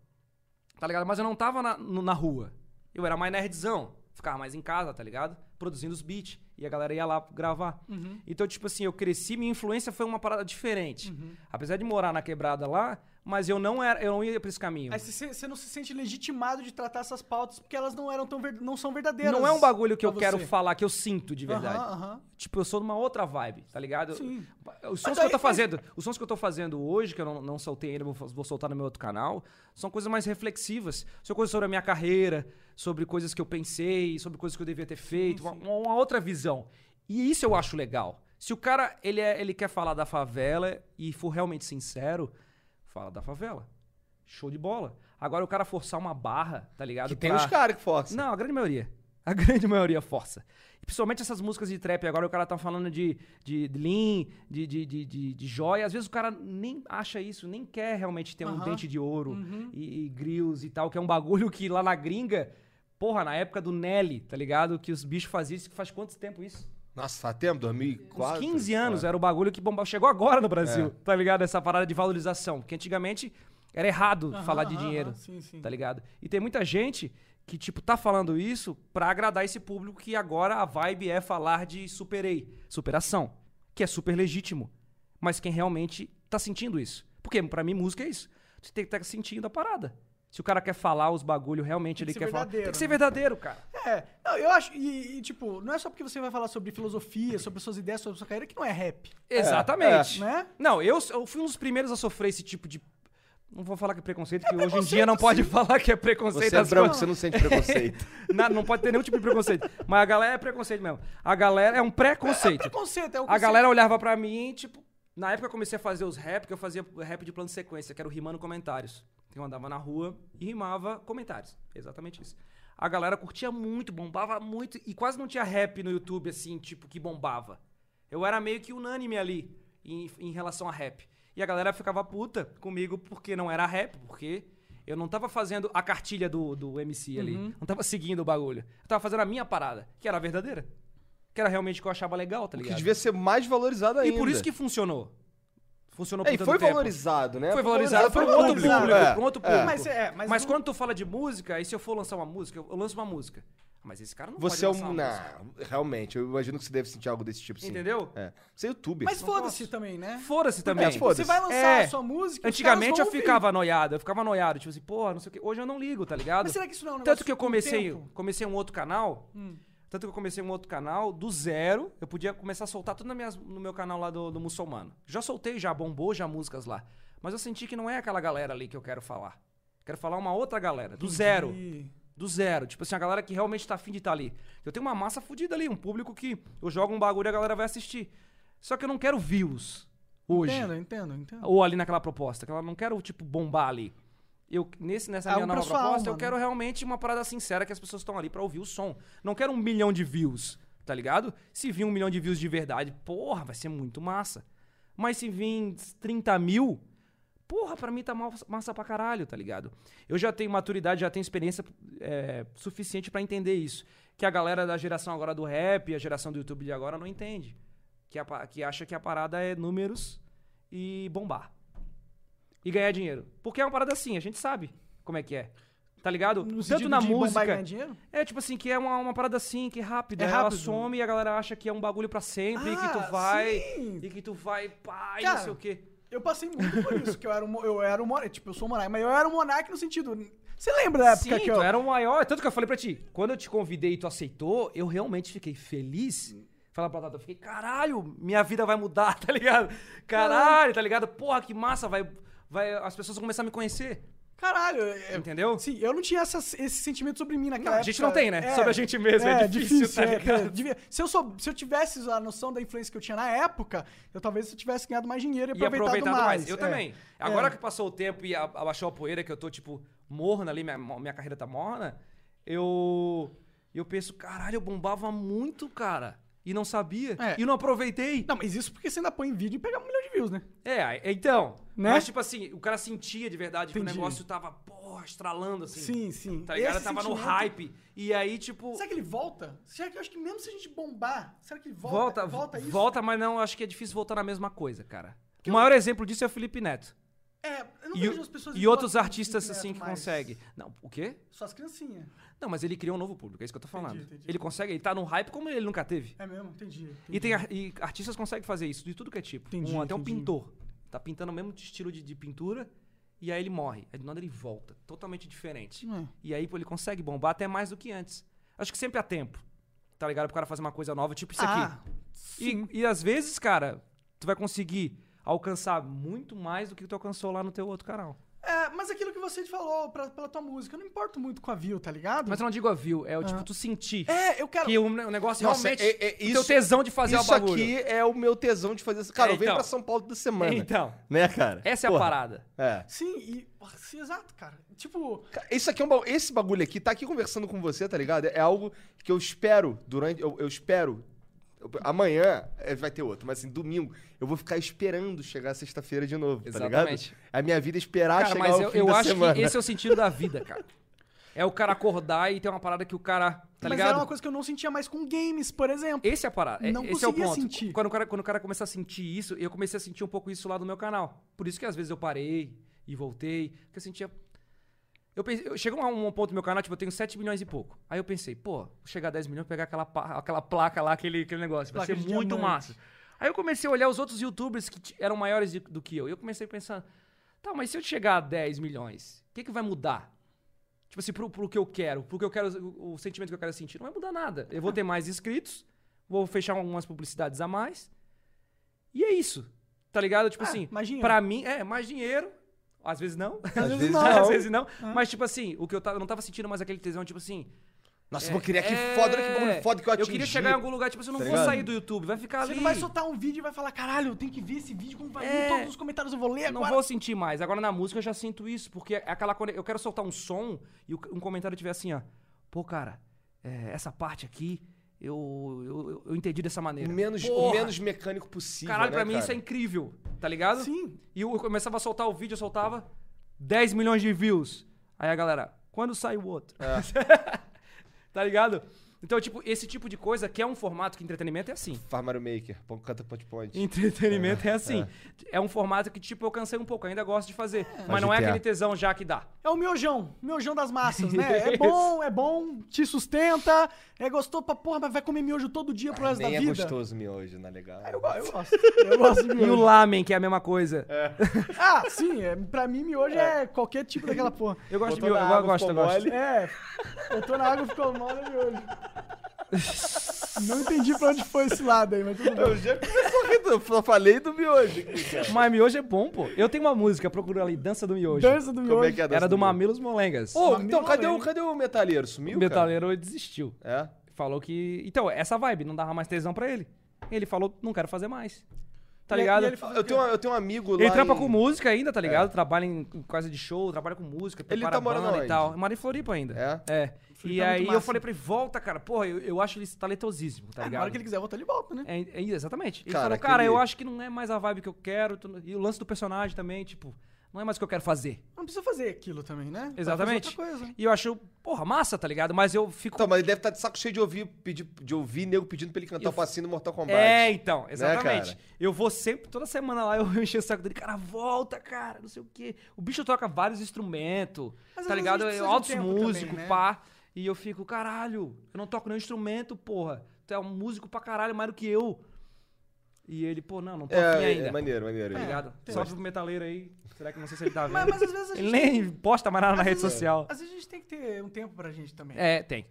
tá ligado? Mas eu não tava na, no- na rua. Eu era mais nerdzão, ficava mais em casa, tá ligado? Produzindo os beats, e a galera ia lá gravar.
Uhum.
Então, tipo assim, eu cresci, minha influência foi uma parada diferente.
Uhum.
Apesar de morar na quebrada lá, mas eu não era, eu não ia pra esse caminho.
Aí você você não se sente legitimado de tratar essas pautas porque elas não eram tão ver- não são verdadeiras.
Não é um bagulho que
pra
eu quero
você.
falar, que eu sinto de verdade.
Aham, aham.
Tipo, eu sou numa outra vibe, tá ligado?
Sim.
Os sons
Mas
que eu
aí-
tô fazendo, os sons que eu tô fazendo hoje, que eu não, não soltei ainda, vou, vou soltar no meu outro canal, são coisas mais reflexivas. São coisas sobre a minha carreira, sobre coisas que eu pensei, sobre coisas que eu devia ter feito, uma, uma outra visão. E isso eu acho legal. Se o cara ele, é- ele quer falar da favela e for realmente sincero, fala da favela. Show de bola. Agora o cara forçar uma barra, tá ligado?
Que tem
Pra-
uns caras que forçam.
Não, a grande maioria. A [LAUGHS] grande maioria força. E principalmente essas músicas de trap. Agora o cara tá falando de, de, de lean, de, de, de, de, de joia. Às vezes o cara nem acha isso, nem quer realmente ter um
Aham. Uhum.
dente de ouro e, e grills e tal, que é um bagulho que lá na gringa, porra, na época do Nelly, tá ligado? Que os bichos faziam isso. Faz quanto tempo isso?
Nossa, faz tempo?
Uns
2004?
15 anos era o bagulho que bombava. Chegou agora no
É.
Brasil, tá ligado? Essa parada de valorização. Porque antigamente era errado
Aham,
falar de
aham,
dinheiro
aham, Sim, sim.
tá ligado? E tem muita gente que, tipo, tá falando isso pra agradar esse público que agora a vibe é falar de superei, superação, que é super legítimo. Mas quem realmente tá sentindo isso. Porque pra mim música é isso. Você tem que estar sentindo a parada. Se o cara quer falar os bagulho, realmente
Tem que ser
ele quer falar. Tem
verdadeiro,
que ser
né?
verdadeiro, cara.
É, não, eu acho. E, e, tipo, não é só porque você vai falar sobre filosofia, sobre suas ideias, sobre sua carreira, que não é rap,
Exatamente.
né?
Não, eu, eu fui um dos primeiros a sofrer esse tipo de. Não vou falar que é preconceito, que hoje em dia não pode falar que é preconceito.
Você é
as
branco,
coisas-
você não sente preconceito.
Na- não pode ter nenhum tipo de preconceito. Mas a galera é preconceito mesmo. A galera é um preconceito.
Preconceito, é o
A
conceito.
galera olhava pra mim, tipo. Na época eu comecei a fazer os rap, que eu fazia rap de plano de sequência, que era o rimando comentários. Então, Eu andava na rua e rimava comentários. Exatamente isso. A galera curtia muito, bombava muito, e quase não tinha rap no YouTube, assim, tipo, que bombava. Eu era meio que unânime ali em, em relação a rap. E a galera ficava puta comigo porque não era rap, porque eu não tava fazendo a cartilha do, do MC ali.
Uhum.
Não tava seguindo o bagulho. Eu tava fazendo a minha parada, que era a verdadeira. Que era realmente o que eu achava legal, tá
que
ligado?
devia ser mais valorizado
E
ainda.
por isso que funcionou. Funcionou
É,
por
e
tanto
foi
tempo.
valorizado, né?
Foi valorizado para um outro público.
É.
pra um outro público.
Mas, é, mas,
Mas,
não-
quando tu fala de música, aí se eu for lançar uma música, eu eu lanço uma música. Mas esse cara não
Você é
pode lançar
um...
uma música.
Não, realmente, eu imagino que você deve sentir algo desse tipo, sim.
Entendeu?
É. Você é youtuber.
Mas
Mas...
foda-se
posso.
também, né?
Foda-se também.
mas foda-se.
Você vai lançar
É.
a sua música. os
Antigamente eu
caras vão
ficava noiado, eu ficava noiado, tipo assim, porra, não sei o que. Hoje eu não ligo, tá ligado?
Mas será que isso não é um
Tanto
negócio
que eu
com o
comecei,
tempo?
comecei um outro canal.
Hum.
Tanto que eu comecei um outro canal do zero. Eu podia começar a soltar tudo na minhas- no meu canal lá do, do muçulmano. Já soltei, já bombou, já músicas lá. Mas eu senti que não é aquela galera ali que eu quero falar. Quero falar uma outra galera, do zero.
Entendi.
Do zero. Tipo assim, a galera que realmente tá afim de estar ali. Eu tenho uma massa fodida ali, um público que eu jogo um bagulho e a galera vai assistir. Só que eu não quero views hoje
Entendo, entendo, entendo.
ou ali naquela proposta, que ela não quero, tipo, bombar ali. Eu, nesse, nessa
Algo É
minha
um pra
nova
sua
proposta, eu
alma, né?
quero realmente uma parada sincera que as pessoas estão ali pra ouvir o som. Não quero um milhão de views, tá ligado? Se vir um milhão de views de verdade, porra, vai ser muito massa. Mas se vir 30 mil, porra, pra mim tá mal- massa pra caralho, tá ligado? Eu já tenho maturidade, já tenho experiência é, suficiente pra entender isso. Que a galera da geração agora do rap, a geração do YouTube de agora, não entende. Que, a pa- que acha que a parada é números e bombar. E ganhar dinheiro. Porque é uma parada assim, a gente sabe como é que é. Tá ligado?
No
Tanto
sentido
na
de bombar e ganhar
música.
dinheiro?
É tipo assim, que é uma, uma parada assim, que é rápida.
É
ela
rápido.
some e a galera acha que é um bagulho pra sempre, e que
Ah,
tu vai.
sim.
E que tu vai, pá, e
Cara,
não sei o quê.
Eu passei muito por isso, que eu era um, mo- eu era um monarca, tipo, eu sou um monarca, mas eu era um monarca no sentido... Você lembra da época
Sim,
que
tu
eu...
era o maior. Tanto que eu falei pra ti, quando eu te convidei e tu aceitou, eu realmente fiquei feliz. Falar pra Tata, eu fiquei, caralho, minha vida vai mudar, [LAUGHS] tá ligado? Caralho, tá ligado? Porra, que massa, vai, vai, as pessoas vão começar a me conhecer,
Caralho, é, eu-
entendeu?
Sim, eu não tinha essas- esse sentimento sobre mim naquela
Não, a
época.
gente não tem, né? Sobre a gente mesmo, é difícil, tá
é,
ligado?
cara, devia- se, eu sou- se eu tivesse a noção da influência que eu tinha na época, eu talvez eu tivesse ganhado mais dinheiro e
E
aproveitado,
aproveitado mais. Eu
é.
também. Agora
É.
que passou o tempo e a- abaixou a poeira, que eu tô, tipo, morna ali, minha, minha carreira tá morna, eu. Eu penso, caralho, eu bombava muito, cara. E não sabia.
É.
E não aproveitei.
Não, mas isso porque você ainda põe em vídeo e pega um milhão de views, né?
É, aí- então.
Né?
Mas, tipo assim, o cara sentia de verdade que o
Entendi.
negócio tava, porra, estralando, assim.
Sim, sim.
Tá ligado?
Esse
Tava no
sentimento-
hype. E aí, tipo.
Será que ele volta? Será que eu acho que mesmo se a gente bombar, será que ele volta?
Volta,
Volta isso?
volta, mas não, acho que é difícil voltar na mesma coisa, cara. o maior exemplo disso é o Felipe Neto.
É, eu não
E,
vejo
o-
as pessoas...
e
igual
outros
a gente
artistas,
direto
assim, que
mais.
conseguem. Não, o quê?
Só as criancinhas.
Não, mas ele criou um novo público, é isso que eu tô falando.
entendi.
Ele consegue, ele tá num hype como ele nunca teve.
É mesmo, entendi. entendi.
E, tem, ar- e artistas conseguem fazer isso de tudo que é tipo.
Entendi,
um, até um
entendi.
pintor. Tá pintando o mesmo estilo de, de pintura e aí ele morre. Aí do nada ele volta. Totalmente diferente.
É.
E aí pô, ele consegue bombar até mais do que antes. Acho que sempre há tempo. Tá ligado? Pro cara fazer uma coisa nova, tipo isso
ah,
aqui. E, e às vezes, cara, tu vai conseguir alcançar muito mais do que tu alcançou lá no teu outro canal.
É, mas mas aquilo que você falou pra, pela tua música, eu não me importo muito com a view, tá ligado?
Mas eu não digo a view, é o tipo, tu sentir
É, eu quero.
que o ne- o negócio
Nossa,
realmente.
é- é
o teu
isso-
tesão de fazer o
Isso
bagulho.
aqui é o meu tesão de fazer essa. Cara,
É,
eu venho
então.
pra São Paulo toda semana.
Então,
Né, cara?
essa é a
Porra,
parada.
É.
Sim, e. Sim, exato, cara. Tipo,
Ca- Isso aqui é um ba- Esse bagulho aqui, tá aqui conversando com você, tá ligado? É algo que eu espero durante. Eu, eu espero. eu- Amanhã é, vai ter outro, mas assim, domingo eu vou ficar esperando chegar sexta-feira de novo,
Exatamente.
tá ligado? A minha vida é esperar
Cara,
chegar
mas
ao
eu,
fim
eu
da
acho
semana.
que esse é o sentido da vida, cara. É o cara acordar e ter uma parada que o cara. Tá
mas
ligado?
era uma coisa que eu não sentia mais com games, por exemplo.
Esse é a parada. é-
Não
Esse é o
conseguia
ponto.
sentir.
Quando, o cara, quando o cara começa a sentir isso, eu comecei a sentir um pouco isso lá no meu canal. Por isso que às vezes eu parei e voltei, porque eu sentia. Eu pensei, eu- chegou a um ponto do meu canal, tipo, eu tenho 7 milhões e pouco. Aí eu pensei, pô, vou chegar a 10 milhões, pegar aquela, pa- aquela placa lá, aquele, aquele negócio. Vai
Placa
ser
de
muito
diamante.
massa. Aí eu comecei a olhar os outros youtubers que t- eram maiores de- do que eu. E eu comecei pensando, tá, mas se eu chegar a 10 milhões, o que, que vai mudar? Tipo assim, pro, pro que eu quero, pro que eu quero, o, o sentimento que eu quero sentir. Não vai mudar nada. Eu vou ter mais inscritos, vou fechar algumas publicidades a mais. E é isso. Tá ligado? Tipo
Ah,
assim,
mais dinheiro.
pra mim, é, mais dinheiro. Às vezes não. [LAUGHS]
Às vezes não.
Às um vezes não.
Ah.
Mas, tipo assim, o que eu tava. Eu não tava sentindo mais aquele tesão, tipo assim.
Nossa, eu vou criar que
é,
foda, olha que bagulho foda que eu atingi.
Eu queria chegar em algum lugar, tipo, assim, eu não
Tá
vou
ligado?
sair do YouTube, vai ficar
Você
ali.
não vai soltar um vídeo e vai falar, caralho, eu tenho que ver esse vídeo, como vai vir
É.
todos os comentários, eu vou ler
Eu
agora.
Não vou sentir mais. Agora na música eu já sinto isso, porque é aquela coisa. Eu quero soltar um som e o- um comentário tiver assim, ó. Pô, cara, é, essa parte aqui eu, eu, eu- eu entendi dessa
O
maneira.
menos, o
Porra,
menos mecânico possível.
Caralho,
né,
pra mim
cara?
isso é incrível, tá ligado?
Sim.
E eu eu começava a soltar o vídeo, eu soltava 10 milhões de views. Aí a galera, quando sai o outro?
É.
[LAUGHS] tá ligado? Então, tipo, esse tipo de coisa, que é um formato que entretenimento é assim.
Farmário Maker, pão canta ponte ponte.
Entretenimento é, assim. É. um formato que, tipo, eu cansei um pouco, ainda gosto de fazer. Mas não é
GTA.
aquele tesão já que dá.
É o miojão, miojão das massas,
[LAUGHS]
né? É bom, é bom, te sustenta, é gostoso pra porra, mas vai comer miojo todo dia pro resto da
Nem é
vida.
gostoso miojo, não é legal?
Eu, go- eu gosto, eu gosto de
[LAUGHS] E o
miojo.
lamen, que é a mesma coisa.
Ah, sim, é, pra mim miojo é. qualquer tipo daquela porra.
Eu gosto
Botou
de
na
miojo, eu
água,
gosto, eu
ficou
gosto.
mole.
É, botou na água ficou mole é miojo. Não entendi pra onde foi esse lado aí, mas tudo bem.
Eu já comecei rindo, eu só falei do miojo.
Mas miojo é bom, pô. Eu tenho uma música, procura ali, Dança do Miojo.
Dança do miojo.
Como é que é a dança
Era do
miojo?
Mamilos Molengas.
Ô,
Mamilo
então, cadê o,
Molenga.
cadê o metaleiro? Sumiu,
o
cara?
metaleiro desistiu.
É?
Falou que... Então, essa vibe, não dava mais tesão pra ele. Ele falou, não quero fazer mais. Tá
E-
ligado?
e
ele
ele
Eu tenho, eu tenho um amigo lá
trampa
em- É.
com música ainda, tá ligado? Trabalha em casa de show, trabalha com música, prepara
tá morando
banda e
onde?
tal. Mora em Floripa ainda.
É?
É.
Floripa
E
é muito
aí eu
massa.
falei pra ele, volta, cara. Porra, eu, eu acho ele talentosíssimo, tá
Ah,
ligado?
na hora que ele quiser voltar, ele volta, né?
É, é, exatamente. Ele
Cara,
falou, cara,
aquele-
eu acho que não é mais a vibe que eu quero. tu- E o lance do personagem também, tipo, não é mais o que eu quero fazer.
Não precisa fazer aquilo também, né?
Exatamente.
Pode fazer outra coisa.
E eu acho, porra, massa, tá ligado? Mas eu fico.
Então, mas ele deve estar de saco cheio de ouvir, pedir, de ouvir nego pedindo pra ele cantar o passinho no Mortal Kombat.
é, então,
né,
exatamente.
cara?
eu vou sempre, toda semana lá, eu [LAUGHS] enchi o saco dele, cara, volta, cara, não sei o quê. O bicho toca vários instrumentos,
Mas
tá
às vezes
ligado?
a gente precisa de um
Altos
tempo
músicos,
também, né?
pá. E eu fico, caralho, eu não toco nenhum instrumento, porra. Tu é um músico pra caralho, mais do que eu. E ele, pô, não, não
É,
toco
é,
um ainda.
maneiro, maneiro.
Tá ligado? Só pro metaleiro aí. Será que não sei se ele tá vendo?
É, Mas, mas às vezes a gente
ele nem posta mais nada na
Às
rede
vezes-
social.
Às vezes a gente tem que ter um tempo pra gente também. É,
É, tem.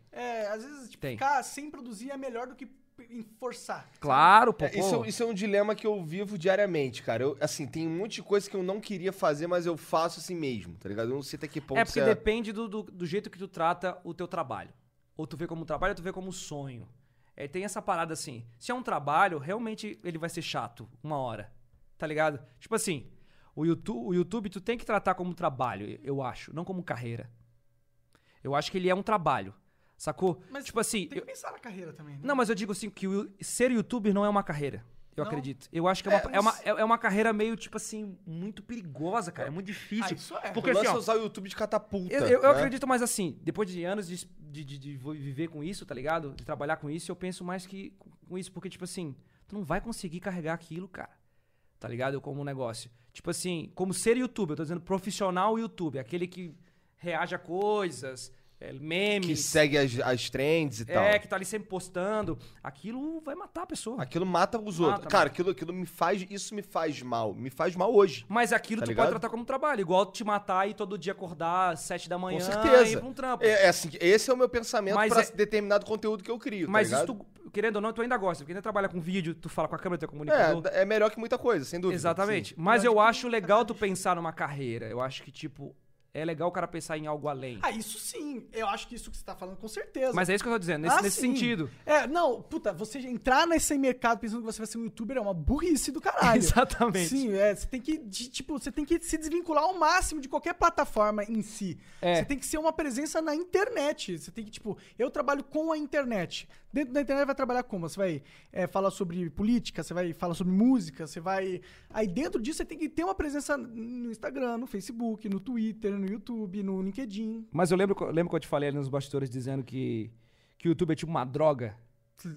às vezes tipo,
Tem.
ficar sem produzir é melhor do que em forçar.
Claro, pô.
É, isso,
pô.
isso é um dilema que eu vivo diariamente, cara. Eu, assim, tem um monte de coisa que eu não queria fazer, mas eu faço assim mesmo, tá ligado? Eu não sei até que ponto
é porque
isso
depende do, do, do jeito que tu trata o teu trabalho. Ou tu vê como um trabalho, ou tu vê como sonho. É, tem essa parada assim. Se é um trabalho, realmente ele vai ser chato uma hora. Tá ligado? Tipo assim, o YouTube, o YouTube tu tem que tratar como trabalho, eu acho, não como carreira. Eu acho que ele é um trabalho. Sacou?
Mas
tipo assim,
Tem que pensar na carreira também, né?
Não, mas eu digo assim que o- ser youtuber não é uma carreira. Eu
Não?
acredito. Eu acho que é uma, é, uma, é- é uma carreira meio, tipo assim, muito perigosa, cara. É muito difícil.
Ah, isso é.
Porque
é. O
assim,
lance
ó,
é usar o YouTube de catapulta.
eu, eu- eu
né?
acredito mais assim, depois de anos de, de, de- de vo- viver com isso, tá ligado? De trabalhar com isso, eu penso mais que com isso, porque, tipo assim, tu não vai conseguir carregar aquilo, cara. Tá ligado? Como um negócio. Tipo assim, como ser youtuber, eu tô dizendo profissional youtuber, aquele que reage a coisas, é, memes.
Que segue as, as trends e tal.
É, que tá ali sempre postando. Aquilo vai matar a pessoa.
Aquilo mata os
Mata,
outros. Cara, aquilo, aquilo me faz. Isso me faz mal. Me faz mal hoje.
Mas aquilo
Tá
tu
ligado?
pode tratar como trabalho. Igual te matar e todo dia acordar às sete da manhã
certeza.
e ir pra um trampo.
É, é assim, esse é o meu pensamento
Mas
pra
é-
determinado conteúdo que eu crio.
Mas
tá
isso,
ligado?
tu, querendo ou não, tu ainda gosta. Porque ainda trabalha com vídeo, tu fala com a câmera, teu comunicador.
É, é melhor que muita coisa, sem dúvida.
Exatamente. Mas eu acho legal tu pensar numa carreira. Eu acho que, tipo, é legal o cara pensar em algo além.
Ah, isso sim. Eu acho que isso que você tá falando com certeza.
Mas é isso que eu tô dizendo, nesse,
Ah,
nesse
sim.
sentido.
É, não, puta, você entrar nesse mercado pensando que você vai ser um youtuber é uma burrice do caralho.
[LAUGHS]
[LAUGHS]
Exatamente.
Sim, é, você tem que, de- tipo, você tem que se desvincular ao máximo de qualquer plataforma em si.
É.
Você tem que ser uma presença na internet. Você tem que, tipo, eu trabalho com a internet. Dentro da internet vai trabalhar como? Você vai é, falar sobre política, você vai falar sobre música, você vai... Aí dentro disso você tem que ter uma presença no Instagram, no Facebook, no Twitter, no YouTube, no LinkedIn.
Mas eu lembro, que- lembro que eu te falei ali nos bastidores dizendo que, que o YouTube é tipo uma droga.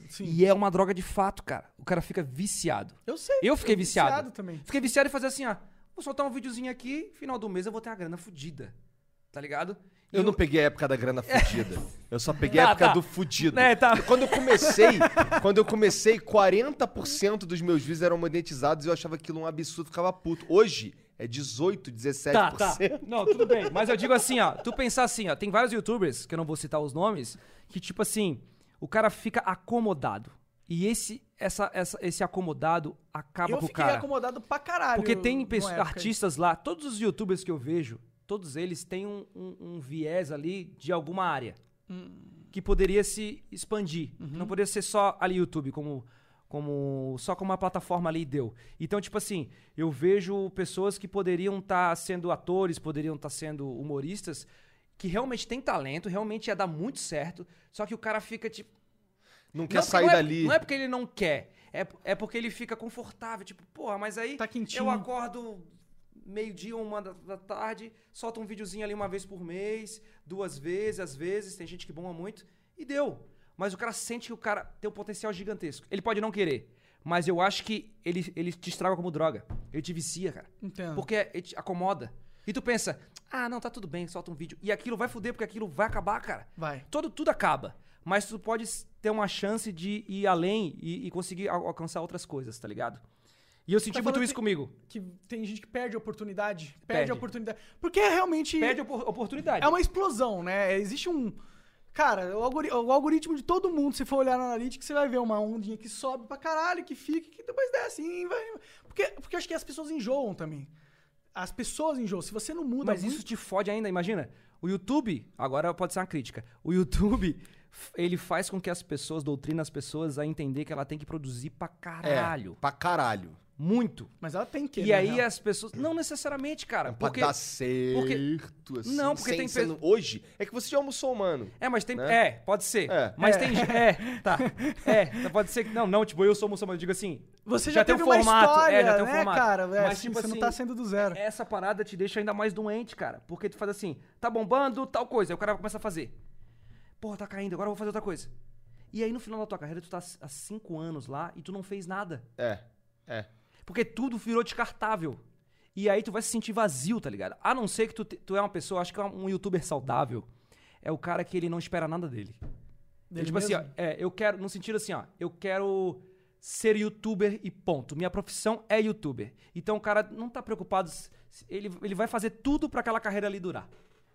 Sim.
E é uma droga de fato, cara. O cara fica viciado.
Eu sei.
Eu fiquei viciado.
também.
Fiquei viciado em fazer assim, ó. Vou soltar um videozinho aqui, final do mês eu vou ter a grana fodida. Tá ligado? E
Eu não peguei a época da grana fudida. Eu só peguei a
Tá,
época
tá.
do fudido.
É, tá.
Quando eu comecei, quando eu comecei, 40% dos meus vídeos eram monetizados e eu achava aquilo um absurdo, ficava puto. Hoje é 18, 17%.
Tá, tá. Não, tudo bem. Mas eu digo assim, ó. Tu pensar assim, ó. Tem vários youtubers, que eu não vou citar os nomes, que tipo assim, o cara fica acomodado. E esse, essa, essa- esse acomodado acaba
Eu
com o
fiquei
cara.
acomodado pra caralho.
Porque tem
numa
pesso-
época aí.
artistas lá, todos os youtubers que eu vejo, todos eles têm um, um- um viés ali de alguma área
Hum.
que poderia se expandir.
Uhum.
Não poderia ser só ali YouTube, como, como só como uma plataforma ali deu. Então, tipo assim, eu vejo pessoas que poderiam estar sendo atores, poderiam estar sendo humoristas, que realmente tem talento, realmente ia dar muito certo, só que o cara fica tipo
Não quer
não, porque
sair
não é-
dali.
Não é porque ele não quer. É, é porque ele fica confortável. Tipo, porra, mas aí
Tá quentinho.
eu acordo meio-dia, uma da, da tarde, solta um videozinho ali uma vez por mês, duas vezes, às vezes. Tem gente que bomba muito. E deu. Mas o cara sente que o cara tem um potencial gigantesco. Ele pode não querer. Mas eu acho que ele, ele te estraga como droga. Ele te vicia, cara.
Entendo.
Porque ele te acomoda. E tu pensa, ah, não, tá tudo bem, solta um vídeo. E aquilo vai fuder, porque aquilo vai acabar, cara.
Vai.
Todo, tudo acaba. Mas tu pode s- ter uma chance de ir além e, e conseguir al- alcançar outras coisas, tá ligado? E eu senti
Tá
muito
falando
isso
que-
comigo.
Que tem gente que perde a oportunidade. Perde,
Perde.
a oportunidade. Porque é realmente.
Perde opor- oportunidade.
É uma explosão, né? Existe um. Cara, o, algori- o algoritmo de todo mundo, se for olhar na analítica, você vai ver uma ondinha que sobe pra caralho, que fica, que depois desce. E vai... porque, porque acho que as pessoas enjoam também. As pessoas enjoam. Se você não muda
Mas
muito.
isso te fode ainda, imagina. O YouTube, agora pode ser uma crítica. O YouTube, f- ele faz com que as pessoas, doutrina as pessoas a entender que ela tem que produzir pra
É,
caralho.
pra caralho.
Muito.
Mas ela tem É. que.
e
na
aí
real.
as pessoas. Não necessariamente, cara.
É pra
porque...
dar certo, assim.
Não, porque
sem
tem
ser
pe-
no- Hoje, é que você já almoçou humano.
É, mas tem.
Né?
É, pode ser.
É.
Mas tem. É,
[LAUGHS]
tá. É, pode ser que. Não, não, tipo, eu sou muçulmano, eu digo assim.
Você já,
já tem
teve
um
uma
formato,
história,
é, já tem um
né,
formato.
cara? É,
Mas,
assim,
tipo
você não
assim,
tá saindo do zero.
Essa parada te deixa ainda mais doente, cara. Porque tu faz assim, tá bombando tal coisa. Aí o cara começa a fazer. Porra, tá caindo, agora eu vou fazer outra coisa. E aí no final da tua carreira, tu tá há cinco anos lá e tu não fez nada.
É, é.
Porque tudo virou descartável. E aí tu vai se sentir vazio, tá ligado? A não ser que tu, te- tu é uma pessoa, acho que é um youtuber saudável. É o cara que ele não espera nada dele. Ele,
Dele
tipo assim,
mesmo.
ó, é, eu quero, no sentido assim, ó, eu quero ser youtuber e ponto. Minha profissão é youtuber. Então o cara não tá preocupado, se- se- ele, ele vai fazer tudo pra aquela carreira ali durar.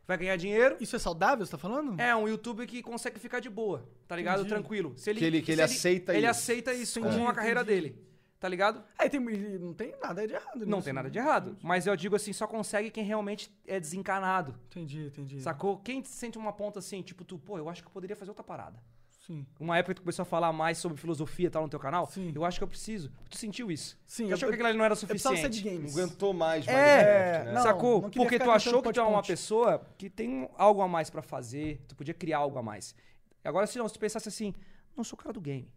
Vai ganhar dinheiro.
Isso é saudável, você tá falando?
É um youtuber que consegue ficar de boa, tá ligado?
Entendi.
Tranquilo. Se ele,
Que ele- que
se
ele aceita
Ele
isso. É.
aceita isso
Entendi,
como uma carreira dele, tá ligado?
Aí tem, não tem nada de errado
Não
nisso,
tem nada
né?
de errado. Mas eu digo assim, só consegue quem realmente é desencanado.
né? Entendi, entendi.
Sacou? Quem sente uma ponta assim, tipo, tu, pô, eu acho que eu poderia fazer outra parada.
Sim.
Uma época que tu começou a falar mais sobre filosofia e tal no teu canal,
Sim.
eu acho que eu preciso. Tu sentiu isso?
Sim,
Tu
eu-
achou que aquilo ali não era
Eu precisava ser de
suficiente.
games.
Não aguentou mais
É,
Minecraft, né?
não,
sacou?
não queria
Porque
ficar
tu achou
cantando
que tu é uma
ponte-ponte.
pessoa que tem algo a mais pra fazer, tu podia criar algo a mais. Agora, se não, se tu pensasse assim, não eu sou o cara do game.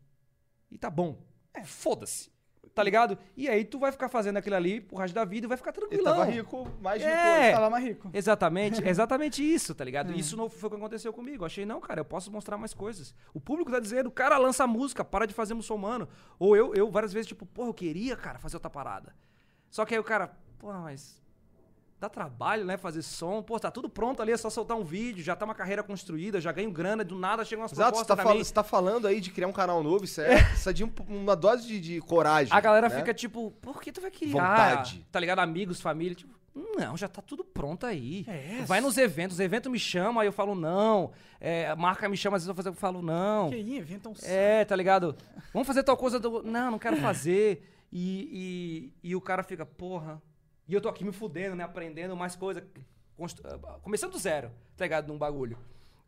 E tá bom. É, foda-se. Tá ligado? E aí tu vai ficar fazendo aquilo ali pro resto da vida e vai
tá
ficar
Ele
tranquilão.
tava rico, mais rico. É.
É.
Tava mais rico.
[LAUGHS]
Exatamente, é exatamente isso, tá ligado? Isso não foi o que aconteceu comigo. Eu achei, não, cara, eu posso mostrar mais coisas. O público tá dizendo, cara, lança música, para de fazer muçulmano. Ou eu, eu várias vezes, tipo, porra, eu queria, cara, fazer outra parada. Só que aí o cara, porra, mas dá trabalho, né, fazer som. Pô, tá tudo pronto ali, é só soltar um vídeo, já tá uma carreira construída, já ganho grana, do nada chega umas
Exato, você
propostas
tá,
pra
fal-
mim.
você tá falando aí de criar um canal novo, isso é, isso é de um- uma dose de, de coragem.
A galera
né?
fica tipo, por que tu vai criar?
Vontade.
Tá ligado? Amigos, família, tipo, não, já tá tudo pronto aí.
É.
Vai nos eventos, o evento me chama, aí eu falo não. É, a marca me chama, às vezes eu fazer- eu falo não.
Que aí, inventa um saco.
É, tá ligado? Vamos fazer tal coisa do. Não, não quero fazer. E, e, e o cara fica, porra. E eu tô aqui me fudendo, né? Aprendendo mais coisa. constru- ah, começando do zero, tá ligado? Num bagulho.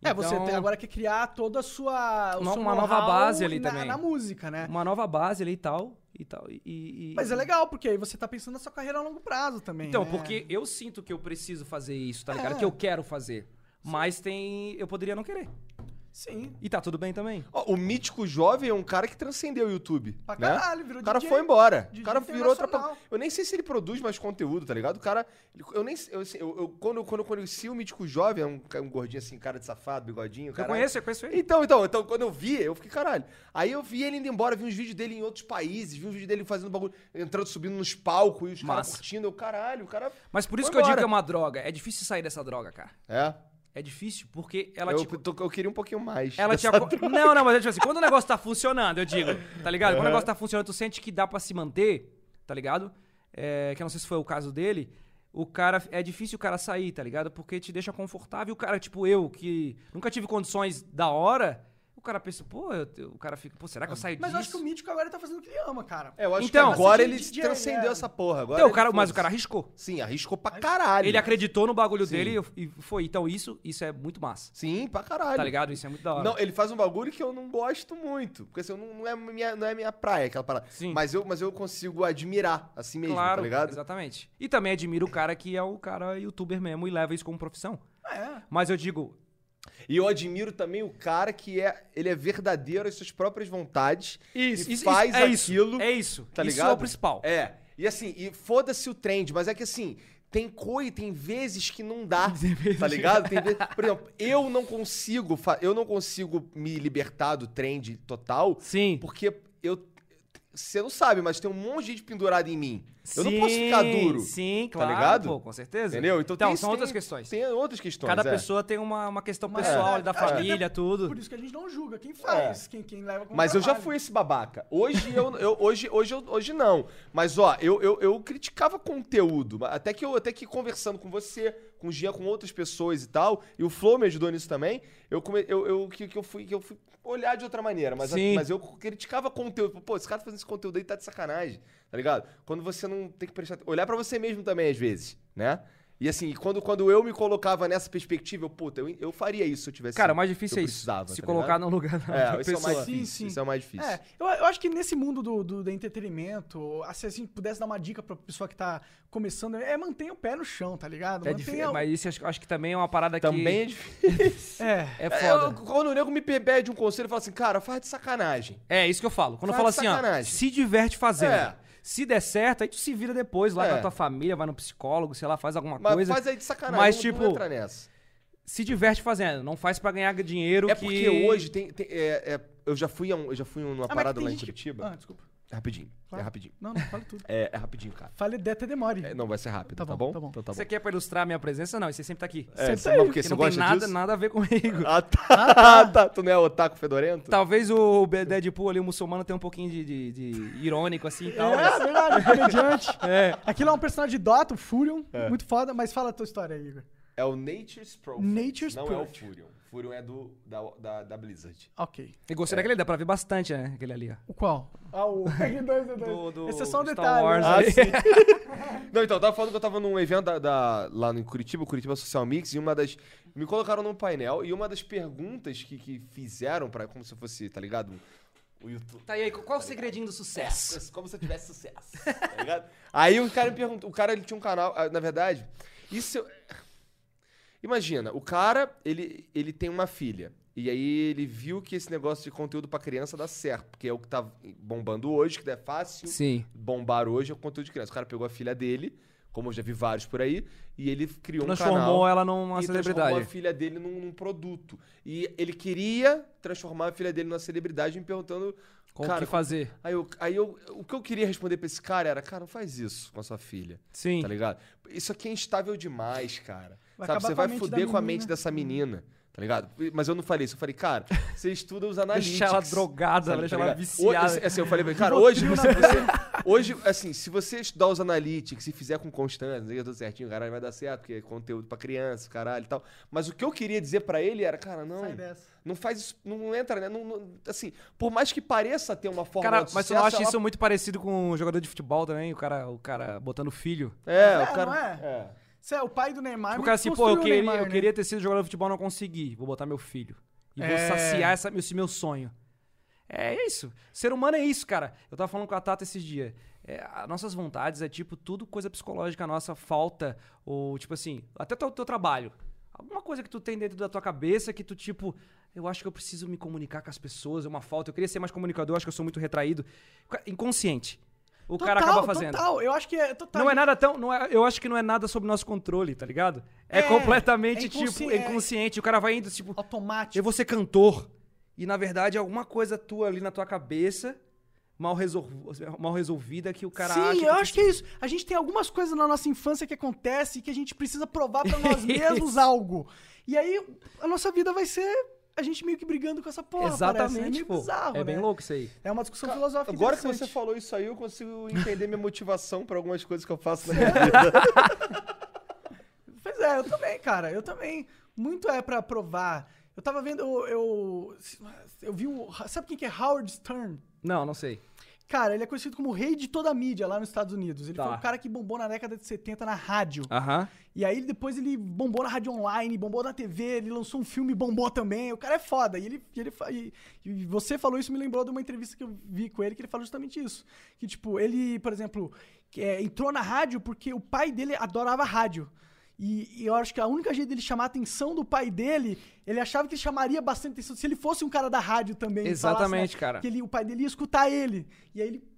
É, você
Então,
tem agora que criar toda a sua. o
Uma-
seu
uma nova
know-how
base ali
na,
também. Hum.
Na música, né?
Uma nova base ali e tal. E tal e, e- e-
Mas é legal, porque aí você tá pensando na sua carreira a longo prazo também.
Então,
né?
porque eu sinto que eu preciso fazer isso, tá ligado?
É.
Que eu quero fazer. Mas tem. Eu poderia não querer.
Sim.
E tá tudo bem também.
Ó, o mítico jovem é um cara que transcendeu o YouTube.
Pra
né?
caralho, virou
O cara
DJ.
foi embora.
DJ
o cara virou outra.
internacional.
pa- Eu nem sei se ele produz mais conteúdo, tá ligado? O cara. ele- Eu nem. Eu, assim, eu- eu- quando, quando eu conheci o mítico jovem, é um, ca- um gordinho assim, cara de safado, bigodinho.
Eu
Caralho.
conheço, eu conheço ele.
Então, então, então, quando eu vi, eu fiquei, caralho. Aí eu vi ele indo embora, vi uns vídeos dele em outros países, vi uns vídeos dele fazendo bagulho, entrando, subindo nos palcos e os caras
Massa.
curtindo. Eu, caralho, o cara.
Mas por isso
Foi
que eu digo
embora.
que é uma droga. É difícil sair dessa droga, cara.
É.
É difícil porque ela
eu,
te.
tô- eu queria um pouquinho mais.
Ela te
dessa
aco- Não, não, mas é tipo assim, quando o negócio tá funcionando, eu digo, tá ligado? Quando o negócio tá funcionando, tu sente que dá pra se manter, tá ligado? É, que eu não sei se foi o caso dele. O cara. É difícil o cara sair, tá ligado? Porque te deixa confortável. O cara, tipo eu, que nunca tive condições da hora, o cara pensa, pô, eu- eu- o cara fica, pô, será que eu saio
Mas
disso?
eu acho que o Mítico agora tá fazendo o que ele ama, cara.
É, eu acho
Então-
que agora
Assim,
ele
DJ,
transcendeu
é.
essa porra. Agora
Então, o
ele
cara, mas
foda-se.
o cara arriscou.
Sim, arriscou pra caralho.
Ele acreditou no bagulho dele e e foi. Então, isso, isso é muito massa.
Sim, pra caralho.
Tá ligado? Isso é muito da hora.
Não, ele faz um bagulho que eu não gosto muito. Porque assim, eu não, não é minha, não é minha praia aquela parada.
Sim.
Mas, eu, mas eu consigo admirar assim mesmo,
claro,
tá ligado?
exatamente. E também admiro o cara que é o cara youtuber mesmo e leva isso como profissão.
É.
Mas eu digo,
E eu admiro também o cara que é. Ele é verdadeiro às suas próprias vontades.
isso,
e
isso,
faz
isso, é
aquilo.
Isso, é isso.
tá
isso
ligado?
é o principal.
É. E assim, e foda-se o trend, mas é que assim, tem coisa, tem vezes que não
[LAUGHS]
dá. tá ligado? Tem vezes- por exemplo, eu não consigo, fa- eu não consigo me libertar do trend total,
Sim.
porque eu você não sabe, mas tem um monte de gente pendurada em mim. eu não posso ficar
Sim,
duro. tá
Sim, claro.
ligado?
pô, com certeza.
Entendeu? Então, tem,
são
tem-
outras questões.
Tem outras questões.
Cada
é.
pessoa tem uma, uma questão
Mas,
pessoal
é,
ali da
acho que até
família, tudo.
Por isso que a gente não julga quem
É.
faz, quem, quem leva como
Mas eu já
trabalho.
fui esse babaca. Hoje eu, eu- hoje, hoje, eu- hoje não. Mas ó, eu, eu, eu criticava conteúdo. mas Até que eu até que conversando com você, com o Gia, com outras pessoas e tal, e o Flow me ajudou nisso também. Eu, come- eu, eu- que, que eu fui que eu fui olhar de outra maneira, mas,
Sim.
mas eu criticava conteúdo. Pô, esse cara tá fazendo esse conteúdo aí tá de sacanagem, tá ligado? Quando você não tem que prestar olhar pra você mesmo também às vezes, né? E assim, quando, quando eu me colocava nessa perspectiva, eu, puta, eu, eu faria isso se eu tivesse.
Cara, o mais difícil
eu
é isso.
precisava,
Se
tá
colocar
ligado?
no lugar da
[LAUGHS] É,
[LAUGHS] outra
esse é o mais
pessoa.
Sim,
difícil.
sim.
Esse é o mais difícil.
É, eu, eu acho que nesse mundo do, do, do entretenimento, se assim pudesse dar uma dica pra pessoa que tá começando, é mantenha o pé no chão, tá ligado?
É
Mantenha
difícil,
o-
mas isso acho, acho que também é uma parada
Também é
que...
difícil.
É.
É
[LAUGHS] É, eu-
foda.
quando o nego me pe- pede um conselho, eu falo assim, cara, faz de sacanagem.
É, isso que eu falo. Quando eu falo
Faz
assim, ó,
sacanagem.
se diverte fazendo.
É.
Se der certo, aí tu se vira depois lá
É.
com a tua família, vai no psicólogo, sei lá, faz alguma
Mas
coisa.
faz aí de sacanagem.
Mas,
não-
tipo,
não entra nessa.
Se diverte fazendo, não faz pra ganhar dinheiro
É
que...
porque hoje tem. tem- é- é- eu já fui a um- eu já fui numa
Ah, mas
parada
tem
lá em
gente que-
Curitiba.
Ah, desculpa.
É Rapidinho.
Claro.
É rapidinho.
Não, não, fale tudo.
É, é rapidinho, cara.
[LAUGHS] Fale de até demore.
É, não, vai ser rápido,
Tá
tá,
bom,
bom?
tá bom.
Então tá bom.
Você quer pra ilustrar a minha presença? Não, você sempre tá aqui.
É,
Senta
mas
aí.
porque
Que
você
não tem
gosta
nada,
disso?
nada a ver comigo.
[LAUGHS] Ah, tá. [LAUGHS] Ah, tá. Tu não é otaku fedorento?
Tá.
Talvez o Deadpool ali, o muçulmano, tenha um pouquinho de, de- de irônico assim e tal.
[LAUGHS]
É,
mas-
verdade,
[LAUGHS]
comediante. Aquilo é um personagem de Dota, o Furion,
É.
muito foda, mas fala a tua história aí, Igor.
É o Nature's Prophet.
Nature's
não
Prophet.
é o Furion. Furion é do, da, da, da Blizzard.
Ok.
Eu gostei daquele, dá pra ver bastante, né? Aquele ali, ó.
O qual? Ah, o
Do- do
Esse é só um
Star
detalhe.
Wars,
Ah,
né?
ali.
[LAUGHS] Não, então, eu tava falando que eu tava num evento da, da- lá no Curitiba, Curitiba Social Mix, e uma das. Me colocaram num painel e uma das perguntas que, que fizeram para como se eu fosse, tá ligado? O YouTube.
Tá aí, qual o segredinho do sucesso?
Como se eu tivesse sucesso, tá ligado? Aí o cara me perguntou, o cara ele tinha um canal, ah, na verdade, isso eu- Imagina, o cara, ele, ele tem uma filha. E aí ele viu que esse negócio de conteúdo pra criança dá certo, porque é o que tá bombando hoje, que é fácil
Sim.
bombar hoje é o conteúdo de criança. O cara pegou a filha dele, como eu já vi vários por aí, e ele criou um
Transformou
canal
ela numa
e transformou a
celebridade.
filha dele num, num produto. E ele queria transformar a filha dele numa celebridade, me perguntando...
Como
cara,
que fazer?
Aí, eu, aí eu, o que eu queria responder pra esse cara era, cara, não faz isso com a sua filha,
Sim.
tá ligado? Isso aqui é instável demais, cara.
Vai
Sabe,
acabar
você
com a
vai
mente
fuder
da
com a
menina.
mente dessa menina, tá ligado? Mas eu não falei isso, eu falei, cara, você estuda
[LAUGHS]
os analíticos.
Deixar ela drogada, deixar ela
Tá ligado?
viciada.
Hoje, assim, eu falei pra ele, cara, hoje você, você- [LAUGHS] Hoje, assim, se você estudar os analytics e fizer com constância, não sei tudo certinho, caralho, vai dar certo, porque é conteúdo pra criança, caralho e tal. Mas o que eu queria dizer pra ele era, cara, não.
Sai dessa.
Não faz isso, não entra, né? Não, não- assim, por mais que pareça ter uma forma
Cara,
de
mas
sucesso,
eu não acha
ela-
isso muito parecido com um jogador de futebol também? O cara, o cara botando filho.
É,
Mas é,
o cara.
não é?
é.
Você é o pai do Neymar,
Tipo,
meio
o cara
que
assim, pô, eu
construiu o
queria,
Neymar,
eu
né?
queria ter sido jogador de futebol, não consegui. Vou botar meu filho. E vou
É.
saciar essa, esse meu sonho. É isso. Ser humano é isso, cara. Eu tava falando com a Tata esses dias. É, as nossas vontades é tipo tudo coisa psicológica, a nossa falta, ou tipo assim, até o teu, teu trabalho. Alguma coisa que tu tem dentro da tua cabeça que tu, tipo, eu acho que eu preciso me comunicar com as pessoas, é uma falta. Eu queria ser mais comunicador, eu acho que eu sou muito retraído. Inconsciente. O cara
Total,
acaba fazendo.
Total, eu acho que é total.
Não é nada tão. Não é, eu acho que não é nada sob nosso controle, tá ligado? É,
É,
completamente,
é inconsci-
tipo,
é-
inconsciente. O cara vai indo, tipo,
automático.
eu vou ser cantor. E na verdade é alguma coisa tua ali na tua cabeça, mal, resol- mal resolvida, que o cara tipo
Sim,
acha.
eu acho que é isso. A gente tem algumas coisas na nossa infância que acontece que a gente precisa provar
[LAUGHS]
pra nós mesmos algo. E aí a nossa vida vai ser a gente meio que brigando com essa porra, parece, né? É
Exatamente,
meio
pô.
bizarro,
é bem
né?
louco isso aí.
É uma discussão filosófica
Agora que você
interessante.
falou isso aí, eu consigo entender minha motivação pra algumas coisas que eu faço na minha vida.
Pois é, eu também, cara. Eu também. Muito é pra provar. Eu tava vendo, eu, eu, eu vi o... Sabe quem que é Howard Stern?
Não, não sei.
Cara, ele é conhecido como o rei de toda a mídia lá nos Estados Unidos. Ele
Tá.
foi o cara que bombou na década de 70 na rádio.
Aham.
E aí depois ele bombou na rádio online, bombou na TV, ele lançou um filme, bombou também. O cara é foda. E ele, e ele fa- e- e você falou isso, me lembrou de uma entrevista que eu vi com ele que ele falou justamente isso, que tipo ele, por exemplo, que, é, entrou na rádio porque o pai dele adorava rádio. E, e eu acho que a única jeito dele chamar a atenção do pai dele, ele achava que ele chamaria bastante atenção se ele fosse um cara da rádio também. e
Exatamente,
falasse, né,
cara.
Que ele, o pai dele ia escutar ele. E aí ele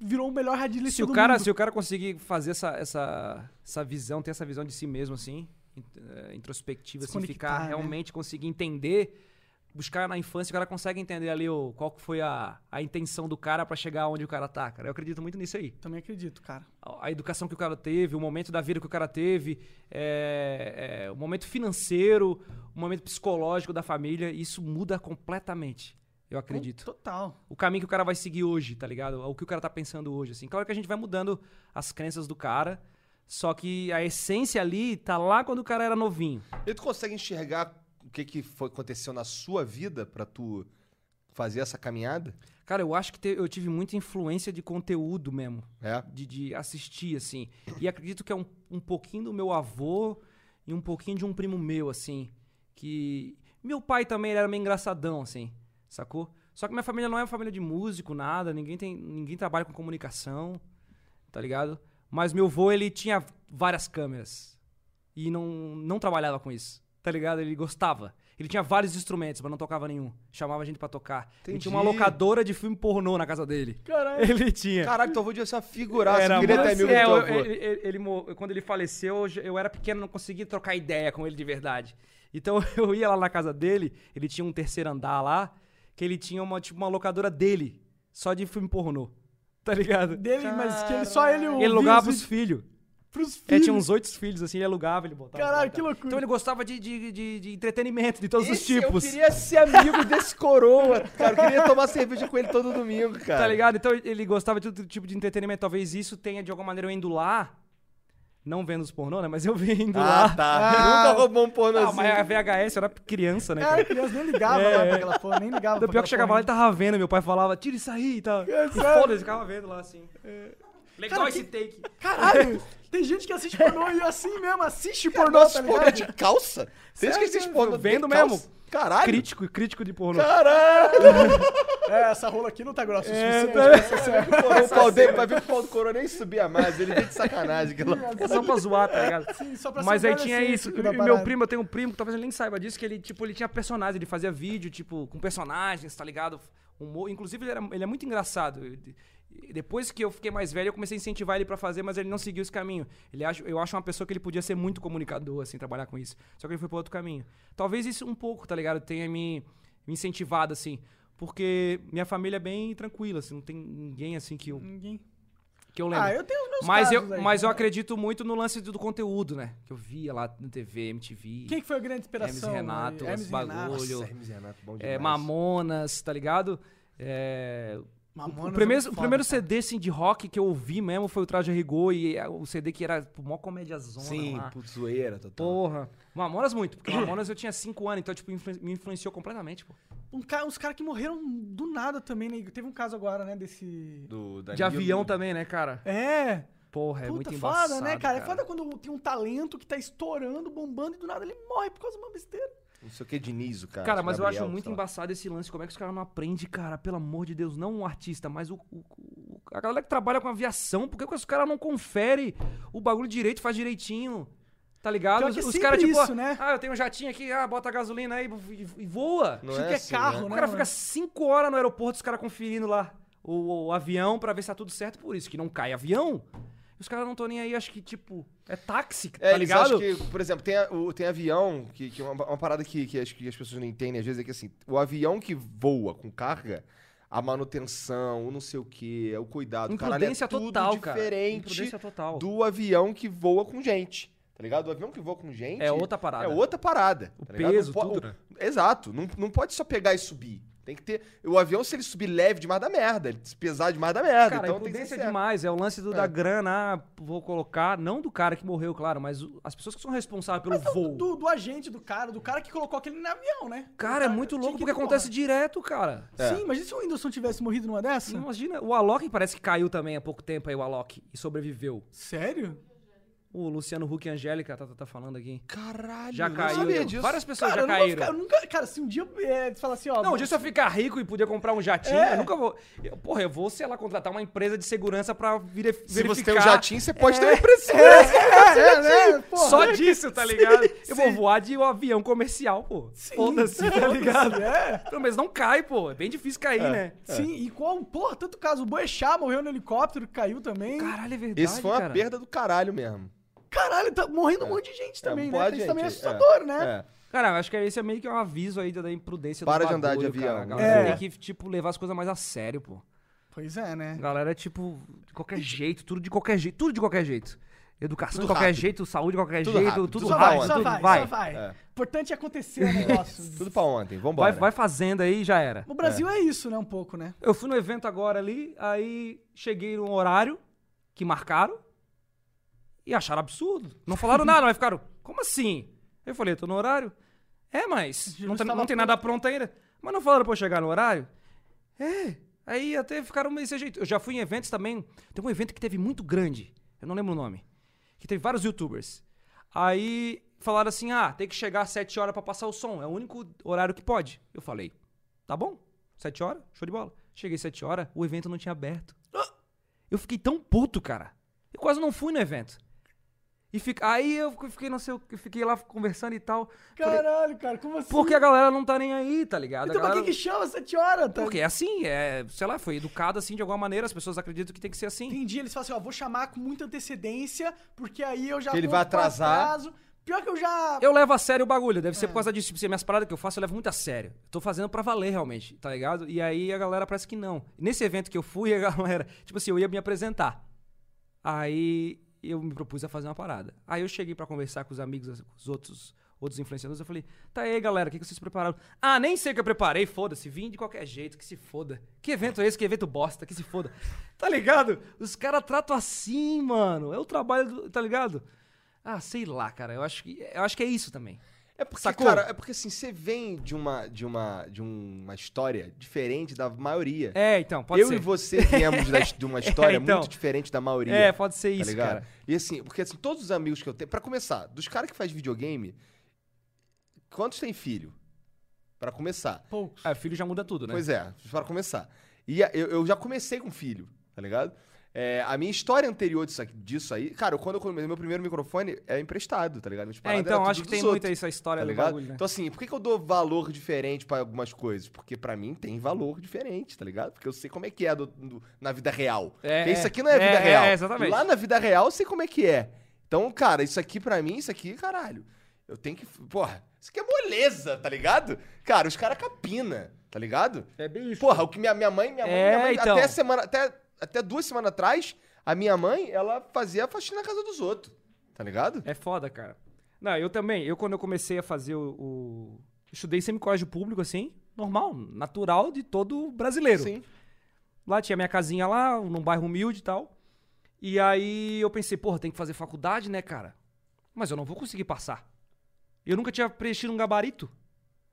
virou o melhor radialista
Se o,
do
cara,
mundo.
se o cara conseguir fazer essa, essa, essa visão, ter essa visão de si mesmo, assim, int- eh, introspectiva,
Se
assim, ficar
conectar, né?
realmente conseguir entender, buscar na infância, o cara consegue entender ali o, qual que foi a, a intenção do cara pra chegar onde o cara tá, cara. Eu acredito muito nisso aí.
Também acredito, cara.
A, a educação que o cara teve, o momento da vida que o cara teve, eh, eh, o momento financeiro, o momento psicológico da família, isso muda completamente. Eu acredito
Total.
o caminho que o cara vai seguir hoje, tá ligado? O que o cara tá pensando hoje, assim. Claro que a gente vai mudando as crenças do cara, só que a essência ali tá lá quando o cara era novinho.
E tu consegue enxergar o que, que foi, aconteceu na sua vida pra tu fazer essa caminhada?
Cara, eu acho que te- eu tive muita influência de conteúdo mesmo,
É.
de, de assistir, assim. E acredito que é um, um pouquinho do meu avô e um pouquinho de um primo meu, assim. Que. Meu pai também ele era meio engraçadão, assim, sacou? Só que minha família não é uma família de músico, nada, ninguém, tem, ninguém trabalha com comunicação, tá ligado? Mas meu avô, ele tinha várias câmeras e não, não trabalhava com isso, tá ligado? Ele gostava. Ele tinha vários instrumentos, mas não tocava nenhum. Chamava a gente pra tocar. Ele tinha uma
Entendi.
locadora de filme pornô na casa dele.
Caralho.
Ele tinha.
Caralho, teu avô devia ser uma figuraça.
Era
assim, eu queria
muito-
ter amigo do
É,
teu
eu-
avô.
ele- ele- ele mo- quando ele faleceu, eu já- eu era pequeno, não conseguia trocar ideia com ele de verdade. Então [LAUGHS] eu ia lá na casa dele, ele tinha um terceiro andar lá, que ele tinha uma, tipo, uma locadora dele, só de filme pornô. [LAUGHS] Tá ligado?
Dele, mas que ele, só ele
um
ouvia
Ele alugava
os vídeos
pros filhos.
pros filhos.
É, tinha uns oito filhos, assim, ele alugava, ele botava.
Caralho,
botava.
que loucura.
Então ele gostava de, de, de, de entretenimento de todos os
Esse
tipos.
Eu queria ser amigo desse coroa, cara. Eu queria tomar cerveja com ele todo domingo,
[LAUGHS]
cara.
Tá ligado? Então ele gostava de todo tipo de entretenimento. Talvez isso tenha, de alguma maneira, eu indo lá. Não vendo os pornô, né? Mas eu [LAUGHS] vendo lá.
Ah, tá. Nunca roubou um pornozinho.
Ah,
Assim.
mas a VHS, eu era criança, né?
Cara,
Cara?
a criança nem ligava
É,
lá
é.
pra aquela porra, nem ligava
Então,
pra
pior que
aquela
chegava lá,
porra.
ele tava vendo, meu pai falava, tira isso aí e tal. E
É sério? É.
foda-se, ficava vendo lá, assim. Legal
Cara,
esse take.
Caralho, tem gente que assiste pornô e assim mesmo, assiste pornô,
Nossa,
tá
pornô
ligado?
de calça? Vocês que esses pornô de
Vendo
calça?
mesmo.
Caralho.
Crítico, crítico de pornô.
Caralho.
É, essa rola aqui não tá grossa o
É,
suficiente.
tá-
O coroa, o pau dele, vai ver que o pau do coroa nem subia mais. Ele veio de sacanagem. Que ela...
É só pra zoar, tá ligado?
Sim, assim, só pra
Mas
ser
aí
o
tinha
adolescente
isso.
da
E meu
parada.
primo, eu tenho um primo que talvez ele nem saiba disso, que ele, tipo, ele tinha personagens, ele fazia vídeo, tipo, com personagens, tá ligado? Humor. Inclusive, ele, era- ele é muito engraçado. Eu- de- Depois que eu fiquei mais velho, eu comecei a incentivar ele pra fazer, mas ele não seguiu esse caminho. Ele acha, eu acho uma pessoa que ele podia ser muito comunicador, assim, trabalhar com isso. Só que ele foi pro outro caminho. Talvez isso um pouco, tá ligado? Tenha me, me incentivado, assim. Porque minha família é bem tranquila, assim, não tem ninguém assim que eu,
Ninguém.
que eu lembro.
Ah, eu tenho os meus
Mas eu,
casos aí.
mas eu acredito muito no lance do, do conteúdo, né? Que eu via lá na TV, MTV,
Quem que foi a grande
Hermes
inspiração?
Renato,
Hermes
esse
Renato.
bagulho,
Nossa, Hermes e Renato, bom
é,
demais.
Mamonas, tá ligado? É,
Mamonas
o
é
primeiro,
muito
o
foda,
primeiro
cara.
CD assim, de rock que eu ouvi mesmo foi o Traje a Rigor e é, o CD que era mó comédiazona
Sim,
lá.
putz, zoeira, total.
Porra. Mamonas muito, porque Mamonas eu tinha 5 anos, então tipo, influ- me influenciou completamente, pô.
Um ca- Uns caras que morreram do nada também, né? Teve um caso agora, né, desse...
Do
De
Danilo.
avião também, né, cara?
É...
Porra, é
Puta,
muito
foda,
embaçado.
né, cara? É foda quando tem um talento que tá estourando, bombando, e do nada ele morre por causa de uma besteira.
Não sei o Tá, que, Diniz, o cara.
Cara, mas eu
Gabriel,
acho muito
sei lá.
embaçado esse lance. Como é que os caras não aprendem, cara? Pelo amor de Deus, não o artista, mas o, o- o- a galera que trabalha com aviação. Por que, que os caras não conferem o bagulho direito, faz direitinho? Tá ligado?
Pior
Os,
que é
os
sempre
caras, tipo,
isso, né?
ah, eu tenho um jatinho aqui, ah, bota a gasolina aí e, e voa.
Não
Isso
é
que é
assim,
carro,
né?
o
né?
cara
mano?
fica cinco horas no aeroporto, os caras conferindo lá o, o avião pra ver se tá tudo certo. Por isso que não cai avião. Os caras não estão nem aí, acho que, tipo, é táxi,
É,
tá
eles
ligado?
acham que, por exemplo, tem, a- o- tem avião, que, que é uma, uma parada que, que, acho que as pessoas não entendem às vezes, é que assim, o avião que voa com carga, a manutenção, o não sei o que, o cuidado, caralho, é
Imprudência
tudo
total, cara.
diferente
Imprudência total.
do avião que voa com gente, tá ligado? O avião que voa com gente...
É outra parada.
É outra parada.
O
tá ligado? Não
peso,
po-
tudo,
o-
né?
Exato. Não, não pode só pegar e subir. Tem que ter... O avião, se ele subir leve demais da merda, ele se pesar demais da merda.
Cara,
então
a
tem que ser
imprudência é
certo.
demais. É o lance do, da grana, ah, vou colocar, não do cara que morreu, claro, mas o- as pessoas que são responsáveis pelo
então
voo.
Do, do agente, do cara, do cara que colocou aquele no avião, né?
Cara, é muito
tinha
louco
que ir
porque
embora.
acontece direto, cara.
É.
Sim, imagina se o Whindersson tivesse morrido numa dessa.
Imagina, o Alok parece que caiu também há pouco tempo aí, o Alok, e sobreviveu.
Sério?
O Luciano Huck e a Angélica tá, tá- tá falando aqui.
Caralho,
Já
É, eu não
caiu.
sabia disso.
Várias pessoas
cara, eu
já
nunca-
caíram.
eu nunca, cara, se um dia é, falar assim, ó.
Não,
vou-
um dia se eu ficar rico e poder comprar um jatinho,
É.
eu nunca vou. Eu, porra, eu vou, sei lá, contratar uma empresa de segurança pra vire- verificar. É.
Se você tem um jatinho, você pode ter uma impressão.
[LAUGHS] é, é, né? Porra.
Só disso, tá ligado? eu vou voar de um avião comercial, pô. Foda-se, tá ligado?
É.
Pelo menos não cai, pô. É bem difícil cair, né?
Sim, e qual, porra, tanto caso. O Boechat morreu no helicóptero, caiu também.
Caralho, é verdade,
Esse foi uma
cara.
perda do caralho mesmo.
Caralho, tá morrendo um monte de gente
É,
também, né?
boa
Isso
gente,
também é
é.
assustador, né?
É.
Cara, eu acho que esse é meio que um aviso aí da da imprudência
Para
do
de
bagulho,
andar de
cara. A
avião.
galera
É.
tem que, tipo, levar as coisas mais a sério, pô.
Pois é,
A
né?
galera é, tipo, de qualquer jeito, tudo de qualquer jeito, tudo de qualquer jeito. Educação
Tudo
de qualquer
rápido.
jeito, saúde de qualquer
Tudo
jeito,
rápido,
tudo
tudo
só
rápido,
vai, só
tudo
vai,
vai.
só vai.
É.
Importante é
[LAUGHS]
acontecer o negócio.
Tudo pra ontem,
Vai,
vambora.
vai fazendo aí e já era.
No Brasil é. isso, né? Um pouco, né?
Eu fui no evento agora ali, aí cheguei num horário que marcaram e acharam absurdo. Não falaram nada, mas ficaram, como assim? Eu falei, tô no horário? É, mas
Já
não, tá-
estava
não tem nada pronto ainda. Mas não falaram pra eu chegar no horário? É. Aí até ficaram meio desse jeito. Eu já fui em eventos também. Tem um evento que teve muito grande, eu não lembro o nome, que teve vários youtubers. Aí falaram assim: ah, tem que chegar às 7 horas pra passar o som, é o único horário que pode. Eu falei, tá bom, 7 horas, show de bola. Cheguei 7 horas, o evento não tinha aberto.
Ah!
Eu fiquei tão puto, cara. Eu quase não fui no evento. E fica- aí eu fiquei, não sei, o que, fiquei lá conversando e tal. Falei,
Caralho, cara, como assim?
porque a galera não tá nem aí, tá ligado? A
Então pra
galera-
que que chama sete horas? Tá?
Porque é assim, é, sei lá, foi educado assim de alguma maneira, as pessoas acreditam que tem que ser assim.
Entendi, eles falam assim, ó, vou chamar com muita antecedência, porque aí eu já...
Que ele
conto
vai
com
atrasar.
atraso. Pior que eu já...
Eu levo a sério o bagulho, deve
É.
ser por causa disso. Tipo, assim, minhas paradas que eu faço, eu levo muito a sério. Tô fazendo pra valer, realmente, tá ligado? E aí a galera parece que não. Nesse evento que eu fui, a [LAUGHS] galera, tipo assim, eu ia me apresentar. Aí eu me propus a fazer uma parada. Aí eu cheguei pra conversar com os amigos, com os outros, outros influenciadores, eu falei, tá aí, galera, o que, que vocês prepararam? Ah, nem sei o que eu preparei, foda-se, vim de qualquer jeito, que se foda. Que evento é esse? Que evento bosta, que se foda. Tá ligado? Os caras tratam assim, mano. É o trabalho, do, tá ligado? Ah, sei lá, cara. Eu acho que, eu acho que é isso também.
É porque,
Sacou?
cara, é porque assim, você vem de uma, de uma, de um, uma história diferente da maioria.
É, então, pode
eu
ser.
e você viemos da-
[LAUGHS]
de uma história
É, então.
muito diferente da maioria.
É, pode ser
tá
isso,
ligado?
cara.
E assim, porque assim, todos os amigos que eu tenho. Pra começar, dos caras que faz videogame, quantos tem filho? Pra começar.
Poucos.
Ah, filho já muda tudo, né?
Pois é, para começar. E a- eu, eu já comecei com filho, tá ligado? É, a minha história anterior disso, aqui- disso aí, cara, quando eu comecei meu primeiro microfone é emprestado, tá ligado? Minhas
é,
paradas
então,
eram
acho
tudo
que tem
dos
muito
outros,
essa história
tá
do
ligado?
bagulho, né?
Então, assim, por que, que eu dou valor diferente pra algumas coisas? Porque pra mim tem valor diferente, tá ligado? Porque eu sei como é que é do- do- na vida real.
É,
Porque isso
é.
aqui não é vida
É, é,
real.
é, exatamente.
Lá na vida real eu sei como é que é. Então, cara, isso aqui pra mim, isso aqui, caralho. Eu tenho que. Porra, isso aqui é moleza, tá ligado? Cara, os caras capina, tá ligado?
É bem isso.
Porra, o que minha, minha mãe, minha mãe,
É,
minha mãe
então.
até semana, até, até duas semanas atrás, a minha mãe, ela fazia a faxina na casa dos outros. Tá ligado?
É foda, cara. Não, eu também. Eu, quando eu comecei a fazer o. o... Estudei semicolégio público, assim, normal, natural de todo brasileiro.
Sim.
Lá tinha minha casinha lá, num bairro humilde e tal. E aí eu pensei, porra, tem que fazer faculdade, né, cara? Mas eu não vou conseguir passar. Eu nunca tinha preenchido um gabarito.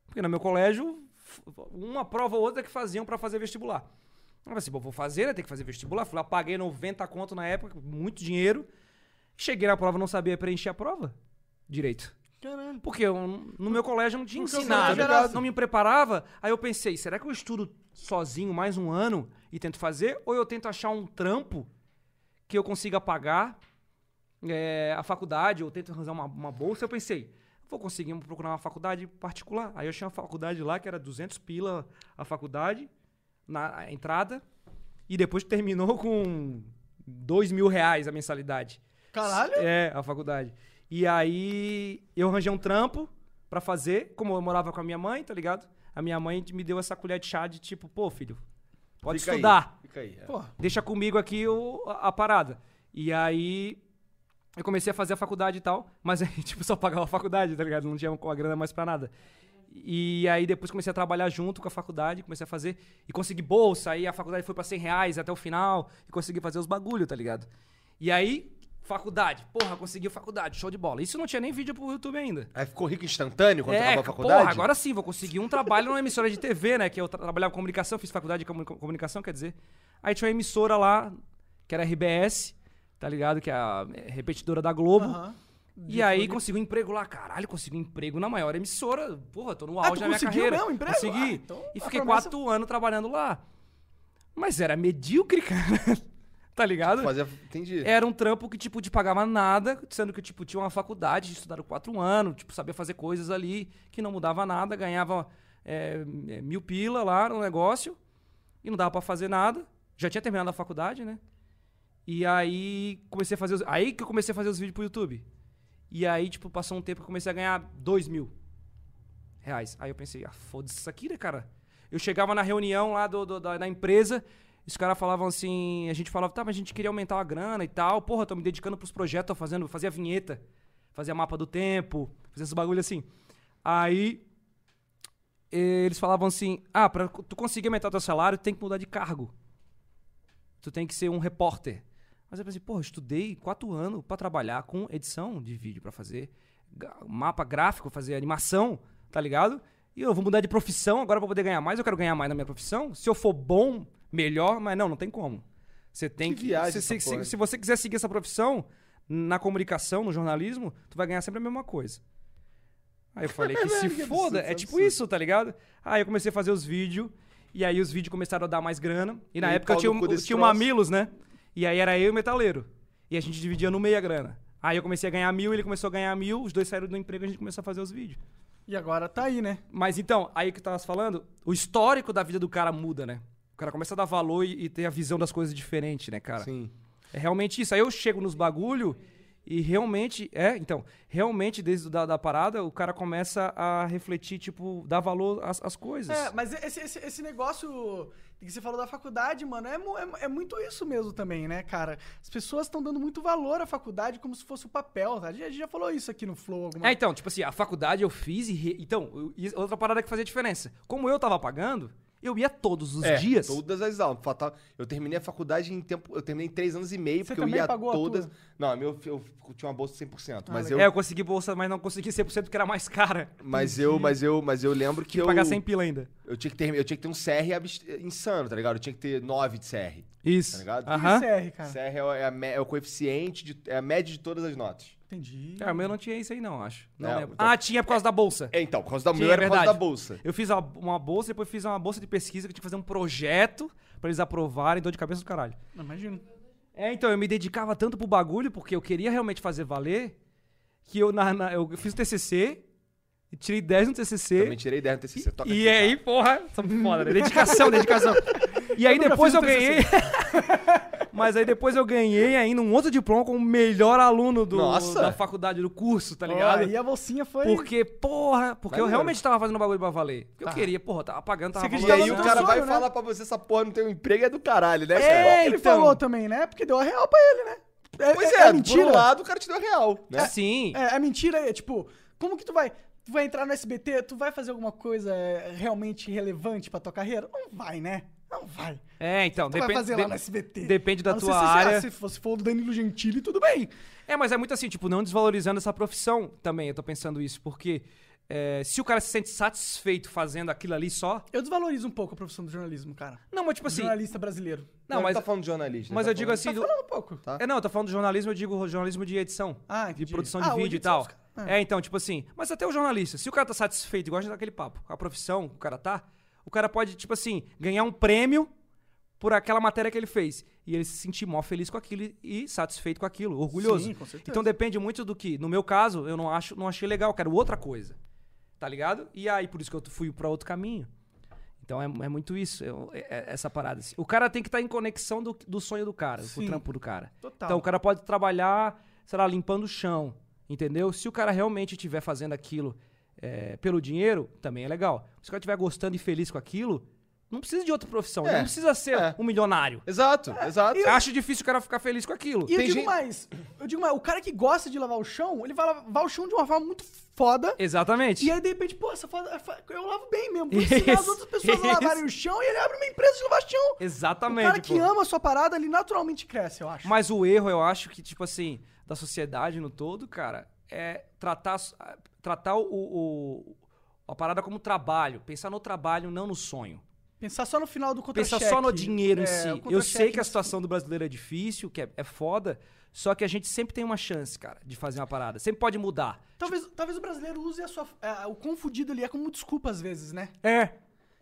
Porque no meu colégio, f- uma prova ou outra que faziam pra fazer vestibular. Eu falei assim, pô, vou fazer, né? Tem que fazer vestibular. Fui lá, paguei 90 conto na época, muito dinheiro. Cheguei na prova, não sabia preencher a prova direito.
Caramba.
Porque eu, não- no meu colégio não tinha
Porque o
ensinado,
colégio era-
não me preparava. Aí eu pensei, será que eu estudo sozinho mais um ano e tento fazer? Ou eu tento achar um trampo que eu consiga pagar é, a faculdade, ou tento arranjar uma, uma bolsa? Eu pensei, vou conseguir procurar uma faculdade particular. Aí eu achei uma faculdade lá que era 200 pila a faculdade, na a entrada, e depois terminou com 2 mil reais a mensalidade.
Caralho.
É, a faculdade. E aí eu arranjei um trampo pra fazer, como eu morava com a minha mãe, tá ligado? A minha mãe me deu essa colher de chá de tipo, pô, filho, pode
Fica aí,
estudar.
Fica aí. é.
Pô,
Deixa comigo aqui o, a, a parada. E aí eu comecei a fazer a faculdade e tal, mas [LAUGHS] aí tipo só pagava a faculdade, tá ligado? Não tinha com a grana mais pra nada. E aí depois comecei a trabalhar junto com a faculdade, comecei a fazer e consegui bolsa, aí a faculdade foi pra 100 reais até o final e consegui fazer os bagulho, tá ligado? E aí, faculdade, porra, consegui faculdade, show de bola. Isso não tinha nem vídeo pro YouTube ainda.
Aí ficou rico instantâneo quando
É,
acabou a
porra,
faculdade?
agora sim, vou conseguir um trabalho numa emissora de TV, né? Que eu tra- trabalhava com comunicação, fiz faculdade de comu- comunicação, quer dizer. Aí tinha uma emissora lá, que era a RBS, tá ligado? Que é a é, repetidora da Globo.
aham.
E aí consegui um emprego lá, caralho, consegui um emprego na maior emissora. Porra, tô no
Ah,
auge
tu
da minha
conseguiu
carreira.
mesmo emprego?
Consegui.
Ah, então
e
a
fiquei
promessa-
quatro anos trabalhando lá. Mas era medíocre, [LAUGHS] cara. tá ligado?
Fazer... Entendi.
Era um trampo que, tipo, te pagava nada, sendo que, tipo, tinha uma faculdade, estudaram quatro anos, tipo, sabia fazer coisas ali que não mudava nada, ganhava é, é, mil pila lá no negócio e não dava pra fazer nada. Já tinha terminado a faculdade, né? E aí comecei a fazer os... Aí que eu comecei a fazer os vídeos pro YouTube. E aí, tipo, passou um tempo que eu comecei a ganhar dois mil reais. Aí eu pensei, ah, foda-se isso aqui, né, cara? Eu chegava na reunião lá do, do- da, da empresa, os caras falavam assim, a gente falava, tá, mas a gente queria aumentar a grana e tal. Porra, tô me dedicando pros projetos, tô fazendo, fazia vinheta, fazia mapa do tempo, fazia esses bagulho assim. Aí eh, eles falavam assim, ah, pra tu conseguir aumentar teu salário, tu tem que mudar de cargo. Tu tem que ser um repórter. Mas eu pensei, porra, eu estudei quatro anos pra trabalhar com edição de vídeo, pra fazer ga- mapa gráfico, fazer animação, tá ligado? E eu vou mudar de profissão agora pra poder ganhar mais, eu quero ganhar mais na minha profissão. Se eu for bom, melhor, mas não, não tem como. Você tem
Que
que.
viagem
se- se,
essa
se-
porra.
se você quiser seguir essa profissão na comunicação, no jornalismo, tu vai ganhar sempre a mesma coisa. Aí eu
[LAUGHS]
falei que se foda, é tipo isso, tá ligado? Aí eu comecei a fazer os vídeos, e aí os vídeos começaram a dar mais grana. E na
E
época eu
pau
tinha,
no cu
um-
desse
tinha o
troço.
Mamilos, né? E aí era eu e o Metaleiro. E a gente dividia no meio a grana. Aí eu comecei a ganhar mil, ele começou a ganhar mil, os dois saíram do emprego e a gente começou a fazer os vídeos.
E agora tá aí, né?
Mas então, aí que eu tava falando, o histórico da vida do cara muda, né? O cara começa a dar valor e, e ter a visão das coisas diferente, né, cara?
Sim.
É realmente isso. Aí eu chego nos bagulho e realmente. É, então. Realmente, desde o da, da parada, o cara começa a refletir, tipo, dar valor às, às coisas.
É, mas esse, esse, esse negócio que você falou da faculdade, mano, é, mu- é- é muito isso mesmo também, né, cara? As pessoas estão dando muito valor à faculdade como se fosse o papel, tá? A gente a gente já falou isso aqui no Flow alguma
É, então, tipo assim, a faculdade eu fiz e. re- Então, eu- e outra parada que fazia diferença. Como eu tava pagando, eu ia todos os
É,
dias.
Todas as aulas. Fatal. Eu terminei a faculdade em tempo. Eu terminei em três anos e meio,
Você
porque eu
também
ia
pagou a
todas.
tua?
Não, é meu, eu tinha uma bolsa 100%. mas,
legal.
eu,
É, eu consegui bolsa, mas não consegui 100% porque era mais cara.
mas eu. Mas eu. Mas eu lembro que, eu.
Pagar 100 pila ainda.
Eu tinha, que ter, eu tinha que ter um CR abs- insano, tá ligado? Eu tinha que ter 9 de CR.
Isso.
Tá ligado?
Aham.
Isso é, cara.
CR é, o- é a me- é o coeficiente, de, é a média de todas as notas.
Entendi.
É, o meu não tinha isso aí, não, acho. Não
É,
lembro.
então-
Ah, tinha por causa da bolsa.
É, então, por causa da
Sim,
minha
é
era por causa
verdade.
da bolsa.
Eu fiz a- uma bolsa, depois fiz uma bolsa de pesquisa que eu tinha que fazer um projeto pra eles aprovarem, dor de cabeça do caralho.
Não, imagino.
É, então, eu me dedicava tanto pro bagulho, porque eu queria realmente fazer valer, que eu, na, na- eu fiz o TCC, e tirei 10 no TCC.
Também tirei 10 no TCC. Toca
e é
aqui,
aí, porra, são foda,
[LAUGHS]
né? Dedicação, dedicação. E aí
Eu nunca
depois
fiz
eu
o
ganhei. [LAUGHS] Mas aí depois eu ganhei ainda um outro diploma como melhor aluno do,
Nossa.
da faculdade, do curso, tá
Ó,
ligado?
e a bolsinha foi...
Porque, porra, porque eu
Maneiro.
realmente tava fazendo bagulho pra valer. Porque
Tá.
eu queria, porra, tava pagando, tava
Você
E
Tá
aí
no
o
teu
valorizando.
cara
sonho,
vai
né?
falar pra você, essa porra não tem um emprego, é do caralho, né,
É,
cara?
Ele
então.
falou também, né? Porque deu a real pra ele, né? É,
Pois é,
mentira.
por um lado o cara te deu real, né?
Sim.
É, é mentira, é tipo, como que tu vai. Tu vai entrar no SBT, tu vai fazer alguma coisa é, realmente relevante pra tua carreira? Não vai, né? Não vai. Tu
É, então,
vai
depende,
fazer
de-
lá no SBT.
depende da
A não ser
tua
se, se-
área.
ah, Se, for- se for do Danilo Gentili, tudo bem.
É, mas é muito assim, tipo, não desvalorizando essa profissão também, eu tô pensando isso, porque é, se o cara se sente satisfeito fazendo aquilo ali só.
Eu desvalorizo um pouco a profissão do jornalismo, cara.
Não, mas tipo assim.
Jornalista brasileiro.
Não, mas,
tá falando de jornalista.
mas
tá
eu digo assim. do-
Falando um pouco.
É, não, eu tô falando de jornalismo, eu digo jornalismo de edição.
Ah,
de
entendi.
produção
Ah,
de
o
vídeo e
edição
tal.
fica-
É. então, tipo assim, mas até o jornalista, se o cara tá satisfeito, igual a gente daquele papo, com a profissão que o cara tá, o cara pode, tipo assim, ganhar um prêmio por aquela matéria que ele fez. E ele se sentir mó feliz com aquilo e- e satisfeito com aquilo, orgulhoso.
Sim, com certeza.
Então depende muito do que. No meu caso, eu não acho, não achei legal, eu quero outra coisa. Tá ligado? E aí, por isso que eu fui pra outro caminho. Então é, é muito isso, eu- é- é essa parada. assim. O cara tem que estar em conexão do, do sonho do cara, com
Sim.
o trampo do cara.
Total.
Então o cara pode trabalhar, sei lá, limpando o chão, entendeu? Se o cara realmente estiver fazendo aquilo é, pelo dinheiro, também é legal. Se o cara estiver gostando e feliz com aquilo, não precisa de outra profissão,
É,
não precisa ser
é.
um milionário.
Exato, exato.
Eu acho difícil o cara ficar feliz com aquilo.
E eu
Tem
digo
gente-
mais, eu digo mais, o cara que gosta de lavar o chão, ele vai lavar o chão de uma forma muito foda.
Exatamente.
E aí, de repente, pô, essa foda, eu lavo bem mesmo. Vou ensinar as
Isso,
outras pessoas a
isso.
lavarem o chão e ele abre uma empresa de lavar chão.
Exatamente.
o cara que
pô.
ama a sua parada, ele naturalmente cresce, eu acho.
Mas o erro, eu acho que, tipo assim, da sociedade no todo, cara, é tratar, s- a- tratar o, o- a parada como trabalho. Pensar no trabalho, não no sonho.
Pensar só no final do É, contra
Pensar só no dinheiro É, em si. Eu sei que a situação do brasileiro é difícil, que é, é foda, só que a gente sempre tem uma chance, cara, de fazer uma parada. Sempre pode mudar.
Talvez, talvez o brasileiro use a sua, é, o quão fudido ele é como desculpa às vezes, né?
É.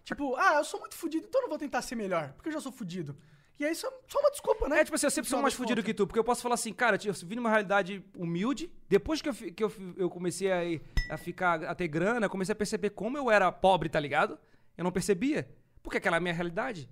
Tipo, ah, eu sou muito fudido, então eu não vou tentar ser melhor, porque eu já sou fudido. E aí, isso é só uma desculpa, né?
É, tipo assim, eu sempre sou
Só
mais
das
fudido
contas.
que tu, porque eu posso falar assim, cara, eu tive- vim numa realidade humilde, depois que eu, fi- que eu, fi- eu comecei a, ir- a ficar, a ter grana, eu comecei a perceber como eu era pobre, tá ligado? Eu não percebia, porque aquela é a minha realidade.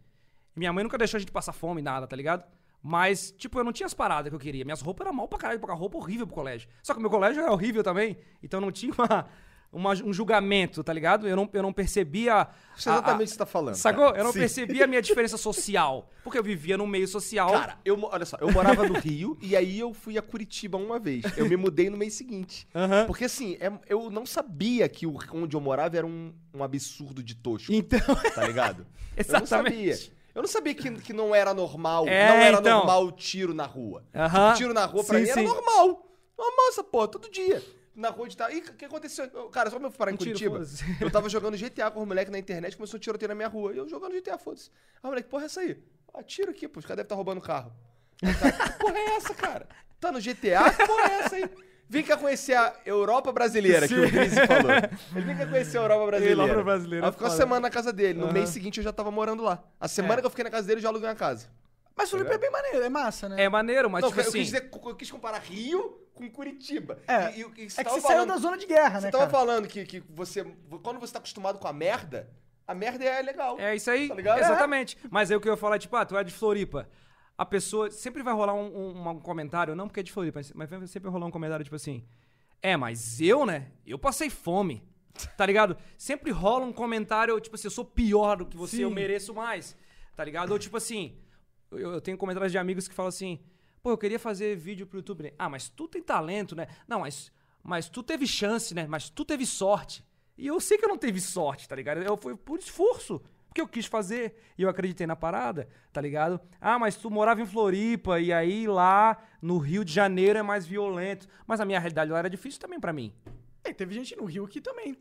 Minha mãe nunca deixou a gente passar fome, nada, tá ligado? Mas, tipo, eu não tinha as paradas que eu queria. Minhas roupas eram mal pra caralho, porque a roupa horrível pro colégio. Só que o meu colégio era horrível também, então não tinha uma- uma- um julgamento, tá ligado? Eu não, eu não percebia...
Isso é exatamente o que você tá falando.
Ah, Sacou?
cara.
Eu não
Sim.
percebia
[LAUGHS]
a minha diferença social. Porque eu vivia num meio social.
Cara, eu, mo- olha só, eu morava no Rio e aí eu fui a Curitiba uma vez. Eu me mudei no mês seguinte.
Aham.
Porque assim, é- eu não sabia que o- onde eu morava era um, um absurdo de tosco,
Então, [LAUGHS]
tá ligado?
Exatamente.
Eu não sabia. Eu não sabia que, que não era normal,
É,
não era
então.
normal o tiro na rua.
Aham.
Tipo, Tiro na rua pra
Sim,
mim era
sim.
normal. Normal essa porra, todo dia. Na rua de tal. E o que aconteceu? Eu- Cara, só pra eu parar em
Um tiro,
Curitiba.
foda-se.
Eu tava jogando GTA com os moleques na internet, começou um tiroteio na minha rua. E eu jogando GTA, foda-se. Ah, moleque, porra, é essa aí? Ah, tiro aqui, pô, os caras devem estar roubando carro. Aí o cara, "Que porra é essa, cara? Tá no GTA? Que porra é essa aí? Vem cá conhecer a Europa brasileira, que o
[LAUGHS]
Drizzy falou. Ele vem cá conhecer a Europa brasileira.
Europa brasileira,
Aí ficou a
foda.
semana na casa dele. No
Aham.
mês seguinte eu já tava morando lá.
É.
A semana que eu fiquei na casa dele, eu já aluguei uma casa.
Mas Floripa é bem maneiro, é massa, né?
é maneiro, mas
não,
tipo
eu,
assim.
quis dizer- eu quis comparar Rio com Curitiba.
É.
E- e- e
É que
tava
você saiu
falando-
da zona de guerra,
Você
né,
tava
cara?
falando que, que você. Quando você tá acostumado com a merda, a merda é legal.
É isso aí.
Tá ligado?
Exatamente. Mas aí o que eu ia falar, tipo, ah, tu é de Floripa. A pessoa. Sempre vai rolar um, um- um comentário, não porque é de Floripa, mas sempre vai rolar um comentário, tipo assim. É, mas eu, né? Eu passei fome. Tá ligado? Sempre rola um comentário, tipo assim, eu sou pior do que você,
Sim.
eu mereço mais. Tá ligado? Ou tipo assim. Eu, eu tenho comentários de amigos que falam assim. Pô, eu queria fazer vídeo pro YouTube. né? Ah, mas tu tem talento, né? Não, mas, mas tu teve chance, né? Mas tu teve sorte. E eu sei que eu não teve sorte, tá ligado? Eu fui por esforço. Porque eu quis fazer e eu acreditei na parada, tá ligado? Ah, mas tu morava em Floripa e aí lá no Rio de Janeiro é mais violento. Mas a minha realidade lá era difícil também pra mim.
É, teve gente no Rio que também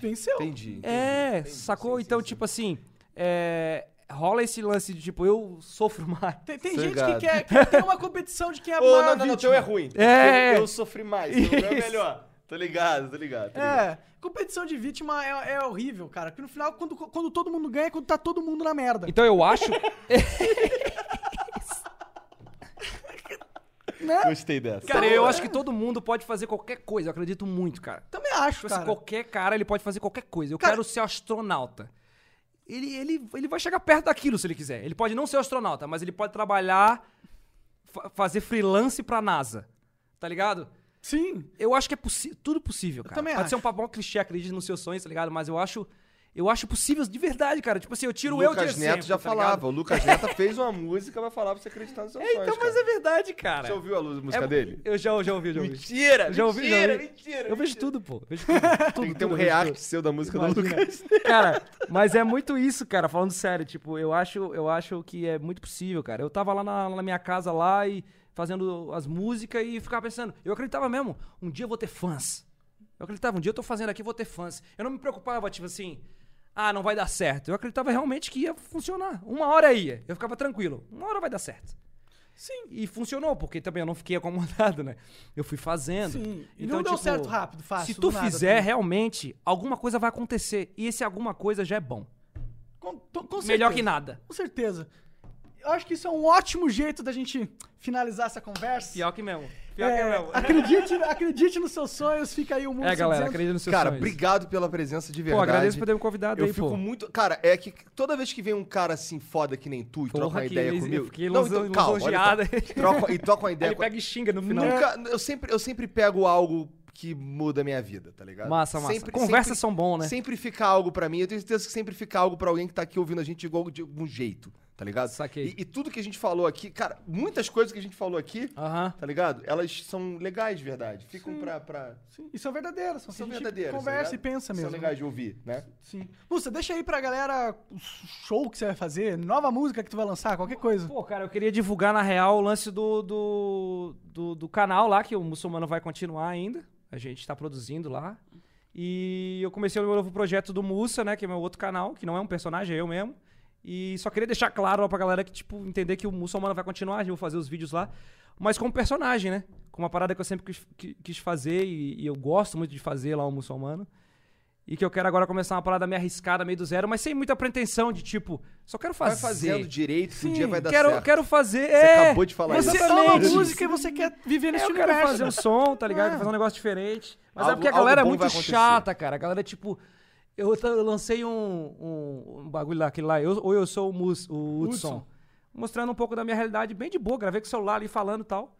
venceu.
Entendi.
É, sacou? então, tipo assim, é, rola esse lance de tipo, eu sofro [LAUGHS] mais.
Tem, tem
Tá
gente que
ligado.
quer, que tem uma competição de quem é
[LAUGHS] Ô,
mais maior
não, não, não, o
vítima.
teu é ruim.
É.
Eu, eu sofri mais. O meu é melhor. Tô ligado, tô ligado. Tô tá
É,
ligado.
competição de vítima é, é horrível, cara. Porque no final, quando, quando todo mundo ganha, é quando tá todo mundo na merda.
Então
[LAUGHS]
eu acho.
Né?
Gostei dessa.
É. Cara, eu acho que todo mundo pode fazer qualquer coisa, eu acredito muito, cara.
Também acho,
Tipo assim,
cara.
qualquer cara, ele pode fazer qualquer coisa. Eu
Cara-
quero ser astronauta. Ele, ele, ele vai chegar perto daquilo se ele quiser. Ele pode não ser astronauta, mas ele pode trabalhar, fa- fazer freelance pra NASA. Tá ligado?
Sim.
Eu acho que é possi tudo possível, cara.
também
pode ser um
acho.
papão clichê, acredite nos seus sonhos, tá ligado? Mas eu acho, eu acho possível de verdade, cara. Tipo assim, eu tiro
O
eu de
Lucas
exemplo,
Neto já
tá
falava.
ligado?
O Lucas Neto fez uma música pra falar pra você acreditar nos seus sonhos.
Então, mas
cara.
é verdade, cara.
Você ouviu a lu- música
É-
dele?
Eu já, já ouvi, já ouvi.
Mentira!
já ouvi, já
É mentira,
ouvi.
mentira!
eu vejo tudo, pô. Vejo tudo.
Tem
tudo,
que ter um
tudo, vejo tudo.
react seu da música do
Imagina.
Lucas.
Cara, mas é muito isso, cara, falando sério, tipo, eu acho, eu acho que é muito possível, cara. Eu tava lá na, na minha casa lá e fazendo as músicas e ficava pensando, eu acreditava mesmo, um dia eu vou ter fãs. Eu acreditava, um dia eu tô fazendo aqui, vou ter fãs. Eu não me preocupava, tipo assim, ah, não vai dar certo. Eu acreditava realmente que ia funcionar. Uma hora ia. Eu ficava tranquilo. Uma hora vai dar certo.
Sim.
E funcionou, porque também eu não fiquei acomodado, né? Eu fui fazendo. Então, tipo,
Sim. E
Então,
não deu
tipo,
certo rápido, fácil,
Se
do
tu
nada,
fizer,
assim.
realmente, alguma coisa vai acontecer. E esse alguma coisa já é bom.
Com- to- com
Melhor
certeza.
que nada.
Com certeza. Eu acho que isso é um ótimo jeito da gente finalizar essa conversa.
Pior que mesmo. Pior que
É,
mesmo.
acredite, acredite nos seus sonhos, fica aí o mundo.
É, galera,
dizendo.
acredita no seu
Cara, obrigado pela presença de
Pô,
verdade.
agradeço por ter me convidado
Eu
aí,
fico
pô.
muito. Cara, é que toda vez que vem um cara assim foda que nem tu e
Porra,
troca uma
que
ideia
eu
comigo.
fiquei
não,
lisonje-
então, calma, olha
[LAUGHS]
só.
lisonjeado.
Troca, e troca uma
Aí
ideia.
ele
com-
pega e xinga no final.
Nunca, eu, sempre, eu sempre pego algo que muda a minha vida, tá ligado?
Massa, massa.
Sempre-
Conversas
sempre-
são bom, né?
Sempre fica algo pra mim. Eu tenho certeza que sempre fica algo pra alguém que tá aqui ouvindo a gente de algum, de algum jeito, tá ligado?
Saquei.
E, e tudo que a gente falou aqui, cara, muitas coisas que a gente falou aqui,
Aham.
tá ligado? Elas são legais de verdade. Ficam pra, pra.
Sim, e são verdadeiras, são,
São
que a gente
verdadeiras. tá
Conversa e
ligado?
pensa mesmo.
São legais de ouvir, né?
Sim. Lúcia, deixa aí pra galera o show que você vai fazer, nova música que tu vai lançar, qualquer coisa.
Pô, cara, eu queria divulgar, na real, o lance do, do, do, do canal lá, que o muçulmano vai continuar ainda. A gente tá produzindo lá. E eu comecei o meu novo projeto do Mussa, né? Que é meu outro canal, que não é um personagem, é eu mesmo. E só queria deixar claro lá pra galera que, tipo, entender que o muçulmano vai continuar, eu vou fazer os vídeos lá. Mas como personagem, né? Com uma parada que eu sempre quis, qui- quis fazer e, e eu gosto muito de fazer lá o muçulmano. E que eu quero agora começar uma parada meio arriscada, meio do zero, mas sem muita pretensão de tipo, só quero fazer.
Vai fazendo direito, que um dia vai dar
quero,
certo.
quero fazer. Você
acabou de falar
é, Você
isso.
ama uma
Exatamente.
música e você quer viver nesse
eu quero
universo.
fazer um
né?
som, tá ligado? Fazer um negócio diferente. Mas é
Algo-
porque a
algo
galera é
bom
muito
vai acontecer.
chata, cara. A galera, tipo. Eu, t- eu lancei um, um, um bagulho lá, aquele lá. Eu, ou eu sou o, Mus, o Hudson. Mostrando um pouco da minha realidade, bem de boa. Gravei com o celular ali falando e tal.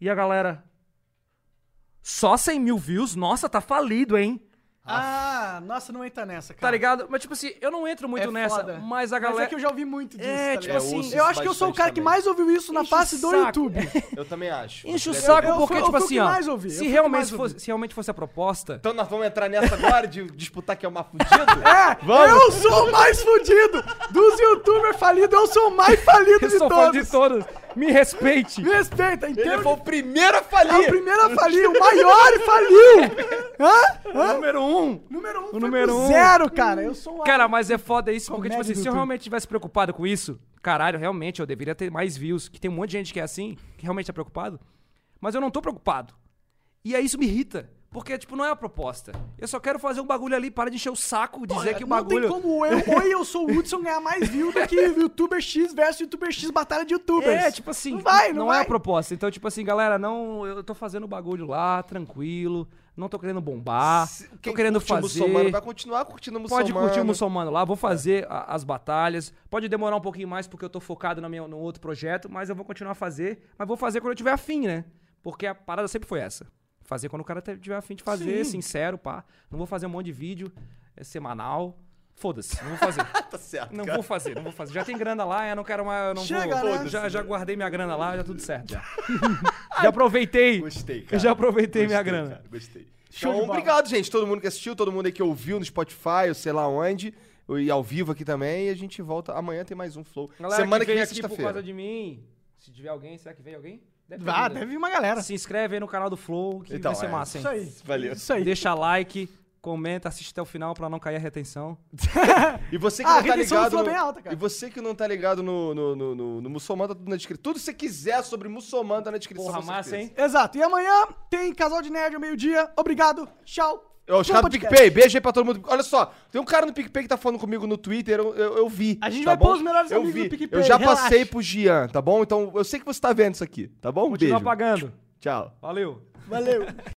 E a galera. Só 100 mil views? Nossa, tá falido, hein?
Ah, nossa, não entra nessa, cara.
Tá ligado? Mas, tipo assim, eu não entro muito
É
nessa.
foda.
Mas a
Mas
galera.
é que eu já ouvi muito disso,
É,
tá
tipo
ligado?
assim,
ouço
eu
isso
acho que eu sou o
bastante
cara que
também.
mais ouviu isso na
Enche o
face do
saco.
YouTube.
Eu também acho.
Enche o
Deve-
saco
eu
porque,
fui- eu
tipo
fui o que
assim, ó.
mais ouvi, eu
se,
fui o que mais
realmente
ouvi.
fosse, se realmente fosse a proposta,
Então nós vamos entrar nessa agora de disputar que é o mais fudido?
É, eu sou o mais fudido dos youtubers falidos, [LAUGHS] eu sou o mais falido
eu
[LAUGHS] de
sou fã de
todos. é
todos. Me
[LAUGHS]
respeite.
Me respeita, entendeu?
Ele foi o primeiro a falir.
A primeira faliu, o maior [LAUGHS] faliu! Hã? Hã?
Número um.
Número um,
O
foi
número
pro
um.
zero, cara. Eu sou um
Cara, mas é foda isso, porque,
Comédia
tipo assim,
do
se eu
YouTube.
realmente tivesse preocupado com isso, caralho, realmente, eu deveria ter mais views, que tem um monte de gente que é assim, que realmente é preocupado, mas eu não tô preocupado. E aí isso me irrita, porque, tipo, não é a proposta. Eu só quero fazer um bagulho ali, para de encher o saco, dizer que o bagulho...
é, Não tem como eu, ou eu sou o Hudson ganhar mais view do [LAUGHS] que youtuber X versus youtuber X batalha de youtubers.
É, tipo assim,
Não vai, não, vai.
é a proposta. Então, tipo assim, galera, não, eu tô fazendo o bagulho lá, tranquilo, não tô querendo bombar, Ah, tô querendo
Ah, curte o
fazer...
muçulmano vai continuar curtindo o muçulmano. É.
Pode curtir o muçulmano lá, vou fazer a- as batalhas. Pode demorar um pouquinho mais porque eu tô focado na minha, no outro projeto, mas eu vou continuar a fazer. Mas vou fazer quando eu tiver afim, né? Porque a parada sempre foi essa. Fazer quando o cara te- tiver afim de fazer, sincero, pá. Não vou fazer um monte de vídeo é semanal. Foda-se, não vou fazer.
Tá certo.
Não vou fazer, não vou fazer. Já tem grana lá, eu não quero mais. Eu não
Chega,
vou,
né?
já, já guardei minha grana lá, já tudo certo. Já, Já aproveitei.
Gostei, cara.
Eu já aproveitei minha
Gostei,
grana.
cara, gostei.
Show
Então,
de bola.
obrigado, gente. Todo mundo que assistiu, todo mundo aí que ouviu no Spotify, ou sei lá onde. E ao vivo aqui também. E a gente volta. Amanhã tem mais um Flow.
Galera
Semana
que
que
veio
vem,
aqui por causa
sexta-feira.
de mim. Se tiver alguém, será que veio alguém? Deve ter
Vá,
ainda.
ah, deve vir uma galera.
Se inscreve aí no canal do Flow, que
Então,
vai ser
é.
massa, hein?
Isso aí.
Valeu.
Isso aí.
Deixa like, comenta, assiste até o final pra não cair a retenção.
E você que
Ah, a
não tá
retenção do
ligado.
Flow
no-
é bem alta, cara.
E você que não tá ligado no, no, no, no- no muçulmano, tá tudo na descrição. Tudo que você quiser sobre muçulmano tá na descrição.
Porra,
com
massa,
certeza.
hein?
Exato. E amanhã tem Casal de Nerd ao meio-dia. Obrigado. Tchau.
Ó, Os
Tchau,
caras do
podcast.
PicPay, beijo aí pra todo mundo. Olha só, tem um cara no PicPay que tá falando comigo no Twitter, eu, eu, eu vi.
A gente
tá
vai
bom?
pôr os melhores
eu
amigos
vi.
do PicPay,
Eu já
relaxa.
passei pro Gian, tá bom? Então eu sei que você tá vendo isso aqui, tá bom? Um
Continua
beijo.
apagando.
Tchau.
Valeu.
Valeu.